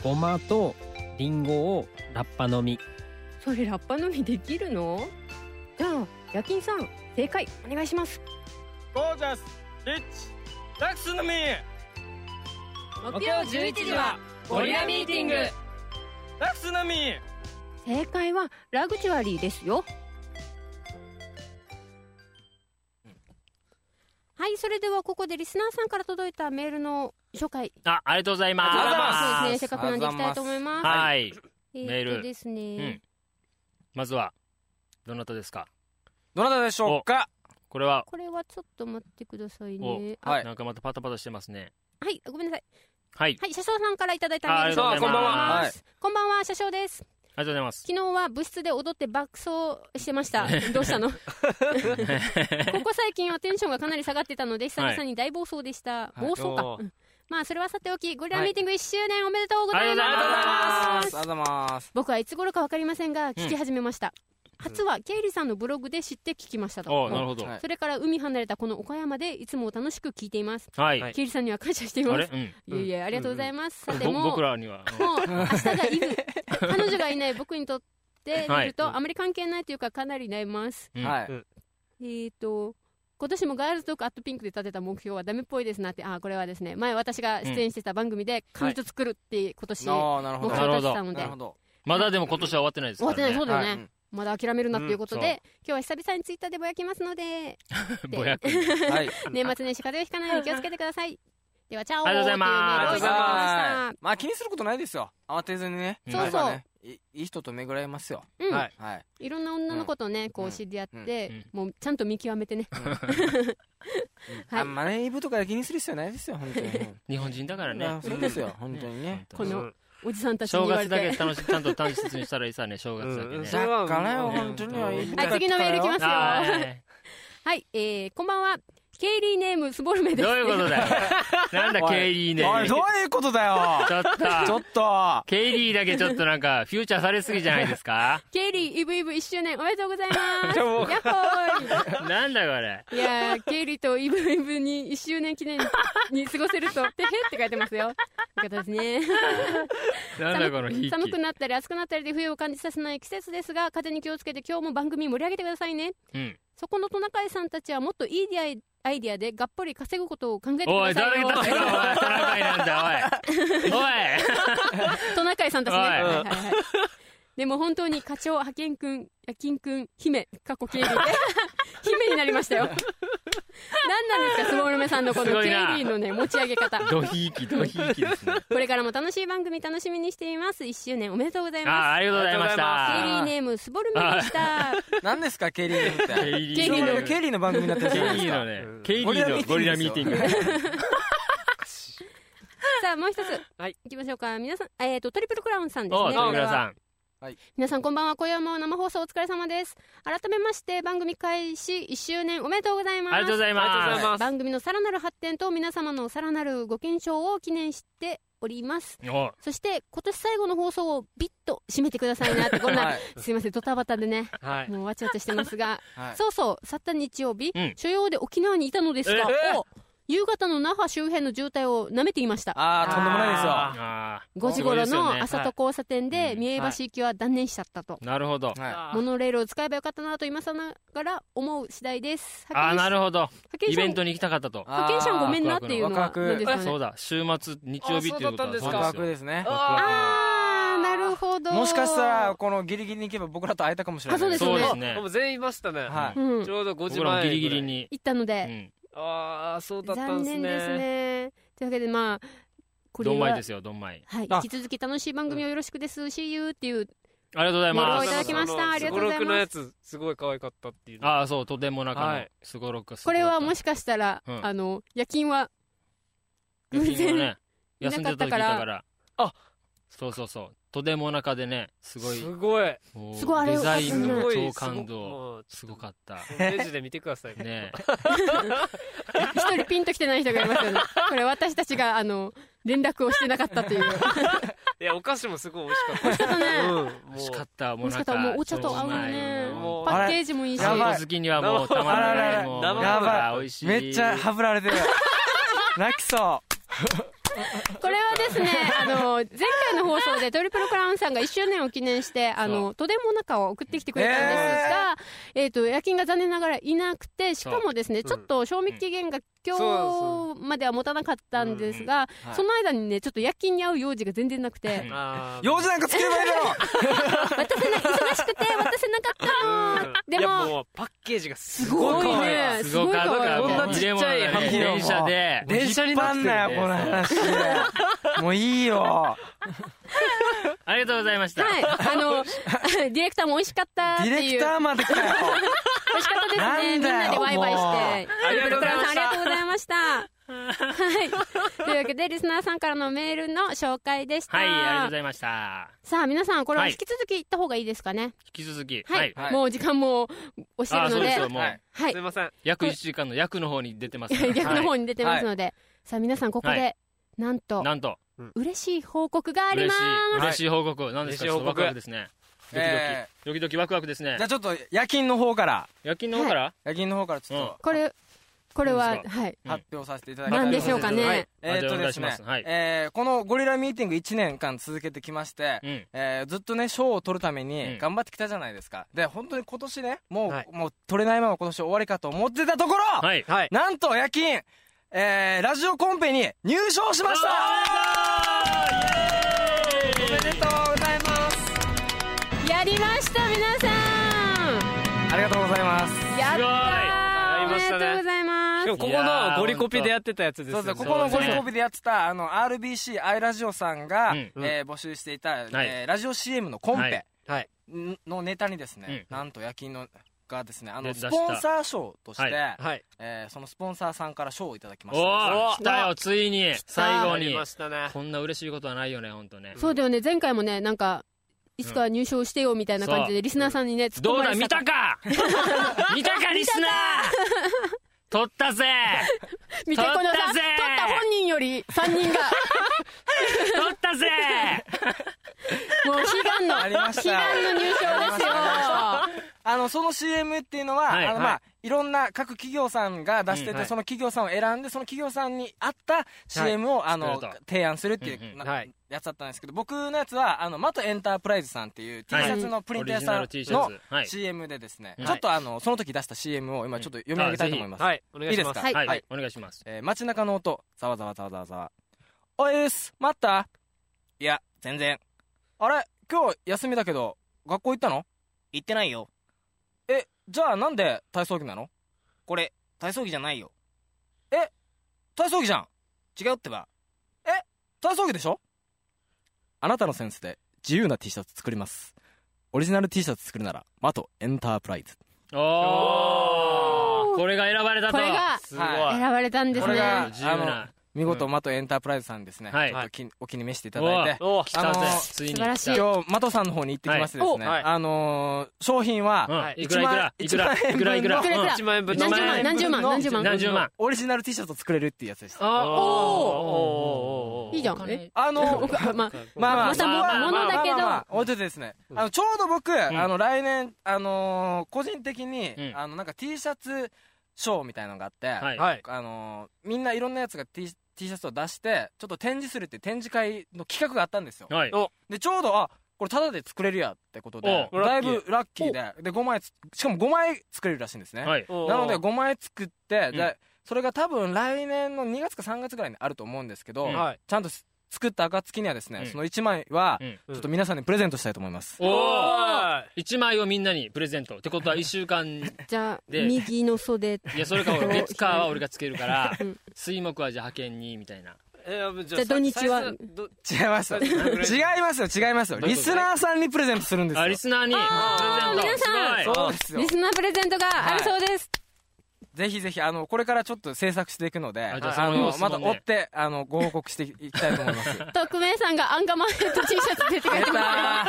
[SPEAKER 6] ごまとリンゴをラッパ飲み
[SPEAKER 2] それラッパ飲みできるのじゃあ夜勤さん正解お願いしますゴージャスリッチラクスのみ木曜11時はゴリラミーティングラクスのみ正解はラグジュアリーですよはいそれではここでリスナーさんから届いたメールの紹介
[SPEAKER 3] あ、ありがとうござい
[SPEAKER 5] ありがとうござ
[SPEAKER 3] ま。
[SPEAKER 5] います
[SPEAKER 2] そうですすねせっかくなんでいきたいと思いますす
[SPEAKER 3] はい。
[SPEAKER 2] え
[SPEAKER 3] メール
[SPEAKER 2] とですね、
[SPEAKER 3] まずは、どなたですか
[SPEAKER 5] どなたでしょうか
[SPEAKER 3] これは、
[SPEAKER 2] これはちょっと待ってください
[SPEAKER 3] お
[SPEAKER 2] ねあ
[SPEAKER 5] はい
[SPEAKER 3] なんかまたパタパタしてますね。
[SPEAKER 2] はい、ごめんなさい。
[SPEAKER 3] はい。
[SPEAKER 2] はい、車掌さんからいただいたメ
[SPEAKER 3] ああ
[SPEAKER 2] ー
[SPEAKER 3] り
[SPEAKER 2] ル
[SPEAKER 3] がとうございます。
[SPEAKER 5] こん
[SPEAKER 3] あ
[SPEAKER 5] ばんは
[SPEAKER 3] り
[SPEAKER 5] はい
[SPEAKER 2] です。こんばんは、車掌です。
[SPEAKER 3] がとうございます。
[SPEAKER 2] 昨日は部室で踊って爆走してました。どうし たのここ最近はテンションがかなり下がってたので、久々に大暴走でした。
[SPEAKER 5] はい
[SPEAKER 2] 暴走か。
[SPEAKER 4] おー
[SPEAKER 2] うんまあ、それはさておき、ゴリラミーティング1周年おめでとうございます。
[SPEAKER 3] ありがとうござい
[SPEAKER 5] あ
[SPEAKER 3] ま
[SPEAKER 5] りがとうございます
[SPEAKER 2] 僕はいつ頃かわかりませんが、聞き始めました。初はケイリさんのブログで知って聞きましたと。
[SPEAKER 3] おなるほど。
[SPEAKER 5] はい
[SPEAKER 2] それから海離れたこの岡山でいつも楽しく聞いています。
[SPEAKER 3] はい。
[SPEAKER 4] は
[SPEAKER 3] あ
[SPEAKER 4] い
[SPEAKER 2] ケイリさんには感謝しています。
[SPEAKER 3] れうん。
[SPEAKER 2] いやいや、ありがとうございます。さて
[SPEAKER 3] ぼ
[SPEAKER 2] も、
[SPEAKER 3] 僕らには。
[SPEAKER 2] もう明日がいる彼女がいない僕にとって見ると、
[SPEAKER 4] はい
[SPEAKER 2] あまり関係ないというかかなり悩みます
[SPEAKER 3] うん
[SPEAKER 5] は
[SPEAKER 4] うん
[SPEAKER 2] え
[SPEAKER 5] い
[SPEAKER 2] ーと今年もガールズトークアットピンクで立てた目標はダメっぽいですなってあーこれはですね前私が出演してた番組で彼女作るって今年
[SPEAKER 5] ああなる
[SPEAKER 2] 目
[SPEAKER 5] ほど
[SPEAKER 2] 標立てたので、
[SPEAKER 5] なるほど
[SPEAKER 3] まだでも今年は終わってないです
[SPEAKER 2] 終
[SPEAKER 3] か
[SPEAKER 2] わ
[SPEAKER 3] ら
[SPEAKER 2] ってない
[SPEAKER 3] ね
[SPEAKER 2] そうだよね、
[SPEAKER 5] はいうん
[SPEAKER 2] まだ諦めるなっていうことで、
[SPEAKER 3] うんそう
[SPEAKER 2] 今日は久々にツイッターでぼやきますので、
[SPEAKER 3] ぼやく。
[SPEAKER 5] はい。
[SPEAKER 2] 年末年始風邪をひかないように気をつけてください。では、チャオ
[SPEAKER 3] ありがとうございます
[SPEAKER 2] とうメールをいただきま
[SPEAKER 5] まあ気にすることないですよ。慌てずにね。
[SPEAKER 3] うん
[SPEAKER 2] そうそう
[SPEAKER 5] やっぱねいいい人と巡らいますよ。
[SPEAKER 2] した。うん、
[SPEAKER 3] はい
[SPEAKER 2] い、
[SPEAKER 5] はい。
[SPEAKER 2] ろんな女の子とね、こ
[SPEAKER 5] う
[SPEAKER 2] うん知り合って、
[SPEAKER 3] うん
[SPEAKER 2] もうちゃんと見極めてね。はい
[SPEAKER 5] あマネーブとか気にする必要ないですよ、本当に。
[SPEAKER 3] 日本人だから
[SPEAKER 5] いや
[SPEAKER 3] ね。
[SPEAKER 5] そうですよ、本当にね。
[SPEAKER 2] このおじさんたちに
[SPEAKER 3] 正
[SPEAKER 2] 言わ
[SPEAKER 3] 月
[SPEAKER 2] れ
[SPEAKER 3] だけ
[SPEAKER 2] て。
[SPEAKER 3] 楽しち ゃんと大切にしたらいいさね、正月だけ
[SPEAKER 4] う
[SPEAKER 3] ね
[SPEAKER 4] ん。それ
[SPEAKER 5] だ
[SPEAKER 4] は
[SPEAKER 5] からよ、
[SPEAKER 3] うん
[SPEAKER 5] 本当に。
[SPEAKER 3] はい
[SPEAKER 2] はい、次のメールいきます
[SPEAKER 3] あー
[SPEAKER 2] よ。は
[SPEAKER 3] はい
[SPEAKER 2] い、えー、こんばんは。ケイリーネームスボルメです。
[SPEAKER 3] どういうことだよ。なんだ、
[SPEAKER 5] おい
[SPEAKER 3] ケイリーね。
[SPEAKER 5] おい、どういうことだよ
[SPEAKER 3] ちょっ
[SPEAKER 5] ち
[SPEAKER 3] と
[SPEAKER 5] ょっ。と
[SPEAKER 3] ケイリーだけちょっとなんか、フューチャーされすぎじゃないですか
[SPEAKER 2] ケイリーイブイブ1周年おめでとうございま す。
[SPEAKER 4] ち
[SPEAKER 2] や
[SPEAKER 4] ょも
[SPEAKER 2] っ
[SPEAKER 4] う
[SPEAKER 2] ほーい。
[SPEAKER 3] なんだこれ。
[SPEAKER 2] いやー、ケイリーとイブイブに1周年記念に過ごせると、てへって書いてますよ。よかったですね。
[SPEAKER 3] なんだこのひいき。
[SPEAKER 2] 寒くなったり暑くなったりで冬を感じさせない季節ですが、風に気をつけて今日も番組盛り上げてくださいね。
[SPEAKER 3] うん
[SPEAKER 2] そこのトナカイさんたちはもっといいアイアイディアでがっぽり稼ぐことを考えてく
[SPEAKER 3] お
[SPEAKER 2] だ
[SPEAKER 3] い、
[SPEAKER 2] さい
[SPEAKER 3] 誰
[SPEAKER 2] よ
[SPEAKER 3] が。立つか、お前、トナカイなんだ、おい。お
[SPEAKER 2] トナカイさんたちね。
[SPEAKER 3] おい
[SPEAKER 2] はいはいはい。でも本当に課長、派遣くん、夜勤くん、姫、過去経理で、 姫になりましたよ。何なんですか、スボルメさんのこの
[SPEAKER 3] すご
[SPEAKER 2] 経
[SPEAKER 3] いな
[SPEAKER 2] 理のね、持ち上げ方。
[SPEAKER 3] い。ドヒーキ、ドヒーキですね。
[SPEAKER 2] これからも楽しい番組楽しみにしています。1周年おめでとうござい
[SPEAKER 3] あ
[SPEAKER 2] ま
[SPEAKER 3] あ、ありがとうございまし
[SPEAKER 2] す。
[SPEAKER 5] あ
[SPEAKER 2] ケイリ
[SPEAKER 5] り
[SPEAKER 2] ー
[SPEAKER 5] が
[SPEAKER 3] た。
[SPEAKER 2] ネーム、スボルメでした。
[SPEAKER 5] 何ですか、ケイリーって。
[SPEAKER 3] ケイリ
[SPEAKER 2] ケイリ
[SPEAKER 5] そ
[SPEAKER 2] ー
[SPEAKER 5] れ
[SPEAKER 2] の
[SPEAKER 5] がケイリーの番組になってるじ
[SPEAKER 3] ケ
[SPEAKER 5] ゃない
[SPEAKER 3] イ
[SPEAKER 5] で
[SPEAKER 3] リー
[SPEAKER 5] すか
[SPEAKER 3] の。ね、ケイリーのゴリラミーティング。
[SPEAKER 2] さあ、もう一つ。
[SPEAKER 4] はい
[SPEAKER 2] い。きましょうか。皆さん、えっ、と、トリプルクラウンさんです
[SPEAKER 3] お
[SPEAKER 2] ね。
[SPEAKER 3] う、ト
[SPEAKER 2] これ
[SPEAKER 3] 村
[SPEAKER 2] は
[SPEAKER 3] さん。
[SPEAKER 2] 皆さんこんばんは今夜も生放送お疲れ様です改めまして番組開始1周年おめでとうございます
[SPEAKER 3] ありがとうござい
[SPEAKER 4] ありがとうござい
[SPEAKER 3] ま
[SPEAKER 4] ます
[SPEAKER 2] 番組のさらなる発展と皆様のさらなるご健勝を記念しております
[SPEAKER 3] す。おう
[SPEAKER 2] そして今年最後の放送をビッと締めてくださいなってこんな、
[SPEAKER 5] はい
[SPEAKER 2] すいませんドタバタでね
[SPEAKER 4] はい
[SPEAKER 2] もうわちゃわちゃしてますが、
[SPEAKER 5] はい
[SPEAKER 2] そうそう去った日曜日、
[SPEAKER 3] うん
[SPEAKER 2] 所要で沖縄にいたのですが、お夕方の那覇周辺の渋滞を舐めていました
[SPEAKER 5] ああ、とんでもないですよ。
[SPEAKER 4] あ
[SPEAKER 3] あー
[SPEAKER 2] 5時頃の朝
[SPEAKER 3] は
[SPEAKER 2] と交差点で
[SPEAKER 3] うん
[SPEAKER 2] 三重橋行きは断念しちゃったと、
[SPEAKER 3] いなるほど。
[SPEAKER 5] は
[SPEAKER 2] モノレールを使えばよかったなと今さながら思う次第です。
[SPEAKER 3] ああ、なるほど。
[SPEAKER 2] 派遣
[SPEAKER 3] イ
[SPEAKER 2] 者
[SPEAKER 3] ベ
[SPEAKER 2] も
[SPEAKER 3] ントに行きたかったと。
[SPEAKER 2] 派遣者もごめんなっていうのは
[SPEAKER 5] ワクワク
[SPEAKER 2] 何ですか
[SPEAKER 3] そ
[SPEAKER 2] ね。
[SPEAKER 3] うだ、週末、日曜日っていうことは
[SPEAKER 4] あそうだったんです
[SPEAKER 5] い。
[SPEAKER 4] か
[SPEAKER 5] ワクワ
[SPEAKER 3] そう
[SPEAKER 5] ク
[SPEAKER 3] で
[SPEAKER 5] ですね。
[SPEAKER 4] あ
[SPEAKER 2] あーなるほど。
[SPEAKER 5] もしかしたら、このギリギリに行けば僕らと会えたかもしれない。
[SPEAKER 2] あそうです
[SPEAKER 3] よね
[SPEAKER 4] ー
[SPEAKER 3] そうですね
[SPEAKER 4] あもう全員いましたね
[SPEAKER 5] は
[SPEAKER 2] う
[SPEAKER 5] い。
[SPEAKER 2] ん
[SPEAKER 4] ちょうど5時
[SPEAKER 3] 僕らも
[SPEAKER 4] 前
[SPEAKER 3] ギリギリに。
[SPEAKER 2] 行ったの
[SPEAKER 3] う
[SPEAKER 2] で、
[SPEAKER 3] ん
[SPEAKER 4] ああそうだったん
[SPEAKER 2] 残
[SPEAKER 4] です
[SPEAKER 2] 念です
[SPEAKER 4] ね
[SPEAKER 2] ね。というわけでまあこれ
[SPEAKER 3] どんまい
[SPEAKER 2] は
[SPEAKER 3] ですよ、どんまい。
[SPEAKER 2] はい
[SPEAKER 5] あ
[SPEAKER 2] 引き続き楽しい番組をよろしくです。See you っていう
[SPEAKER 3] ありがとうござい
[SPEAKER 2] メール
[SPEAKER 3] ま
[SPEAKER 2] をい
[SPEAKER 3] す
[SPEAKER 2] ただきましたありがとうございます
[SPEAKER 4] すごろくのやつすごい可愛かったっていうの
[SPEAKER 3] ああそうとても中
[SPEAKER 4] は
[SPEAKER 3] の
[SPEAKER 4] い
[SPEAKER 3] すごろく
[SPEAKER 2] これはも
[SPEAKER 3] し
[SPEAKER 2] しかしたら
[SPEAKER 3] うん
[SPEAKER 2] あの夜勤は
[SPEAKER 3] 偶然ね
[SPEAKER 2] いな
[SPEAKER 3] 休ん
[SPEAKER 2] か
[SPEAKER 3] で
[SPEAKER 2] ったた
[SPEAKER 3] 時
[SPEAKER 2] か
[SPEAKER 3] だ
[SPEAKER 2] ら
[SPEAKER 3] から
[SPEAKER 4] あ
[SPEAKER 3] そうそうそうとても中でねすごい
[SPEAKER 4] すごい
[SPEAKER 3] もう
[SPEAKER 2] すごいあれ
[SPEAKER 3] デザイ
[SPEAKER 4] す
[SPEAKER 3] ンの
[SPEAKER 4] ごい
[SPEAKER 3] 超感動
[SPEAKER 4] もう
[SPEAKER 3] すごかった
[SPEAKER 4] レジで見てください
[SPEAKER 3] ね
[SPEAKER 2] 一人ピンと来てない人がいますよね。これ私たちがあの連絡をしてなかったという。
[SPEAKER 4] いやお菓子もすごい美味しかった
[SPEAKER 2] ちょっとね。
[SPEAKER 4] うん
[SPEAKER 3] 欲
[SPEAKER 4] も
[SPEAKER 3] し
[SPEAKER 4] う
[SPEAKER 3] かったもう中
[SPEAKER 2] 美味しかったもうお茶と合うね
[SPEAKER 4] もう
[SPEAKER 2] パッケージもいいし。
[SPEAKER 5] あれやばい
[SPEAKER 3] 好きにはもうたまらな
[SPEAKER 5] あら
[SPEAKER 3] い
[SPEAKER 5] ら
[SPEAKER 3] もう
[SPEAKER 4] 生
[SPEAKER 5] やばい
[SPEAKER 3] 美味しい
[SPEAKER 5] めっちゃはぶられてる。泣きそ
[SPEAKER 2] これはですね、あの、前回の放送でトリプルクラウンさんが1周年を記念して、あの、都電も中を送ってきてくれたんですが、えっ、と、夜勤が残念ながらいなくて、しかもですね、
[SPEAKER 4] そう
[SPEAKER 2] ちょっと賞味期限が
[SPEAKER 4] そ
[SPEAKER 2] 今日までは持たなかったんですが、
[SPEAKER 5] うん
[SPEAKER 2] その間にね、ちょっと夜勤に合う用事が全然なくて、
[SPEAKER 4] あ
[SPEAKER 5] う。
[SPEAKER 4] ー
[SPEAKER 5] 用事なんかつければいいだろ
[SPEAKER 2] 渡せな、忙しくて渡せなかったの、
[SPEAKER 4] い
[SPEAKER 2] で
[SPEAKER 4] や
[SPEAKER 2] も、
[SPEAKER 4] もうパッケージがす
[SPEAKER 2] すご
[SPEAKER 4] ごい
[SPEAKER 2] い
[SPEAKER 4] 可愛い
[SPEAKER 2] ね、す
[SPEAKER 3] すご
[SPEAKER 2] ごい
[SPEAKER 3] かっ
[SPEAKER 2] 可
[SPEAKER 3] た
[SPEAKER 2] 愛い
[SPEAKER 4] こんなちっちゃい
[SPEAKER 3] もうね
[SPEAKER 5] 箱
[SPEAKER 3] 電車で
[SPEAKER 5] う。電車に乗んなよ、この話。もういいよ。
[SPEAKER 3] ありがとうございました
[SPEAKER 2] はい、あの、ディレクターも美味しかったって
[SPEAKER 5] デ
[SPEAKER 2] いう。
[SPEAKER 5] ィレクターまで来たよ。
[SPEAKER 2] 美味しかったですね。みん
[SPEAKER 5] なんだ
[SPEAKER 2] な
[SPEAKER 5] よ
[SPEAKER 2] でワイワイして。
[SPEAKER 4] ありがとうござい
[SPEAKER 2] さ
[SPEAKER 4] ま
[SPEAKER 2] んあ
[SPEAKER 4] し
[SPEAKER 2] り
[SPEAKER 4] た
[SPEAKER 2] がとうございました。はい。というわけで、リスナーさんからのメールの紹介でした。
[SPEAKER 3] はいありがとうございました
[SPEAKER 2] さあ、皆さん、これは
[SPEAKER 3] はい
[SPEAKER 2] 引き続き行った方がいいですかね。
[SPEAKER 3] 引き続き
[SPEAKER 2] は
[SPEAKER 3] はいい。
[SPEAKER 5] はい
[SPEAKER 2] もう時間も押して
[SPEAKER 3] ああ
[SPEAKER 2] る
[SPEAKER 3] そ
[SPEAKER 2] の
[SPEAKER 3] う
[SPEAKER 2] で、
[SPEAKER 3] ですよもう
[SPEAKER 5] はい
[SPEAKER 2] はい
[SPEAKER 4] すい。ません
[SPEAKER 3] 約1週間の約の方に出てます から
[SPEAKER 2] 逆の
[SPEAKER 3] は
[SPEAKER 2] 方に出てますので。さあ、皆さん、ここで、
[SPEAKER 3] は
[SPEAKER 2] なんと
[SPEAKER 3] い、なんと
[SPEAKER 2] 嬉しい報告があり
[SPEAKER 3] 嬉
[SPEAKER 2] ま
[SPEAKER 3] し
[SPEAKER 2] す。
[SPEAKER 3] い嬉しい報告なんですかち
[SPEAKER 4] 嬉し
[SPEAKER 3] ょ
[SPEAKER 4] い
[SPEAKER 3] っ
[SPEAKER 4] 報
[SPEAKER 3] と
[SPEAKER 4] 告
[SPEAKER 3] ワクワクですねドキドキ
[SPEAKER 5] え
[SPEAKER 3] ドキドキワクワクですね
[SPEAKER 5] ーじゃあちょっと夜勤の方から、
[SPEAKER 3] 夜勤の方から
[SPEAKER 5] 夜勤の方からちょっと
[SPEAKER 2] これ、これ
[SPEAKER 3] ど
[SPEAKER 2] は
[SPEAKER 3] う、で
[SPEAKER 2] はい。
[SPEAKER 5] 発表させていただきたいと
[SPEAKER 2] 何
[SPEAKER 5] 思い
[SPEAKER 2] で
[SPEAKER 5] ます
[SPEAKER 2] しょうか
[SPEAKER 3] は
[SPEAKER 2] ね
[SPEAKER 3] い。
[SPEAKER 5] えーっと
[SPEAKER 3] お
[SPEAKER 5] です
[SPEAKER 3] 願い
[SPEAKER 5] ね
[SPEAKER 3] しますはい、
[SPEAKER 5] えーこのゴリラミーティング1年間続けてきまして
[SPEAKER 3] う、ん
[SPEAKER 5] えーずっとね賞を取るた
[SPEAKER 3] う
[SPEAKER 5] め
[SPEAKER 3] ん
[SPEAKER 5] に頑張ってきたじゃないですか、で本当に今年ねもう,、
[SPEAKER 4] はい
[SPEAKER 5] もう取れないまま今年終わりかと思ってたところ、
[SPEAKER 3] はい
[SPEAKER 4] はい
[SPEAKER 5] なんと夜勤、えーラジオコンペに入賞しましたおめでとうございます
[SPEAKER 2] やりました、皆さん
[SPEAKER 5] がとうございます。
[SPEAKER 2] やったー
[SPEAKER 4] やりましたね
[SPEAKER 2] おめでとうございま
[SPEAKER 4] し
[SPEAKER 2] す
[SPEAKER 4] かもここのゴリコピでやってたやつです
[SPEAKER 5] そ
[SPEAKER 4] よ
[SPEAKER 5] う
[SPEAKER 4] ね
[SPEAKER 5] そう、ここのゴリコビでやってた、あの、RBC アイラジオさんが、
[SPEAKER 3] うん
[SPEAKER 5] えー募集していた、えーラジオ CM のコンペ
[SPEAKER 4] はい
[SPEAKER 5] んのネタにですね、なんと夜勤の、がですね、あの、
[SPEAKER 3] 出し
[SPEAKER 5] ス
[SPEAKER 3] た
[SPEAKER 5] ポンサー賞として、
[SPEAKER 4] はい
[SPEAKER 5] えーそのスポンサーさんから賞をいただきま
[SPEAKER 3] お
[SPEAKER 5] した。
[SPEAKER 3] お
[SPEAKER 5] は
[SPEAKER 3] 来たよついに最後に
[SPEAKER 4] ましたね
[SPEAKER 3] こんな嬉しいことはないよね本当ね
[SPEAKER 2] そうだよね前回もねなんかいつか入賞してよみたいな感じ
[SPEAKER 3] そ
[SPEAKER 2] でリスナーさんにね突っ
[SPEAKER 3] どう
[SPEAKER 2] 込まれ
[SPEAKER 3] だ
[SPEAKER 2] て
[SPEAKER 3] 見
[SPEAKER 2] た
[SPEAKER 3] た か見たかリスナー取ったぜ
[SPEAKER 2] 見て
[SPEAKER 3] 撮っ
[SPEAKER 2] こ
[SPEAKER 3] た
[SPEAKER 2] のさ
[SPEAKER 3] ぜ
[SPEAKER 2] 取った本人より3人が
[SPEAKER 3] 取ったぜ
[SPEAKER 2] もう悲願の
[SPEAKER 5] あ
[SPEAKER 2] 悲
[SPEAKER 5] りました
[SPEAKER 2] 願の入賞ですよ
[SPEAKER 5] あの、その CM っていうのは、
[SPEAKER 3] はい
[SPEAKER 5] あの、ま
[SPEAKER 3] は
[SPEAKER 5] あ、いろんな各企業さんが出してて、
[SPEAKER 3] うんはい
[SPEAKER 5] その企業さんを選んで、その企業さんに合った CM を、あの
[SPEAKER 3] 作る、
[SPEAKER 5] 提案するっていう、
[SPEAKER 3] うんうん
[SPEAKER 5] な
[SPEAKER 4] はい
[SPEAKER 5] やつだったんですけど、僕のやつは、あの、マトエンタープライズさんっていう T シ
[SPEAKER 3] はい
[SPEAKER 5] ャツのプリント屋さ
[SPEAKER 3] オ
[SPEAKER 5] ん
[SPEAKER 3] リジナル
[SPEAKER 5] の
[SPEAKER 3] T シャツはい
[SPEAKER 5] CM でですね、
[SPEAKER 3] はい
[SPEAKER 5] ちょっとあの、その時出した CM を今ちょっと読み上げたいと思います。
[SPEAKER 4] はいお願いし
[SPEAKER 5] い
[SPEAKER 4] ま
[SPEAKER 5] いですす
[SPEAKER 2] は
[SPEAKER 5] か
[SPEAKER 2] い
[SPEAKER 3] はい、
[SPEAKER 5] はい
[SPEAKER 3] お願いします
[SPEAKER 5] えー街中の音、ざわざわざわざわざわ。おいです、待ったいや、全然。あれ今日休みだけど、学校行ったの行ってないよ。え、じゃあなんで体操着なのこれ、体操着じゃないよ。え、体操着じゃん違うってば。え、体操着でしょあなたのセンスで自由な T シャツ作ります。オリジナル T シャツ作るなら、マトエンタープライズ。
[SPEAKER 3] おお
[SPEAKER 2] おー
[SPEAKER 3] これが選ばれたと
[SPEAKER 2] これが
[SPEAKER 3] すごい、
[SPEAKER 5] は
[SPEAKER 2] 選ばれたんです
[SPEAKER 5] これが
[SPEAKER 2] ね
[SPEAKER 3] 自由な
[SPEAKER 5] 見事、マトエンタープライズさんですね。
[SPEAKER 3] はい
[SPEAKER 5] ちょっときお気に召していただいて。
[SPEAKER 4] お
[SPEAKER 3] 来たぜ
[SPEAKER 5] あの
[SPEAKER 3] ついに
[SPEAKER 2] 素晴らしい
[SPEAKER 3] 来
[SPEAKER 5] 今日、マトさんの方に行ってきましてですね、
[SPEAKER 4] はいおはい
[SPEAKER 5] あのー商品は、
[SPEAKER 3] たうん
[SPEAKER 4] はい
[SPEAKER 3] いくらいくらいくらいくらい
[SPEAKER 2] いく
[SPEAKER 3] く
[SPEAKER 2] ら
[SPEAKER 3] ら
[SPEAKER 2] いくら
[SPEAKER 4] 1万円分
[SPEAKER 2] 何十万何十万何十
[SPEAKER 3] うん
[SPEAKER 2] 万
[SPEAKER 3] 何十万
[SPEAKER 5] オリジナル T シャツを作れるっていうやつ です。
[SPEAKER 4] あ
[SPEAKER 3] お
[SPEAKER 4] おーおーおーおー
[SPEAKER 2] いいじゃ
[SPEAKER 3] お
[SPEAKER 2] ん
[SPEAKER 3] 金
[SPEAKER 2] え
[SPEAKER 5] あの
[SPEAKER 2] おかまあ
[SPEAKER 5] まあまあ、
[SPEAKER 2] また
[SPEAKER 5] まあ
[SPEAKER 2] も
[SPEAKER 5] まあ
[SPEAKER 2] ものだけど
[SPEAKER 5] まあまあまあ置いといてですね、あの、ちょうど僕、
[SPEAKER 3] ん
[SPEAKER 5] あの、来年、あのー個人的に、
[SPEAKER 3] うん
[SPEAKER 5] あの、なんか T シャツショーみたいなのがあって、
[SPEAKER 3] はい
[SPEAKER 4] はい
[SPEAKER 5] あのーみんないろんなやつが T, T シャツを出して、ちょっと展示するっていう展示会の企画があったんですよ。
[SPEAKER 3] はい
[SPEAKER 5] で、ちょうど、あ、これタダで作れるやってことで、
[SPEAKER 3] お
[SPEAKER 5] だい
[SPEAKER 3] ラッ
[SPEAKER 5] ぶラッキーで、で、5枚つ、しかも5枚作れるらしいんですね。
[SPEAKER 3] はい
[SPEAKER 4] おー
[SPEAKER 5] なので5枚作って、
[SPEAKER 3] うん
[SPEAKER 5] でそれが多分来年の2月か3月ぐらいにあると思うんですけど、
[SPEAKER 3] うん
[SPEAKER 4] はい
[SPEAKER 5] ちゃんとす作った暁にはですね、
[SPEAKER 3] うん
[SPEAKER 5] その1枚は、
[SPEAKER 3] うん
[SPEAKER 5] ちょっと皆さんにプレゼントしたいと思います。
[SPEAKER 3] おお
[SPEAKER 4] お
[SPEAKER 3] 1枚をみんなにプレゼントってことは1週間
[SPEAKER 2] じゃあ
[SPEAKER 3] で
[SPEAKER 2] 右の袖
[SPEAKER 3] いやそれか俺月火は俺がつけるから
[SPEAKER 2] うん
[SPEAKER 3] 水木はじゃあ派遣にみたいな
[SPEAKER 4] ーじ
[SPEAKER 2] じゃあ土日は
[SPEAKER 4] 最初ど
[SPEAKER 5] 違い ますよ。違いますよ、違いますよ。
[SPEAKER 3] どういう
[SPEAKER 5] リ
[SPEAKER 3] こと
[SPEAKER 5] スナーさんにプレゼントするんです
[SPEAKER 3] あ
[SPEAKER 5] よ
[SPEAKER 3] リ。スナーに
[SPEAKER 2] あー
[SPEAKER 3] プレゼント
[SPEAKER 2] 皆
[SPEAKER 3] すごい
[SPEAKER 5] そうですよ
[SPEAKER 2] リ。スナープレゼントがあるそうです
[SPEAKER 5] ぜひぜひ、あの、これからちょっと制作していくので、
[SPEAKER 3] あ
[SPEAKER 5] あ
[SPEAKER 3] じゃあその様
[SPEAKER 5] の、
[SPEAKER 3] 子も
[SPEAKER 5] ま
[SPEAKER 3] ね
[SPEAKER 5] た追って、あの、ご報告していきたいと思 います。出
[SPEAKER 2] 匿名さんがアンガマンヘッド T シャツ出てくれて
[SPEAKER 5] た
[SPEAKER 2] ま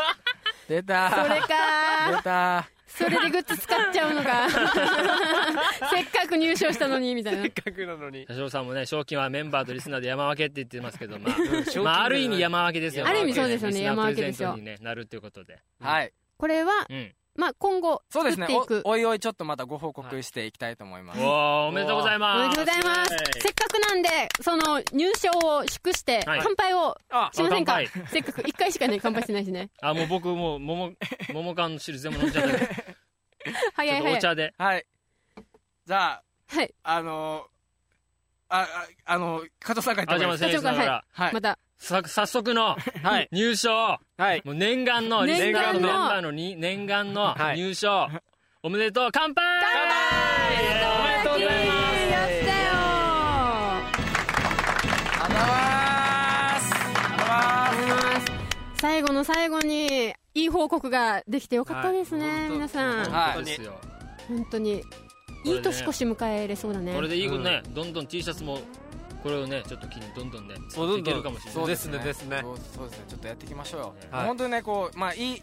[SPEAKER 2] す
[SPEAKER 5] ー出た
[SPEAKER 2] それ
[SPEAKER 5] ー
[SPEAKER 2] か
[SPEAKER 5] 出た
[SPEAKER 2] それでグッズ使っちゃうのかせっかく入賞したのにみたいな
[SPEAKER 4] せっかくなのに
[SPEAKER 3] 社長さんもね賞金はメンバーとリスナーで山分けって言ってますけどまあ
[SPEAKER 4] 金
[SPEAKER 3] まあある意味山分けですよ
[SPEAKER 2] ある意味そうですよね
[SPEAKER 3] リスナー
[SPEAKER 2] 山分けですよ
[SPEAKER 3] プレゼントにねなるっていうことで
[SPEAKER 5] ーはい。
[SPEAKER 2] これは、
[SPEAKER 3] うん
[SPEAKER 2] まあ、今後
[SPEAKER 5] そ
[SPEAKER 2] 作
[SPEAKER 5] うで
[SPEAKER 2] っ
[SPEAKER 5] すね
[SPEAKER 2] ていく、。
[SPEAKER 5] おおいおい、ちょっとまたご報告していきたいと思います。
[SPEAKER 3] おおめでとうござい
[SPEAKER 2] お
[SPEAKER 3] ます
[SPEAKER 2] めでとうございますせっかくなんでその入賞を祝して
[SPEAKER 3] はい
[SPEAKER 2] 乾杯を
[SPEAKER 4] あ
[SPEAKER 2] しません
[SPEAKER 3] あ
[SPEAKER 2] か、
[SPEAKER 3] 乾
[SPEAKER 2] せっかく1回しかね乾杯してないしね
[SPEAKER 3] あもう僕もう桃桃缶の汁全部飲んじゃったけどちょ
[SPEAKER 2] 早い
[SPEAKER 3] っと
[SPEAKER 2] 早
[SPEAKER 3] お
[SPEAKER 2] い
[SPEAKER 3] 茶で
[SPEAKER 5] はい。じゃあ、
[SPEAKER 2] はい
[SPEAKER 5] あのー、あ、あ、あのー、加藤さんが
[SPEAKER 3] あ
[SPEAKER 5] 言っ
[SPEAKER 3] じゃあ
[SPEAKER 5] てもらいます。
[SPEAKER 3] 先生ながら
[SPEAKER 5] はい
[SPEAKER 2] ま。た
[SPEAKER 3] さ早速の
[SPEAKER 4] はい
[SPEAKER 3] 入賞
[SPEAKER 4] はい
[SPEAKER 3] もう念願の
[SPEAKER 2] 念願
[SPEAKER 3] リスナーメ
[SPEAKER 2] の
[SPEAKER 3] ンバーのに念願の
[SPEAKER 4] はい
[SPEAKER 3] 入賞、おめでとう乾杯
[SPEAKER 4] 乾杯おめでとうございます
[SPEAKER 2] やったよありがと
[SPEAKER 5] あざ
[SPEAKER 2] うございます最後の最後にいい報告ができてよかったですね、
[SPEAKER 4] はい
[SPEAKER 2] 皆さん
[SPEAKER 5] は
[SPEAKER 3] 本当ですよ、
[SPEAKER 2] 本当に
[SPEAKER 3] れね
[SPEAKER 2] いい年越し迎えれそうだね
[SPEAKER 3] これでいいことね、どんどん T シャツもこれをねちょっと気にどんどんね
[SPEAKER 4] そうどんど
[SPEAKER 3] いけ
[SPEAKER 4] ん
[SPEAKER 3] るかもしれな
[SPEAKER 5] ーそ
[SPEAKER 3] いう
[SPEAKER 4] で
[SPEAKER 5] ですす
[SPEAKER 4] ね
[SPEAKER 5] ね。
[SPEAKER 4] ですね
[SPEAKER 5] そうそうですね。ちょっとやっていきましょうよ。
[SPEAKER 4] はい
[SPEAKER 5] 本当にね、こう、まあ、いい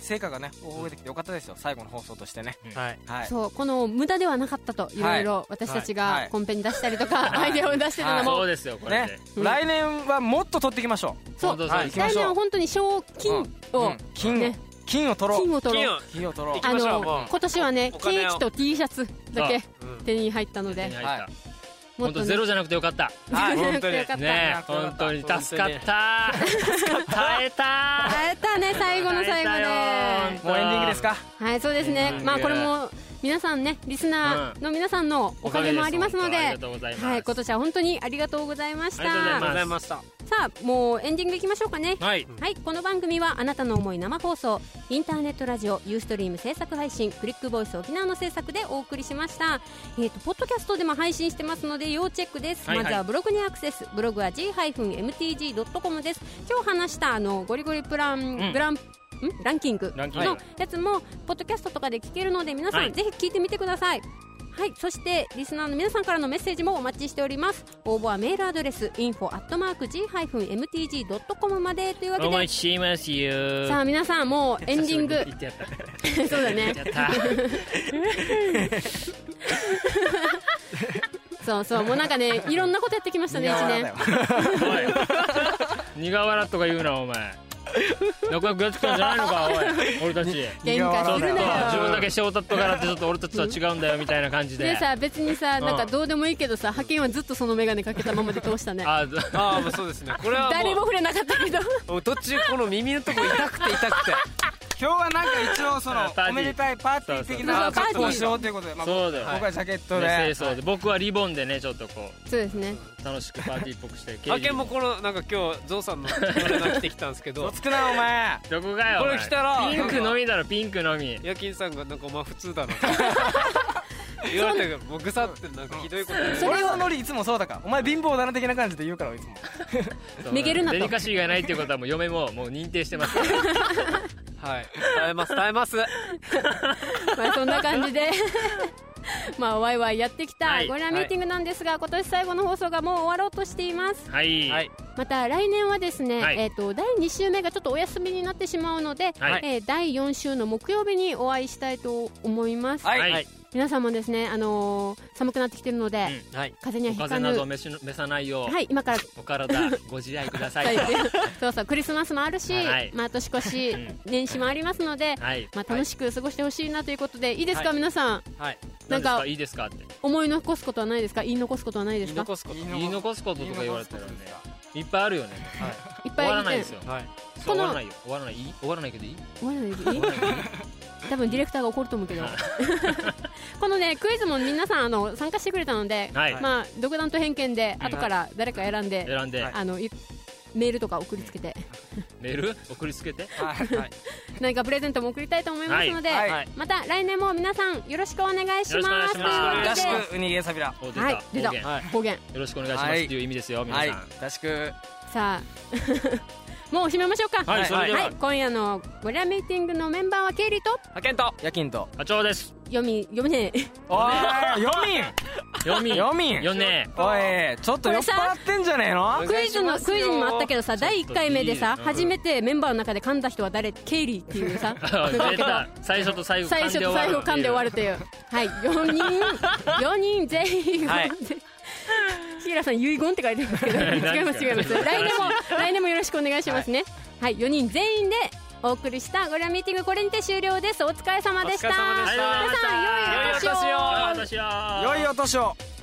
[SPEAKER 5] 成果がね、覚えてきてよかったですよ。最後の放送としてね。
[SPEAKER 4] はい
[SPEAKER 5] はい。
[SPEAKER 2] そうこの無駄ではなかったといろいろ私たち
[SPEAKER 5] はい
[SPEAKER 2] が
[SPEAKER 5] はい
[SPEAKER 2] コンペに出したりとかアイデアを出してるの
[SPEAKER 5] はい
[SPEAKER 2] も
[SPEAKER 3] そうですよこれで、
[SPEAKER 5] ね、来年はもっと取っていきましょ
[SPEAKER 2] そう
[SPEAKER 3] 本当
[SPEAKER 4] はい
[SPEAKER 3] そうです
[SPEAKER 5] 行きま
[SPEAKER 2] 来
[SPEAKER 5] しょう
[SPEAKER 2] 年は本当に賞金
[SPEAKER 5] う。
[SPEAKER 2] を
[SPEAKER 5] うん金を
[SPEAKER 2] ね、
[SPEAKER 5] 金を取ろ
[SPEAKER 2] 金
[SPEAKER 5] う。
[SPEAKER 2] を取
[SPEAKER 4] 金
[SPEAKER 2] ろう
[SPEAKER 5] 金
[SPEAKER 4] を
[SPEAKER 5] を取ろう
[SPEAKER 4] 行。き
[SPEAKER 2] あ
[SPEAKER 4] ましょうも
[SPEAKER 2] の
[SPEAKER 4] う
[SPEAKER 2] 今年はね
[SPEAKER 4] お
[SPEAKER 2] ケ
[SPEAKER 4] 金を
[SPEAKER 2] ーキと T シャツだけ
[SPEAKER 4] うん
[SPEAKER 2] 手に入ったの
[SPEAKER 3] 手
[SPEAKER 2] で
[SPEAKER 3] に入った、
[SPEAKER 5] はい
[SPEAKER 2] もっ
[SPEAKER 3] 本
[SPEAKER 2] と
[SPEAKER 3] 当
[SPEAKER 2] ね
[SPEAKER 3] ゼロじゃなくてよかった
[SPEAKER 4] はい
[SPEAKER 2] 強
[SPEAKER 4] 本当に
[SPEAKER 2] かった
[SPEAKER 3] ね本当に助かった助かった耐えた
[SPEAKER 2] 会えたね最後の最後
[SPEAKER 3] 会えたよ
[SPEAKER 2] で
[SPEAKER 5] もうエンディングですか
[SPEAKER 2] はいそうですねまあこれも皆さんねリスナーの皆さんのおかげもありますので、
[SPEAKER 3] ありがとうございます。
[SPEAKER 2] はい、今年は本当にありがとうございました。
[SPEAKER 3] ありがとうございます
[SPEAKER 4] ございました
[SPEAKER 2] さあ、もうエンディングいきましょうかね。
[SPEAKER 3] はい。
[SPEAKER 2] はい、この番組はあなたの思い生放送、インターネットラジオ、ユーストリーム制作配信、クリックボイス沖縄の制作でお送りしました。えっ、と、ポッドキャストでも配信してますので、要チェックです。
[SPEAKER 3] はいはい
[SPEAKER 2] まずはブログにアクセス、ブログは g-mtg.com です。今日話したあのゴリゴリプラン、
[SPEAKER 3] うん
[SPEAKER 2] ブランんランキング
[SPEAKER 3] ランキング
[SPEAKER 2] のやつもポッドキャストとかで聞けるので皆さん、
[SPEAKER 3] はい
[SPEAKER 2] ぜひ聞いてみてください。はい、そしてリスナーの皆さんからのメッセージもお待ちしております。応募はメールアドレス info at mark g mtg ドットコムまでというわけ
[SPEAKER 3] お
[SPEAKER 2] で
[SPEAKER 3] 待、ちしていますよ。
[SPEAKER 2] さあ皆さんもうエンディング
[SPEAKER 3] 言ってやった。言
[SPEAKER 2] そうだ ね。
[SPEAKER 3] ってやった。
[SPEAKER 2] そうそうもうなんかねいろんなことやってきましたね一
[SPEAKER 5] 笑だ
[SPEAKER 2] 年
[SPEAKER 5] よ。
[SPEAKER 3] おい苦笑とか言うなお前仲良くやってきたんじゃないのかおい俺たちち
[SPEAKER 2] 喧嘩
[SPEAKER 3] ょ
[SPEAKER 2] す
[SPEAKER 3] っと
[SPEAKER 2] るな
[SPEAKER 3] 自分
[SPEAKER 2] よ。
[SPEAKER 3] だけ賞取ったからってちょっと俺たちとは違うんだよみたいな感じで
[SPEAKER 2] でさ別にさなんかどうでもいいけどさ派遣はずっとその眼鏡かけたままで通したね。
[SPEAKER 3] あ
[SPEAKER 4] ああもうそうですねこれ は
[SPEAKER 2] 誰も
[SPEAKER 4] も
[SPEAKER 2] 触れなかった けど。
[SPEAKER 4] うもう途中この耳のとこ痛くて痛 くて
[SPEAKER 5] 今日はなんか一応そ
[SPEAKER 3] あパーティー
[SPEAKER 5] のおめでたいパーティー的
[SPEAKER 2] そ
[SPEAKER 5] な
[SPEAKER 2] うそう
[SPEAKER 5] 格
[SPEAKER 2] パーテ
[SPEAKER 5] 好を
[SPEAKER 2] ィー
[SPEAKER 5] しようということで、まあ、
[SPEAKER 3] そうだよ
[SPEAKER 5] 僕はジャケット
[SPEAKER 3] そう
[SPEAKER 5] で、
[SPEAKER 3] ねそうで僕はリボンでねちょっとこ
[SPEAKER 2] そうですね。
[SPEAKER 3] う楽しくパーティーっぽくして
[SPEAKER 4] 派遣もこのなんか今日ゾウさんのこれが来てきたんです け
[SPEAKER 5] ど
[SPEAKER 4] ど
[SPEAKER 5] つくなお前
[SPEAKER 3] どこかよ
[SPEAKER 4] こ
[SPEAKER 3] お
[SPEAKER 4] れ
[SPEAKER 3] 前
[SPEAKER 4] 来たら
[SPEAKER 3] ピンクのみだろピンクの み
[SPEAKER 4] 夜勤さんがなんかお前普通だ な言われたけどもうぐさってなんかひどいこと
[SPEAKER 2] それ
[SPEAKER 5] 俺のノリいつもそうだからお前貧乏だな的な感じで言うからいつも
[SPEAKER 2] めげるなと
[SPEAKER 3] デリカシーがないっていうことはもう嫁ももう認定してます
[SPEAKER 4] はい耐えます耐えます
[SPEAKER 2] まあそんな感じ でまあワイワイやってき
[SPEAKER 3] は
[SPEAKER 2] た
[SPEAKER 3] い
[SPEAKER 2] ゴリラミーティングなんですが、今年最後の放送がもう終わろうとしています
[SPEAKER 3] はい
[SPEAKER 4] はい
[SPEAKER 2] また来年はですね、
[SPEAKER 3] はい
[SPEAKER 2] えー、と第2週目がちょっとお休みになってしまうので、
[SPEAKER 3] はい
[SPEAKER 2] えー第4週の木曜日にお会いしたいと思います、
[SPEAKER 3] はい
[SPEAKER 4] は
[SPEAKER 3] はいい
[SPEAKER 2] 皆さんもですね、あのー寒くなってきてるので、
[SPEAKER 3] うん
[SPEAKER 4] はい
[SPEAKER 2] 風邪に
[SPEAKER 3] お
[SPEAKER 2] はひか
[SPEAKER 3] 風邪など
[SPEAKER 2] ぬ
[SPEAKER 3] 召しの召さないよう、
[SPEAKER 2] はい今から
[SPEAKER 3] お体ご自愛ください
[SPEAKER 2] はい そうそうクリスマスもあるし、
[SPEAKER 3] はい
[SPEAKER 2] まあ、年越し
[SPEAKER 3] うん
[SPEAKER 2] 年始もありますので、
[SPEAKER 3] はい
[SPEAKER 2] まあ、楽しく過ごしてほしいなということでいいですか、
[SPEAKER 4] はい
[SPEAKER 2] 皆さん
[SPEAKER 4] はい
[SPEAKER 3] な
[SPEAKER 2] な
[SPEAKER 3] んん
[SPEAKER 2] か
[SPEAKER 3] かいいですかって
[SPEAKER 2] 思い残すことはないですか言い残すことはないで
[SPEAKER 4] 言
[SPEAKER 2] す
[SPEAKER 4] い
[SPEAKER 2] か
[SPEAKER 4] 残すこと
[SPEAKER 5] 言
[SPEAKER 3] 言い残すこととか言われたらね
[SPEAKER 5] 言い残すことです
[SPEAKER 3] いっぱいあるよね
[SPEAKER 2] いっぱ
[SPEAKER 3] 終わ
[SPEAKER 2] いあ
[SPEAKER 3] ら
[SPEAKER 2] りま
[SPEAKER 3] ない
[SPEAKER 2] せ
[SPEAKER 3] で
[SPEAKER 2] ん
[SPEAKER 3] すよ
[SPEAKER 4] はい
[SPEAKER 3] 終
[SPEAKER 2] この
[SPEAKER 3] わらないよ終わらないいい終わらないけどいい
[SPEAKER 2] 終わら ないでいい多分ディレクターが怒ると思うけど このねクイズも皆さんあの参加してくれたので、
[SPEAKER 3] はい、
[SPEAKER 2] まあ独断と偏見で
[SPEAKER 3] うん
[SPEAKER 2] 後から誰か選んで、
[SPEAKER 3] 選んで、
[SPEAKER 2] あのいメールとか送りつけて
[SPEAKER 3] メール送りつけて
[SPEAKER 5] かはいはい
[SPEAKER 2] 何かプレゼントも送りたいと思いますので、
[SPEAKER 5] はい
[SPEAKER 4] はい
[SPEAKER 2] また来年も皆さんよろしくお願いし
[SPEAKER 3] よろしくお願
[SPEAKER 2] ま
[SPEAKER 3] い
[SPEAKER 2] す
[SPEAKER 3] します
[SPEAKER 2] ということで
[SPEAKER 5] 合宿ウニゲーサビラ
[SPEAKER 3] お出た,、
[SPEAKER 2] はい出た
[SPEAKER 3] 方言よ
[SPEAKER 4] はい
[SPEAKER 2] 方言
[SPEAKER 3] ろしくお願いしますっていう意味ですよ、皆
[SPEAKER 5] はい
[SPEAKER 3] さん
[SPEAKER 5] 合宿
[SPEAKER 2] さあ もう締めましょうか
[SPEAKER 3] はい、
[SPEAKER 5] はい
[SPEAKER 3] それでは、
[SPEAKER 2] はい、今夜のゴリラミーティングのメンバーはケイリーと
[SPEAKER 4] 派遣と
[SPEAKER 5] 夜勤と
[SPEAKER 3] 課長です
[SPEAKER 2] 読み読みねえ
[SPEAKER 5] おいよみ
[SPEAKER 3] 読み
[SPEAKER 5] んよみん
[SPEAKER 3] よ ね
[SPEAKER 5] おいちょっと酔っ払ってんじゃねえの
[SPEAKER 2] クイズのクイズにもあったけどさ
[SPEAKER 3] ちょっと
[SPEAKER 2] 第1回目でさ
[SPEAKER 3] いい
[SPEAKER 2] 初めてメンバーの中で噛んだ人は誰ケイリーっていう さ
[SPEAKER 3] あ
[SPEAKER 2] だ
[SPEAKER 3] 出
[SPEAKER 2] けど
[SPEAKER 3] た最初と最後
[SPEAKER 2] 最初と最後噛んで終わるというはい4人4人全員
[SPEAKER 4] はい
[SPEAKER 2] シーラさん遺言って書いてあるんですけ ど
[SPEAKER 3] 何ですか
[SPEAKER 2] 違います違います来年も来年もよろしくお願いしますねはい4人全員でお送りしたゴリラミーティングこれにて終了ですお疲れ様でした
[SPEAKER 4] お疲れ様でした
[SPEAKER 2] 皆さん良い
[SPEAKER 3] ありがとうござ
[SPEAKER 2] お年を
[SPEAKER 3] いました
[SPEAKER 5] 良いお年を